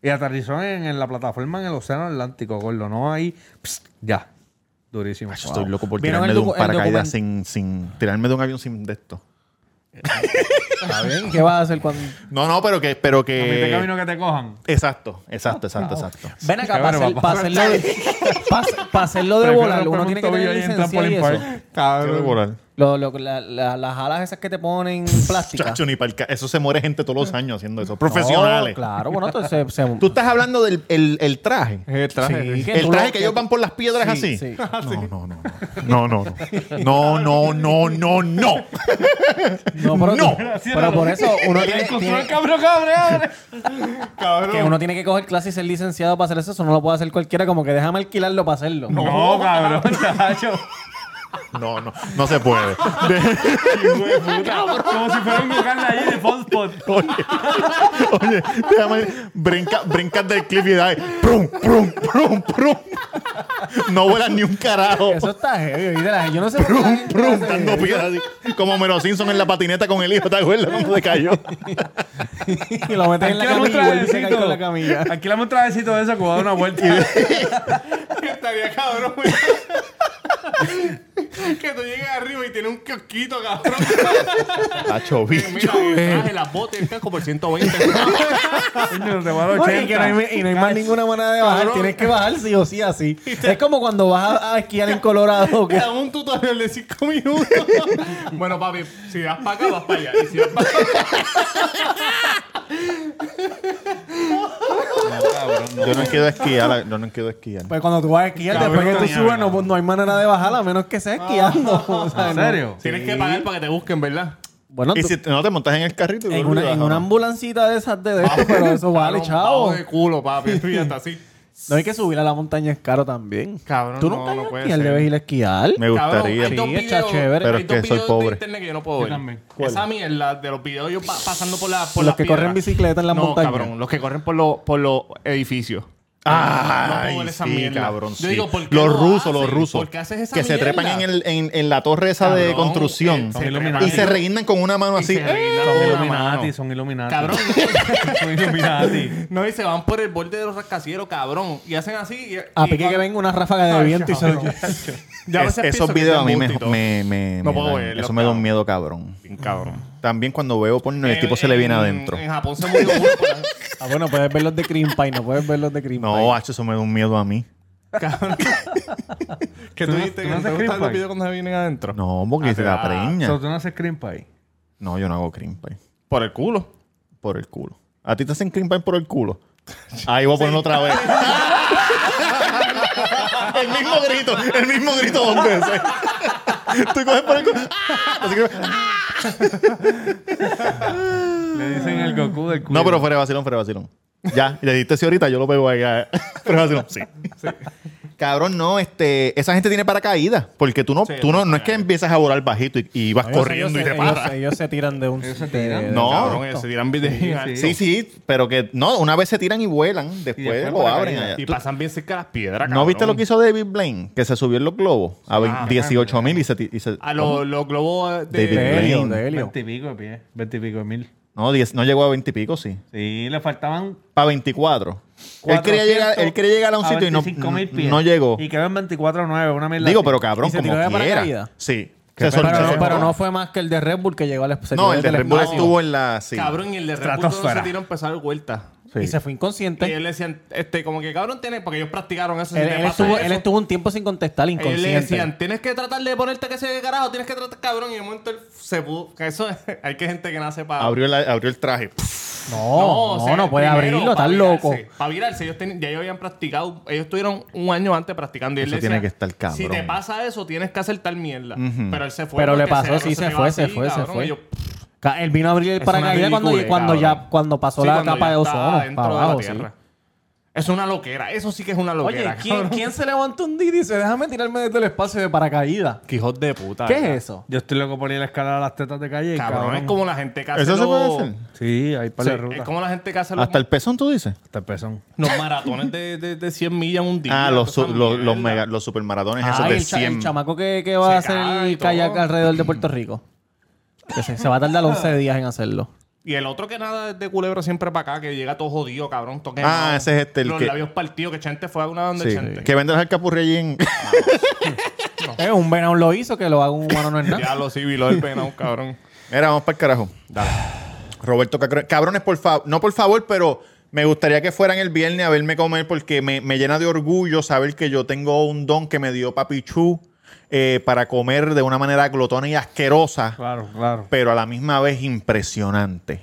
Speaker 7: Y aterrizó en, en la plataforma en el Océano Atlántico, gordo. No ahí. Psst, ya. Durísimo.
Speaker 2: Yo
Speaker 7: Wow.
Speaker 2: Estoy loco por
Speaker 3: ¿Vieron
Speaker 2: tirarme
Speaker 3: el
Speaker 2: de un
Speaker 3: docu- el
Speaker 2: paracaídas sin, sin. Tirarme de un avión sin de esto.
Speaker 3: Está bien, ¿Qué vas a hacer cuando...?
Speaker 2: No, no, pero que. Pero
Speaker 7: A mí te
Speaker 2: que...
Speaker 7: camino que te cojan.
Speaker 2: Exacto, exacto, exacto,
Speaker 3: Ah,
Speaker 2: exacto.
Speaker 3: Ven acá,
Speaker 7: Cabrón,
Speaker 3: para
Speaker 7: papá.
Speaker 3: hacer- para hacerlo de, para- para hacerlo de
Speaker 7: Prefiero
Speaker 3: volar,
Speaker 7: romperme
Speaker 3: uno
Speaker 7: un
Speaker 3: tiene que
Speaker 7: tobillo
Speaker 3: tener
Speaker 7: ahí en
Speaker 3: licencia y
Speaker 7: Trampoline
Speaker 3: eso.
Speaker 7: Park.
Speaker 2: Quiero volar.
Speaker 3: Lo- lo- la- la- las alas esas que te ponen plásticas.
Speaker 2: Chacho, ni pa'l ca- Eso se muere gente todos los años haciendo eso.
Speaker 3: Ah. No,
Speaker 2: Profesionales.
Speaker 3: claro, bueno, entonces se, se-
Speaker 2: Tú estás hablando del el, el traje.
Speaker 1: El traje.
Speaker 3: Sí, que
Speaker 2: El
Speaker 3: tú
Speaker 2: traje
Speaker 3: lo-
Speaker 2: que ellos van por las piedras
Speaker 3: Sí,
Speaker 2: así.
Speaker 3: sí.
Speaker 2: No, no, no. No, no, no. No, no, no, no, no.
Speaker 3: No, pero,
Speaker 2: No.
Speaker 3: pero por eso uno tiene, tiene-
Speaker 7: cabrón, cabrón.
Speaker 3: que uno tiene que coger clases y ser licenciado para hacer eso. Eso no lo puede hacer cualquiera. Como que déjame alquilarlo para hacerlo.
Speaker 7: No, cabrón, chacho.
Speaker 2: No, no. No se puede. De-
Speaker 7: Hijo de puta. Como si fuera un local de allí de Fosford.
Speaker 2: Oye, oye, déjame brinca, brinca del clip y dale. Prum, prum, prum, prum. No vuelas ni un carajo.
Speaker 3: Eso está heavy. ¿viste? La- Yo no sé por qué la
Speaker 2: Prum,
Speaker 3: gente
Speaker 2: prum,
Speaker 3: hace
Speaker 2: dando
Speaker 3: eso.
Speaker 2: piedras así. Como Mero Simpson en la patineta con el hijo, ¿te acuerdas cuando se cayó?
Speaker 3: Y lo meten en la
Speaker 7: Alquilamos un
Speaker 3: camilla y vuelve y se cae con la
Speaker 7: trajecito.
Speaker 3: camilla.
Speaker 7: Alquilamos un trajecito de eso que voy a dar una vuelta.
Speaker 1: Estaría cabrón. que tú llegues arriba y tienes un kiosquito, cabrón.
Speaker 2: Tacho, bicho.
Speaker 1: traje, las botas, el casco por 120.
Speaker 7: Coño, te voy a dar
Speaker 3: No, y, que no
Speaker 7: 80.
Speaker 3: hay, y no hay más ninguna manera de bajar. Tienes que bajar sí o sí así. Es como cuando vas a, a esquiar en Colorado. que-
Speaker 1: un tutorial de 5 minutos. bueno, papi, si vas para acá, vas para allá. Y si vas para
Speaker 2: Yo no quiero esquiar. Yo no quiero esquiar.
Speaker 3: Pues cuando tú vas a esquiar, después que tú
Speaker 7: Cabrón,
Speaker 3: subes, no, pues, no hay manera de bajar a menos que seas esquiando. O sea,
Speaker 7: Ah. ¿En
Speaker 3: no.
Speaker 7: serio?
Speaker 1: Tienes que pagar para que te busquen, ¿verdad?
Speaker 3: Bueno,
Speaker 2: Y
Speaker 3: tú-
Speaker 2: si no te montas en el carrito,
Speaker 3: en, una, en una ambulancita de esas de esto, pero eso Oh, vale,
Speaker 1: Cabrón,
Speaker 3: chavo.
Speaker 1: pavo de culo, papi. Fíjate así.
Speaker 3: No hay que subir a la montaña es caro también.
Speaker 1: Cabrón,
Speaker 3: tú
Speaker 1: no,
Speaker 3: nunca has ido
Speaker 1: no
Speaker 3: a
Speaker 1: puede
Speaker 3: esquiar,
Speaker 1: ser.
Speaker 3: debes ir a esquiar.
Speaker 2: me gustaría.
Speaker 3: Sí, está chévere.
Speaker 2: Pero
Speaker 1: hay
Speaker 2: es
Speaker 1: dos
Speaker 2: que soy
Speaker 1: videos
Speaker 2: pobre.
Speaker 1: de internet que yo no puedo ver.
Speaker 7: también.
Speaker 1: Esa mierda de los videos yo pa- pasando por la por
Speaker 3: Los
Speaker 1: las
Speaker 3: que corren
Speaker 1: piedras.
Speaker 3: bicicleta en la
Speaker 1: no,
Speaker 3: montaña.
Speaker 1: cabrón. Los que corren por los por los edificios.
Speaker 2: Ay,
Speaker 1: ver esa
Speaker 2: sí,
Speaker 1: mierda.
Speaker 2: cabrón,
Speaker 1: Yo
Speaker 2: sí.
Speaker 1: digo, ¿por qué
Speaker 2: los
Speaker 1: lo
Speaker 2: rusos,
Speaker 1: haces?
Speaker 2: los rusos.
Speaker 1: ¿Por qué haces esa
Speaker 2: que se
Speaker 1: mierda?
Speaker 2: trepan en, el, en, en la torre esa de
Speaker 1: Cabrón,
Speaker 2: construcción.
Speaker 1: eh,
Speaker 7: Son
Speaker 2: y
Speaker 7: iluminati.
Speaker 2: se rellenan con una
Speaker 3: Ah,
Speaker 2: mano
Speaker 1: Y
Speaker 2: así. Eh,
Speaker 1: se rellenan
Speaker 7: Son
Speaker 1: con una
Speaker 7: Illuminati,
Speaker 1: mano.
Speaker 7: son Illuminati.
Speaker 1: Cabrón.
Speaker 7: Son Illuminati.
Speaker 1: No, y se van por el borde de los rascacielos, cabrón. Y hacen así. Y,
Speaker 3: A
Speaker 1: y-
Speaker 3: pique Ah, pues, que venga una ráfaga de viento y se lo
Speaker 1: Yo a
Speaker 2: Es-
Speaker 1: veces pienso
Speaker 2: esos
Speaker 1: que
Speaker 2: videos a
Speaker 1: son
Speaker 2: mí me,
Speaker 1: bultitos.
Speaker 2: me, me-
Speaker 1: No
Speaker 2: me
Speaker 1: puedo
Speaker 2: dan-
Speaker 1: verlos,
Speaker 2: Eso me da un
Speaker 1: cabrón.
Speaker 2: miedo, cabrón.
Speaker 1: Bien, cabrón.
Speaker 2: También cuando veo porno, el
Speaker 1: En-
Speaker 2: tipo se le viene
Speaker 1: en-
Speaker 2: adentro.
Speaker 1: En Japón se murió uno. por-
Speaker 3: Ah, bueno, puedes ver los de Cream Pie, no puedes ver los de Cream Pie.
Speaker 2: No, hacho, eso me da un miedo a mí.
Speaker 1: que tú
Speaker 7: ¿Tú no-
Speaker 1: dijiste que
Speaker 7: tú no
Speaker 1: no te
Speaker 7: haces
Speaker 1: gustan los
Speaker 7: creepy?
Speaker 1: videos cuando se vienen adentro.
Speaker 2: No, porque se la preña.
Speaker 7: So, tú no haces cream pie.
Speaker 2: No, yo no hago cream pie.
Speaker 1: Por el culo.
Speaker 2: Por el culo. ¿A ti te hacen cream pie por el culo? Ahí voy a ponerlo otra vez. el mismo grito, el mismo grito dos veces. Tú coges por el culo. ¡Ah! Así que-
Speaker 7: Le dicen el Goku del culo.
Speaker 2: No, pero fuera de vacilón, fuera de vacilón. Ya, le diste sí ahorita, yo lo pego ahí. a- Fuera de vacilón, sí. Cabrón, no, este, esa gente tiene paracaídas, porque tú no, tú no, no es que empiezas a volar bajito y, y vas
Speaker 3: Ellos-
Speaker 2: corriendo
Speaker 3: ellos
Speaker 2: y
Speaker 3: se-
Speaker 2: te
Speaker 3: ellos-
Speaker 2: paras.
Speaker 3: Ellos, se tiran de un.
Speaker 7: se
Speaker 3: de-
Speaker 7: tiran.
Speaker 3: de-
Speaker 2: No.
Speaker 1: Cabrón, eh, se tiran videos.
Speaker 7: Sí,
Speaker 2: Sí, sí, pero que no, una vez se tiran y vuelan, después,
Speaker 7: después
Speaker 2: lo abren
Speaker 7: paracaídas.
Speaker 2: allá.
Speaker 1: Y
Speaker 2: Tú-
Speaker 1: pasan bien cerca las piedras, Ah, cabrón.
Speaker 2: ¿No viste lo que hizo David Blaine? Que se subió en los globos a 18 mil y se... ti- y se-
Speaker 1: A los, los globos de...
Speaker 2: David
Speaker 3: de Helio, de Helio.
Speaker 7: Veintipico de pie. Veintipico de mil.
Speaker 2: No, 10 no llegó a 20 y pico, sí.
Speaker 7: Sí, le faltaban.
Speaker 2: Para 24. Él quería, llegar, él quería llegar a un sitio y no, mm,
Speaker 7: 25.000 pies.
Speaker 2: no llegó.
Speaker 7: Y quedó en 24 9, una mierda.
Speaker 2: Digo,
Speaker 7: así.
Speaker 2: pero cabrón,
Speaker 3: ¿Y se
Speaker 2: como
Speaker 3: tiró de
Speaker 2: quiera.
Speaker 3: paracaídas?
Speaker 2: Sí. Se
Speaker 3: Pero,
Speaker 2: sol- se
Speaker 3: no,
Speaker 2: soltó.
Speaker 3: pero no fue más que el de Red Bull que llegó a la se
Speaker 2: No,
Speaker 3: tiró
Speaker 2: el de
Speaker 3: del
Speaker 2: Red Bull
Speaker 3: espacio.
Speaker 2: estuvo en la... Sí.
Speaker 1: Cabrón, y el de Red Bull cuando se
Speaker 7: Estratosfera.
Speaker 1: tiró empezó a dar vueltas.
Speaker 2: Sí.
Speaker 3: Y se fue inconsciente.
Speaker 1: Y él le decían, este, como que cabrón tienes... Porque ellos practicaron eso. si
Speaker 3: Él,
Speaker 1: te
Speaker 3: él
Speaker 1: pasa
Speaker 3: estuvo, él
Speaker 1: eso,
Speaker 3: estuvo un tiempo sin contestar,
Speaker 1: Ellos le
Speaker 3: inconsciente.
Speaker 1: decían, tienes que tratar de ponerte que ese carajo, tienes que tratar, cabrón. Y en un momento él se pudo. Que eso es- hay que gente que nace para.
Speaker 2: Abrió, la- abrió el traje.
Speaker 3: no, no, no puede abrirlo, estás loco.
Speaker 1: Para virarse, ellos ten- ya ellos habían practicado, ellos estuvieron un año antes practicando. Y él
Speaker 2: Eso
Speaker 1: le
Speaker 2: tiene
Speaker 1: decía,
Speaker 2: que estar cabrón.
Speaker 1: Si te pasa eso, tienes que hacer tal mierda. Pero él se fue.
Speaker 3: Pero le
Speaker 1: porque
Speaker 3: pasó,
Speaker 1: no
Speaker 3: sí, se
Speaker 1: le
Speaker 3: fue,
Speaker 1: va
Speaker 3: se
Speaker 1: así,
Speaker 3: fue, se
Speaker 1: cabrón.
Speaker 3: fue.
Speaker 1: Y yo,
Speaker 3: Ca- Él vino a abrir el
Speaker 1: Es
Speaker 3: paracaídas
Speaker 1: una
Speaker 3: cuando,
Speaker 1: ridicule,
Speaker 3: cuando ya
Speaker 1: cabrón.
Speaker 3: cuando pasó
Speaker 1: sí,
Speaker 3: la
Speaker 1: cuando
Speaker 3: capa
Speaker 1: ya
Speaker 3: de
Speaker 1: estaba
Speaker 3: ozono.
Speaker 1: dentro
Speaker 3: Para
Speaker 1: de la
Speaker 3: abajo, sí.
Speaker 1: tierra. Es una loquera, eso sí que es una loquera.
Speaker 3: Oye, ¿quién,
Speaker 1: cabrón.
Speaker 3: ¿quién se levantó un día y dice, déjame tirarme desde el espacio de paracaídas?
Speaker 1: Qué hijos de puta.
Speaker 3: ¿Qué es
Speaker 1: ¿verdad?
Speaker 3: eso?
Speaker 7: Yo estoy loco por ir a la escalada a las tetas de calle. y,
Speaker 1: Cabrón,
Speaker 7: Cabrón,
Speaker 1: es como la gente que hace
Speaker 2: ¿Eso se
Speaker 1: los-
Speaker 2: puede hacer?
Speaker 7: Sí, hay para
Speaker 1: Sí,
Speaker 7: la
Speaker 1: es
Speaker 7: ruta.
Speaker 1: como la gente que hace los,
Speaker 2: Hasta el pezón, tú dices.
Speaker 7: Hasta el pezón.
Speaker 1: los maratones de, de, de 100 millas en un día.
Speaker 2: Ah, los,
Speaker 1: toda
Speaker 2: su-
Speaker 1: esa
Speaker 2: los, los,
Speaker 1: mierda.
Speaker 2: mega- los supermaratones esos
Speaker 3: Ay,
Speaker 2: de
Speaker 3: el, cha- el
Speaker 2: 100.
Speaker 3: chamaco que, que va
Speaker 1: Se
Speaker 3: a hacer
Speaker 1: cae y
Speaker 3: el
Speaker 1: todo.
Speaker 3: kayak alrededor de Puerto Rico. Que se, se va a tardar 11 días en hacerlo.
Speaker 1: Y el otro que nada es de culebro siempre para acá, que llega todo jodido, cabrón. todo quemado.
Speaker 2: ese es este, el
Speaker 1: Los
Speaker 2: que-
Speaker 1: labios partidos, que Chente fue a una donde
Speaker 2: Sí.
Speaker 1: Chente.
Speaker 2: Que vende las alcapurri allí en...
Speaker 3: Eh, un venado lo hizo, que lo haga un humano no es nada.
Speaker 1: Ya lo sí, vi lo del penao, cabrón.
Speaker 2: Mira, vamos para el carajo. Dale. Roberto Cacro- Cabrones, por favor. No por favor, pero me gustaría que fueran el viernes a verme comer porque me, me llena de orgullo saber que yo tengo un don que me dio Papi Chu eh, para comer de una manera glotona y asquerosa,
Speaker 7: Claro, claro.
Speaker 2: pero a la misma vez impresionante.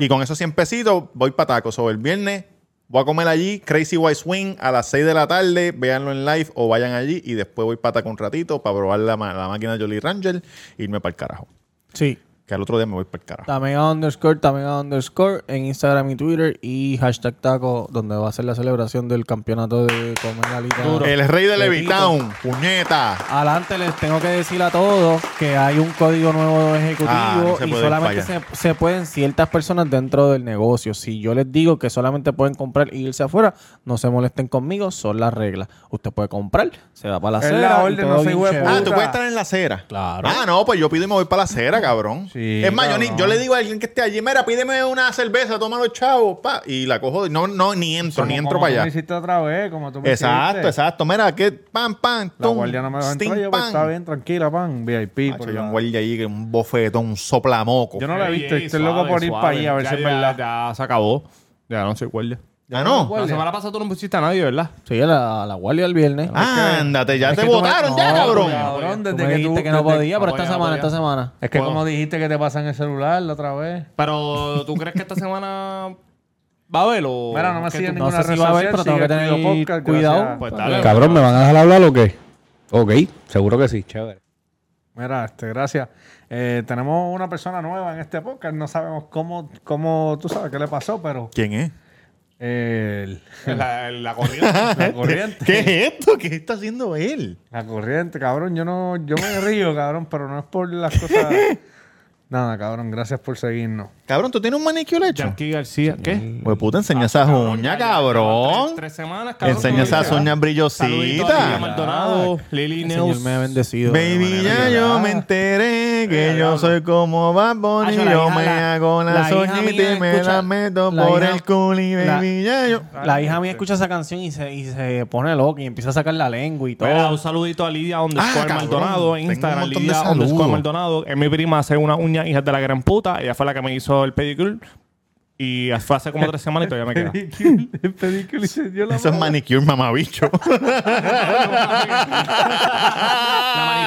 Speaker 2: Y con esos 100 pesitos voy para tacos. O el viernes voy a comer allí, Crazy White Swing, a las 6 de la tarde. Véanlo en live o vayan allí y después voy para tacos un ratito para probar la, ma- la máquina Jolly Ranger e irme para el carajo.
Speaker 3: Sí.
Speaker 2: Que al otro día me voy para el carajo.
Speaker 3: Tamega underscore, tamega underscore en Instagram y Twitter y hashtag taco, donde va a ser la celebración del campeonato de comer galita.
Speaker 2: El rey de Levitown, puñeta.
Speaker 3: Adelante les tengo que decir a todos que hay un código nuevo ejecutivo
Speaker 2: Ah, no se
Speaker 3: y
Speaker 2: puede
Speaker 3: solamente se,
Speaker 2: fallar.
Speaker 3: se pueden ciertas personas dentro del negocio. Si yo les digo que solamente pueden comprar e irse afuera, no se molesten conmigo, son las reglas. Usted puede comprar, se va para la
Speaker 7: Es
Speaker 3: acera
Speaker 7: la
Speaker 3: y
Speaker 7: orden,
Speaker 3: todo
Speaker 7: no se
Speaker 3: bien
Speaker 7: huevo.
Speaker 3: chévere.
Speaker 2: Ah, tú puedes estar en la acera.
Speaker 3: Claro.
Speaker 2: Ah, no, pues yo pido y me voy para la acera, cabrón.
Speaker 7: Sí,
Speaker 2: es más, yo, ni-
Speaker 7: cabrón.
Speaker 2: yo le digo a alguien que esté allí, mira, pídeme una cerveza, tómalo, chavo, pa. Y la cojo, no, no, ni entro, ni
Speaker 7: Como-
Speaker 2: entro
Speaker 7: como tú
Speaker 2: para
Speaker 7: me
Speaker 2: allá.
Speaker 7: hiciste otra vez, como tú me
Speaker 2: Exacto,
Speaker 7: hiciste.
Speaker 2: exacto. Mira, que pan, pan,
Speaker 7: La
Speaker 2: tum,
Speaker 7: guardia no me dejó entrar.
Speaker 2: sting,
Speaker 7: Yo, pues,
Speaker 2: pan.
Speaker 7: está bien, tranquila, pan. VIP.
Speaker 2: Macho,
Speaker 7: por
Speaker 2: hay
Speaker 7: la-
Speaker 2: un guardia allí que un bofetón, un soplamoco.
Speaker 7: Yo no la he visto.
Speaker 1: Ey,
Speaker 7: Estoy
Speaker 1: suave,
Speaker 7: loco por ir
Speaker 1: suave.
Speaker 7: para allá a ver
Speaker 1: Ya-
Speaker 7: si es
Speaker 1: ya-
Speaker 7: verdad.
Speaker 1: Ya se acabó. Ya no se cuelga.
Speaker 2: ah, no.
Speaker 1: La semana pasada tú no pusiste a nadie, ¿verdad?
Speaker 3: Sí, la, la guardia el viernes.
Speaker 2: Ah, Ándate, ya
Speaker 3: Es
Speaker 2: te
Speaker 3: que tú me-
Speaker 2: votaron, ya,
Speaker 3: no,
Speaker 2: cabrón.
Speaker 7: Cabrón,
Speaker 3: Tú
Speaker 7: desde
Speaker 3: me
Speaker 7: que tú-
Speaker 3: dijiste que no
Speaker 7: desde-
Speaker 3: podía, pero
Speaker 1: no
Speaker 3: esta
Speaker 1: podía, no
Speaker 3: semana, esta
Speaker 1: podía.
Speaker 3: semana.
Speaker 7: Es que
Speaker 1: Puedo.
Speaker 7: como dijiste que te pasan el celular la otra vez.
Speaker 1: Pero, ¿tú crees que esta semana va a haber o...?
Speaker 7: Mira, no me
Speaker 1: que
Speaker 7: siguen
Speaker 1: tú-
Speaker 7: ninguna
Speaker 3: no sé
Speaker 7: red
Speaker 3: si va a haber,
Speaker 7: social,
Speaker 3: pero tengo
Speaker 7: sigue
Speaker 3: que tener
Speaker 7: Cuido Podcast,
Speaker 3: cuidado.
Speaker 7: gracias.
Speaker 1: Pues dale.
Speaker 9: Cabrón, ¿me van a dejar hablar o qué? Ok, seguro que sí, chévere.
Speaker 7: Mira, este, gracias. Eh, tenemos una persona nueva en este podcast. No sabemos cómo, cómo tú sabes qué le pasó, pero
Speaker 2: ¿Quién es?
Speaker 7: eh, el-
Speaker 1: La, la corriente.
Speaker 7: la corriente,
Speaker 2: ¿Qué es esto? ¿Qué está haciendo él?
Speaker 7: la corriente, cabrón. Yo no, yo me río, cabrón, pero no es por las cosas. Nada, cabrón. Gracias por seguirnos.
Speaker 2: Cabrón, ¿tú tienes un manicure hecho?
Speaker 1: Yankee García. ¿Qué?
Speaker 2: Pues puta, enseña esas uñas,
Speaker 1: Tres,
Speaker 2: Ah, cabrón.
Speaker 1: tres semanas, cabrón.
Speaker 2: Enseña esas uñas
Speaker 1: Saludito a Lidia
Speaker 2: brillositas.
Speaker 1: Maldonado, Lili
Speaker 3: El Señor
Speaker 1: Neus.
Speaker 3: me ha bendecido. de
Speaker 2: Baby,
Speaker 3: manera
Speaker 2: ya yo me enteré que yo soy como Bad Bunny.
Speaker 3: Acho, la
Speaker 2: Yo
Speaker 3: hija-
Speaker 2: me
Speaker 3: la-
Speaker 2: hago
Speaker 3: la
Speaker 2: las
Speaker 3: hija
Speaker 2: uñitas
Speaker 3: mía,
Speaker 2: y me
Speaker 3: escucha,
Speaker 2: las meto
Speaker 3: la
Speaker 2: por
Speaker 3: hija-
Speaker 2: el culi,
Speaker 3: la-
Speaker 2: baby, ya yo.
Speaker 3: La hija mía escucha esa canción y se, y se pone loca y empieza a sacar la lengua y todo.
Speaker 1: Mira, un saludito a Lidia
Speaker 2: Ah,
Speaker 1: underscore
Speaker 2: cabrón.
Speaker 1: Maldonado en
Speaker 2: Tengo un
Speaker 1: Instagram.
Speaker 2: montón de
Speaker 1: Lidia
Speaker 2: saludos.
Speaker 1: underscore Maldonado. Es mi prima, hace una uña, hija de la gran puta. Ella fue la que me hizo el pedicure. Y fue hace como tres semanas y todavía me queda.
Speaker 7: El pedicure se dio la
Speaker 2: Eso es manicure, mamabicho.
Speaker 1: La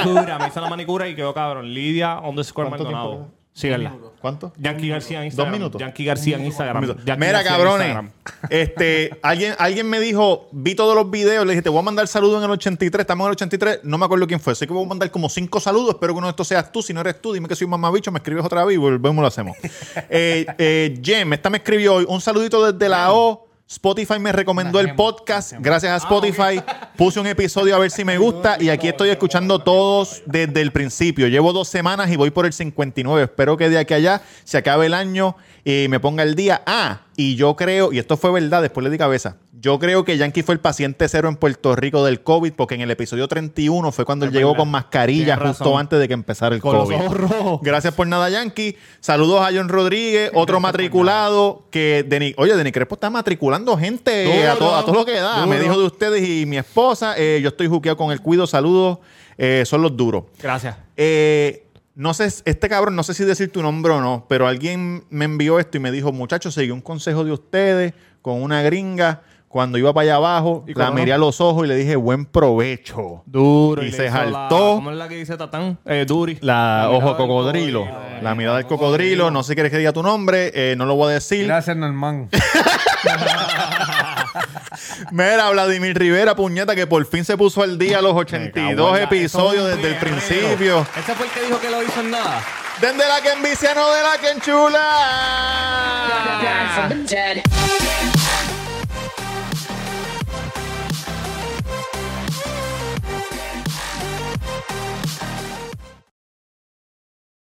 Speaker 1: manicura, me hizo la manicura y quedó cabrón. Lidia underscore Maldonado. Síganla.
Speaker 2: ¿Cuánto?
Speaker 1: Yankee García en Instagram.
Speaker 2: minutos.
Speaker 1: Yankee García en Instagram. Yankee
Speaker 2: Mira,
Speaker 1: García en
Speaker 2: cabrones.
Speaker 1: Instagram.
Speaker 2: Este, alguien, alguien me dijo, vi todos los videos, le dije, te voy a mandar saludos en el 83, estamos en el 83, no me acuerdo quién fue, así que voy a mandar como cinco saludos, espero que uno de estos seas tú, si no eres tú, dime que soy mamabicho, me escribes otra vez y volvemos lo hacemos. eh, eh, Jem, esta me escribió hoy, un saludito desde la O. Spotify me recomendó el podcast. Gracias a Spotify. Puse un episodio a ver si me gusta. Y aquí estoy escuchando todos desde el principio. Llevo dos semanas y voy por el 59. Espero que de aquí a allá se acabe el año y me ponga el día. Ah, y yo creo, y esto fue verdad, después le di cabeza. Yo creo que Yankee fue el paciente cero en Puerto Rico del COVID, porque en el episodio 31 fue cuando él llegó con mascarilla
Speaker 1: Tienes
Speaker 2: justo
Speaker 1: razón.
Speaker 2: antes de que empezara el COVID. Gracias por nada, Yankee. Saludos a John Rodríguez, otro matriculado que Deni, oye, Denis Crespo está matriculando gente eh, a,
Speaker 1: Duro,
Speaker 2: todo, a todo lo que da.
Speaker 1: duro.
Speaker 2: Me dijo de ustedes y mi esposa, eh, yo estoy juqueado con el cuido, saludos, eh, son los duros.
Speaker 1: Gracias.
Speaker 2: Eh, no sé, este cabrón, no sé si decir tu nombre o no, pero alguien me envió esto y me dijo, muchachos, seguí un consejo de ustedes con una gringa. Cuando iba para allá abajo, la miré a los ojos y le dije, buen provecho.
Speaker 1: Duro. le
Speaker 2: Y se
Speaker 1: hizo la-
Speaker 2: jaltó.
Speaker 1: ¿Cómo es la que dice Tatán? Eh, Duri.
Speaker 2: La,
Speaker 1: mirada
Speaker 2: ojo
Speaker 1: del
Speaker 2: cocodrilo. La mirada del cocodrilo. No sé si quieres que diga tu nombre. eh, no lo voy a decir.
Speaker 7: Gracias, Norman.
Speaker 2: Mira, Vladimir Rivera, puñeta, que por fin se puso al día los 82 episodios desde el principio.
Speaker 1: Ese fue el que dijo que lo hizo en nada.
Speaker 2: Desde la que envicia, no de la que enchula.
Speaker 5: Died from the dead.